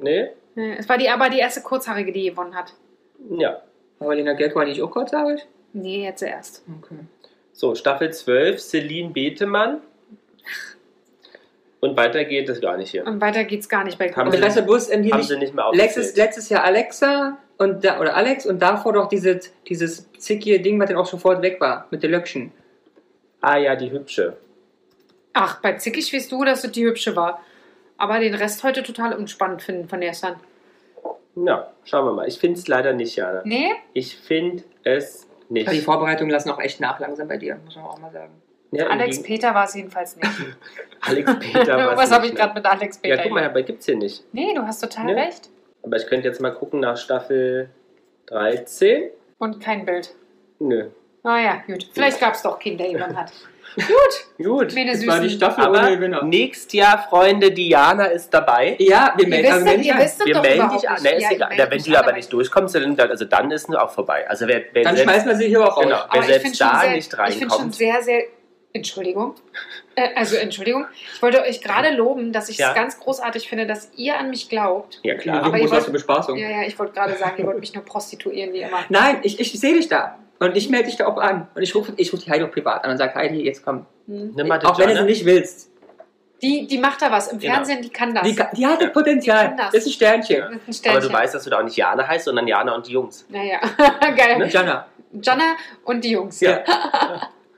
Speaker 1: Nee?
Speaker 2: nee. Es war die, aber die erste Kurzhaarige, die gewonnen hat.
Speaker 1: Ja.
Speaker 3: Aber Lena Gerd war nicht auch kurzhaarig?
Speaker 2: Nee, jetzt erst.
Speaker 3: Okay.
Speaker 1: So, Staffel 12, Celine Betemann. Und weiter geht es gar nicht hier.
Speaker 2: Und weiter geht's gar nicht bei
Speaker 1: Haben
Speaker 3: Und ich
Speaker 1: Sie-
Speaker 2: Kurzhaarige.
Speaker 3: weiß ja bloß ähm, hier
Speaker 1: Haben
Speaker 3: nicht,
Speaker 1: sie nicht mehr
Speaker 3: letztes,
Speaker 1: aufgezählt.
Speaker 3: letztes Jahr Alexa und da, oder Alex und davor doch dieses, dieses zickige Ding, was dann auch sofort weg war, mit den Löckchen.
Speaker 1: Ah ja, die Hübsche.
Speaker 2: Ach, bei Zickig weißt du, dass es die hübsche war. Aber den Rest heute total unspannend finden von gestern.
Speaker 1: Ja, schauen wir mal. Ich finde es leider nicht, Jana.
Speaker 2: Nee?
Speaker 1: Ich finde es nicht.
Speaker 3: Aber Also die Vorbereitungen lassen auch echt nach langsam bei dir, muss man auch mal sagen.
Speaker 1: Ja, im
Speaker 2: Alex
Speaker 1: Gegen-
Speaker 2: Peter war es jedenfalls nicht.
Speaker 1: Alex Peter. war's
Speaker 2: Was habe
Speaker 1: nicht,
Speaker 2: ich gerade
Speaker 1: ne?
Speaker 2: mit Alex Peter?
Speaker 1: Ja, guck mal, Ne? dabei gibt es hier nicht.
Speaker 2: Nee, du hast total
Speaker 1: Nee.
Speaker 2: recht.
Speaker 1: Aber ich könnte jetzt mal gucken nach Staffel 13.
Speaker 2: Und kein Bild.
Speaker 1: Nö.
Speaker 2: Naja, gut. Vielleicht gab es doch Kind, der jemand hat. gut.
Speaker 1: Gut.
Speaker 2: Meine
Speaker 3: Das war die
Speaker 2: Süßen.
Speaker 3: Staffel
Speaker 1: Aber
Speaker 3: ohne Gewinner.
Speaker 1: nächstes Jahr, Freunde, Diana ist dabei.
Speaker 3: Ja, wir
Speaker 2: Ihr
Speaker 3: melden also
Speaker 2: wisst,
Speaker 3: aber wir
Speaker 2: denn-
Speaker 3: melden
Speaker 2: ihr
Speaker 3: dich
Speaker 2: wisst
Speaker 1: Wir
Speaker 2: doch
Speaker 1: melden
Speaker 2: überhaupt
Speaker 1: dich an.
Speaker 2: nicht.
Speaker 1: Ne, ist
Speaker 2: Ja, ihr
Speaker 1: egal.
Speaker 2: meldet
Speaker 1: Ja, wenn
Speaker 2: mich
Speaker 1: du
Speaker 2: an,
Speaker 1: aber nicht durchkommst, dann, also dann ist es auch vorbei. Also wer, wer
Speaker 3: an. Dann
Speaker 1: selbst-
Speaker 3: schmeißen wir sie hier auch
Speaker 1: Genau,
Speaker 3: raus.
Speaker 1: wer
Speaker 2: Aber ich finde
Speaker 1: selbst
Speaker 2: schon,
Speaker 1: da
Speaker 2: sehr-
Speaker 1: nicht
Speaker 2: ich find schon
Speaker 1: reinkommt.
Speaker 2: sehr, sehr. Entschuldigung. Äh, also, Entschuldigung. Ich wollte euch gerade loben, dass ich es
Speaker 1: Ja.
Speaker 2: ganz großartig finde, dass ihr an mich glaubt.
Speaker 1: Ja
Speaker 3: Klar,
Speaker 1: klar.
Speaker 2: Aber ihr
Speaker 3: du
Speaker 2: wollt-
Speaker 3: hast Bespaßung.
Speaker 2: Ja, ja, ich wollte gerade sagen, ihr wollt mich nur prostituieren, wie immer.
Speaker 3: Nein, ich, ich sehe dich da. Und ich melde dich da auch an. Und ich rufe ich ruf die Heidi auch privat an und sage, Heidi, jetzt komm.
Speaker 2: Hm.
Speaker 1: Nimm mal den
Speaker 3: auch wenn du
Speaker 1: Johnny.
Speaker 3: sie nicht willst.
Speaker 2: Die, die macht da was im
Speaker 1: Genau.
Speaker 2: Fernsehen, die kann das.
Speaker 3: Die, ka- die hat
Speaker 1: Ja.
Speaker 3: das Potenzial.
Speaker 2: Ich kann das.
Speaker 3: ist ein Sternchen.
Speaker 1: Ja.
Speaker 2: Mit einem
Speaker 1: Aber
Speaker 2: Sternchen.
Speaker 1: du weißt, dass du da auch nicht Jana heißt, sondern Jana und die Jungs.
Speaker 2: Naja, geil.
Speaker 3: Ne? Jana.
Speaker 2: Jana und die Jungs.
Speaker 3: Ja.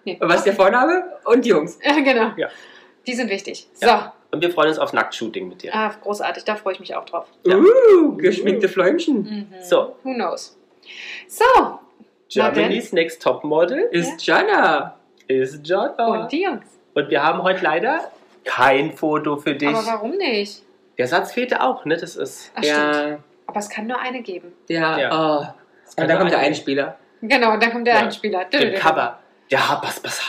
Speaker 2: Nee.
Speaker 3: Und Was ist der Vorname? Und die Jungs.
Speaker 2: Ja, genau.
Speaker 1: Ja.
Speaker 2: Die sind wichtig. So,
Speaker 1: Und wir freuen uns auf Nacktshooting mit dir.
Speaker 2: ah, großartig, da freue ich mich auch drauf.
Speaker 1: Ja.
Speaker 3: Uh, geschminkte Fläumchen.
Speaker 2: Mhm.
Speaker 1: So.
Speaker 2: Who knows? So, Na denn.
Speaker 1: Germany's Next Topmodel
Speaker 3: Ist Jana.
Speaker 1: ist Jana.
Speaker 2: und die Jungs.
Speaker 1: Und wir haben heute leider kein Foto für dich.
Speaker 2: Aber warum nicht?
Speaker 1: Der Satz fehlte auch, ne? Das ist.
Speaker 2: Ach, stimmt.
Speaker 3: ja,
Speaker 2: Aber es kann nur eine geben.
Speaker 3: ja,
Speaker 1: Ja.
Speaker 3: Oh.
Speaker 1: Das
Speaker 3: Und da kommt der Einspieler.
Speaker 2: Genau, und dann kommt der
Speaker 1: Ja.
Speaker 2: Einspieler.
Speaker 1: Dem Cover. Der Harper's Bazaar.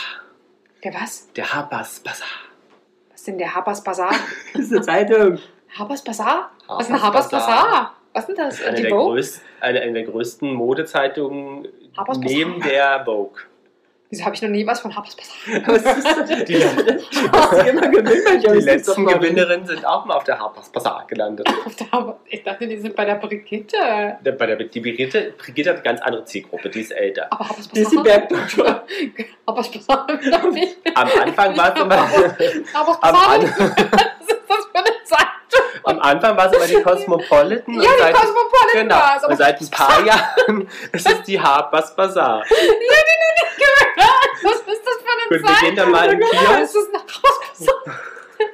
Speaker 2: Der was?
Speaker 1: Der Harper's Bazaar.
Speaker 2: Was ist denn der Harper's Bazaar?
Speaker 3: Das ist eine Zeitung.
Speaker 2: Harper's Bazaar? Was ist ein Harper's Bazaar? Was ist denn das?
Speaker 1: Das ist eine,
Speaker 2: Die
Speaker 1: der
Speaker 2: Vogue?
Speaker 1: größten, eine, eine der größten Modezeitungen
Speaker 2: Harper's Bazaar.
Speaker 1: neben der Vogue.
Speaker 2: Wieso habe ich noch nie was von Harper's Bazaar?
Speaker 3: Was ist das?
Speaker 1: Die, die
Speaker 3: Hast du immer gewinnt, Die
Speaker 1: letzten Gewinnerinnen sind auch mal auf der Harper's Bazaar gelandet.
Speaker 2: Auf der Harper- Ich dachte, die sind bei der Brigitte.
Speaker 1: Der- Bei der, die Brigitte, Brigitte hat eine ganz andere Zielgruppe, die ist älter.
Speaker 2: Aber Harper's
Speaker 3: Die ist die
Speaker 2: Bazaar?
Speaker 3: Bergdoktor.
Speaker 2: Harper's Bazaar noch nicht.
Speaker 1: Am Anfang war es immer,
Speaker 2: Harper's
Speaker 1: am,
Speaker 2: Bazaar?
Speaker 1: an,
Speaker 2: Was ist das für eine Zeit?
Speaker 1: am Anfang war es immer die Cosmopolitan. und
Speaker 2: Ja, die
Speaker 1: seit-
Speaker 2: Cosmopolitan
Speaker 1: Genau.
Speaker 2: war's, aber
Speaker 1: Und seit ein paar Jahren ist es die Harper's Bazaar.
Speaker 2: Was ist das für eine
Speaker 1: Gut, wir
Speaker 2: Zeit?
Speaker 1: gehen dann mal in den
Speaker 2: Ja,
Speaker 1: Kiosk.
Speaker 2: ist das ein Hausbesuch?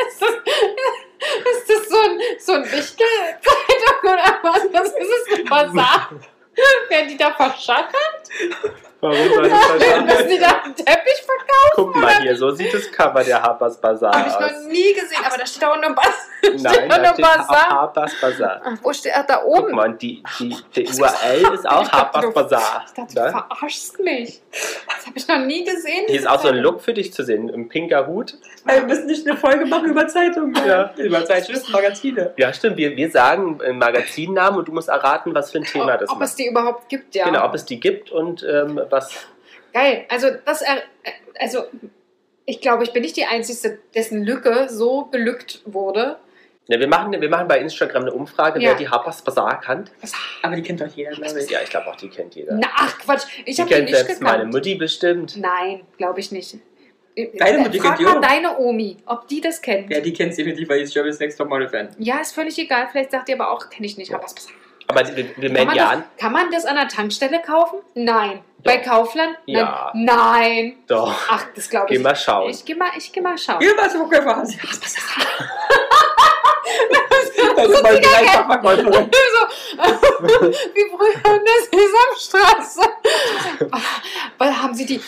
Speaker 2: Ist das, ist das so ein, so ein Wichtelzeitung oder was? Das ist ein Basar. Werden die da verschachtelt?
Speaker 1: Warum soll das
Speaker 2: Müssen
Speaker 1: verstanden?
Speaker 2: die da einen Teppich verkaufen?
Speaker 1: Guck mal hier, so sieht das Cover der Harper's
Speaker 2: Habe ich
Speaker 1: Bazaar aus.
Speaker 2: noch nie gesehen, aber da steht auch nur Bass.
Speaker 1: Nein,
Speaker 2: auch
Speaker 1: da steht
Speaker 2: noch
Speaker 1: auch
Speaker 2: Bazaar.
Speaker 1: Harper's Bazaar.
Speaker 2: Wo steht er da
Speaker 1: Guck
Speaker 2: oben?
Speaker 1: mal, und die, die, der URL ist auch
Speaker 2: Ich dachte,
Speaker 1: Harper's
Speaker 2: du-
Speaker 1: Bazaar.
Speaker 2: Ich dachte, du
Speaker 1: Ne?
Speaker 2: verarschst mich. Das habe ich noch nie gesehen.
Speaker 1: Hier ist
Speaker 2: diese
Speaker 1: auch so ein
Speaker 2: Zeitung.
Speaker 1: Look für dich zu sehen, ein pinker Hut.
Speaker 3: Ey, Wir müssen nicht eine Folge machen über Zeitungen.
Speaker 1: Ja.
Speaker 3: Über Zeitschriften, Magazine.
Speaker 1: Ja, stimmt, wir, wir sagen einen Magazinnamen und du musst erraten, was für ein Thema das
Speaker 2: Ob es
Speaker 1: macht.
Speaker 2: die überhaupt gibt, ja.
Speaker 1: Genau, ob es die gibt und ähm, was.
Speaker 2: Geil. Also, das, er- äh, also ich glaube, ich bin nicht die Einzige, dessen Lücke so belückt wurde.
Speaker 1: Ja, Ne, wir, machen, wir machen bei Instagram eine Umfrage,
Speaker 2: Ja.
Speaker 1: wer die Harper's Bazaar kannt.
Speaker 3: Aber die kennt doch jeder, glaube ich.
Speaker 1: Ja, ich glaube auch, die kennt jeder.
Speaker 2: Na, ach Quatsch, ich
Speaker 1: die
Speaker 2: habe die
Speaker 1: kennt
Speaker 2: nicht
Speaker 1: selbst meine
Speaker 2: gekannt.
Speaker 1: Mutti bestimmt.
Speaker 2: Nein, glaube ich nicht. Äh,
Speaker 3: Deine Mutti
Speaker 2: Frag
Speaker 3: kennt die
Speaker 2: mal
Speaker 3: auch.
Speaker 2: deine Omi, ob die das kennt.
Speaker 3: Ja,
Speaker 2: Ja,
Speaker 3: die kennt definitiv, weil die ist Germany's Next Top Model Fan.
Speaker 2: ist völlig egal. Vielleicht sagt ihr aber auch, kenne ich nicht.
Speaker 1: Ja.
Speaker 2: Aber was-
Speaker 1: Aber wir, wir
Speaker 2: kann,
Speaker 1: melden
Speaker 2: man
Speaker 1: ja an.
Speaker 2: das, kann man das an der Tankstelle kaufen? Nein. Bei Kaufland? Nein.
Speaker 1: Ja.
Speaker 2: Nein.
Speaker 1: Doch,
Speaker 2: Ach, das glaube
Speaker 1: geh
Speaker 2: ich.
Speaker 1: mal schauen.
Speaker 2: Ich gehe mal, ich geh mal schauen.
Speaker 3: Geh mal zum Verkäufer, Hansi. Was ist das? Das ist mein Dreifachverkäuferin.
Speaker 2: so, wie früher in der Sesamstraße. Weil haben sie die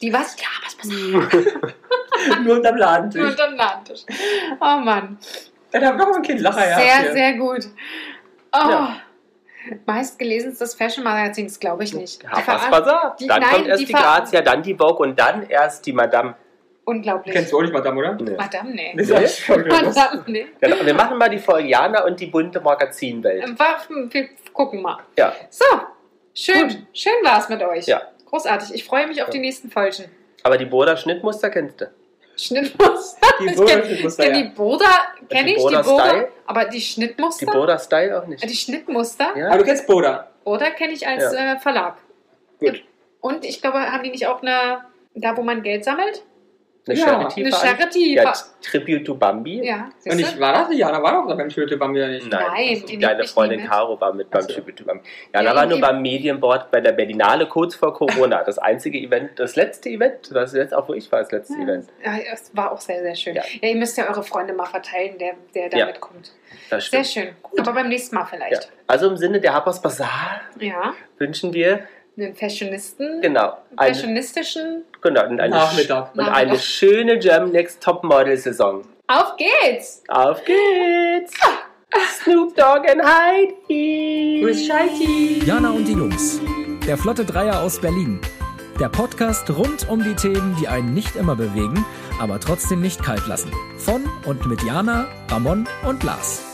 Speaker 2: die was? Ja, was passiert?
Speaker 3: halt Nur unterm
Speaker 2: Nur
Speaker 3: Ladentisch.
Speaker 2: unterm Ladentisch. Oh Mann.
Speaker 3: Ja, da braucht man keinen Lacher, Ah ja.
Speaker 2: Sehr, sehr gut. Oh.
Speaker 1: Ja.
Speaker 2: Meistgelesenstes Fashion-Magazin, das glaube ich nicht. Die
Speaker 1: Harper's
Speaker 2: verar-
Speaker 1: Bazaar.
Speaker 2: die-
Speaker 1: Dann
Speaker 2: nein,
Speaker 1: kommt erst
Speaker 2: die
Speaker 1: die,
Speaker 2: ver-
Speaker 1: Grazia, dann die Vogue und dann erst die Madame.
Speaker 2: Unglaublich.
Speaker 3: Kennst du auch nicht, Madame, oder?
Speaker 1: Nee.
Speaker 2: Madame, nee.
Speaker 3: Das ist echt voll gewusst.
Speaker 2: Madame, nee.
Speaker 1: Genau, wir machen mal die Folge Jana und die bunte Magazinwelt.
Speaker 2: Ähm, wa- Wir gucken mal.
Speaker 1: Ja,
Speaker 2: So, schön, schön war es mit euch.
Speaker 1: Ja.
Speaker 2: Großartig. Ich freue mich auf die nächsten Folgen.
Speaker 1: Aber die Burda Schnittmuster kennst du.
Speaker 2: Schnittmuster.
Speaker 3: Die
Speaker 2: Ich
Speaker 3: Burda
Speaker 2: kenn-
Speaker 3: Schnittmuster,
Speaker 2: Denn
Speaker 3: ja.
Speaker 2: die Boda kenne
Speaker 1: Die
Speaker 2: ich, die
Speaker 1: Boda
Speaker 2: Boda,
Speaker 1: Style?
Speaker 2: aber die
Speaker 1: Die
Speaker 2: Schnittmuster, die,
Speaker 1: Burda Style auch nicht.
Speaker 2: die Schnittmuster,
Speaker 1: Ja?
Speaker 3: Aber du kennst Boda.
Speaker 2: Boda kenne ich als äh, Verlag.
Speaker 3: Gut.
Speaker 2: Und ich glaube, haben die nicht auch eine, da wo man Geld sammelt?
Speaker 1: Eine
Speaker 3: Ja.
Speaker 1: Charity.
Speaker 2: Eine
Speaker 1: Verein-
Speaker 2: Charity.
Speaker 1: Ja, Tribute to Bambi.
Speaker 2: Ja,
Speaker 3: Und
Speaker 2: siehste?
Speaker 3: ich war das, Jana war doch da beim Schülte bei mir nicht.
Speaker 2: Nein,
Speaker 1: also
Speaker 2: die nimmt
Speaker 1: deine
Speaker 2: mich nie
Speaker 1: Freundin
Speaker 2: mit.
Speaker 1: Caro war mit beim
Speaker 3: Ach so.
Speaker 1: Tribute to Bambi. Ja,
Speaker 2: Ja,
Speaker 1: da war nur
Speaker 2: die-
Speaker 1: beim Medienboard bei der Berlinale kurz vor Corona. Das einzige Event, das letzte Event, das jetzt auch wo ich war, das letzte Event.
Speaker 2: Ja, es war auch sehr, sehr schön.
Speaker 1: Ja.
Speaker 2: Ja. ihr müsst ja eure Freunde mal verteilen, der, der da
Speaker 1: Ja.
Speaker 2: mitkommt.
Speaker 1: Das
Speaker 2: Sehr
Speaker 1: stimmt.
Speaker 2: schön. Aber beim nächsten Mal
Speaker 1: Ja.
Speaker 2: vielleicht.
Speaker 1: Also im Sinne der Harper's Bazaar
Speaker 2: Ja.
Speaker 1: wünschen wir
Speaker 2: Einen Fashionisten,
Speaker 1: genau eine,
Speaker 2: fashionistischen.
Speaker 1: genau, und eine, sch-
Speaker 3: Nachmittag.
Speaker 1: und eine schöne German Next Topmodel Saison.
Speaker 2: Auf geht's!
Speaker 1: Auf geht's!
Speaker 2: Ah.
Speaker 1: Snoop Dogg and Heidi!
Speaker 3: Grüß Scheiti.
Speaker 4: Jana und die Jungs. Der Flotte Dreier aus Berlin. Der Podcast rund um die Themen, die einen nicht immer bewegen, aber trotzdem nicht kalt lassen. Von und mit Jana, Ramon und Lars.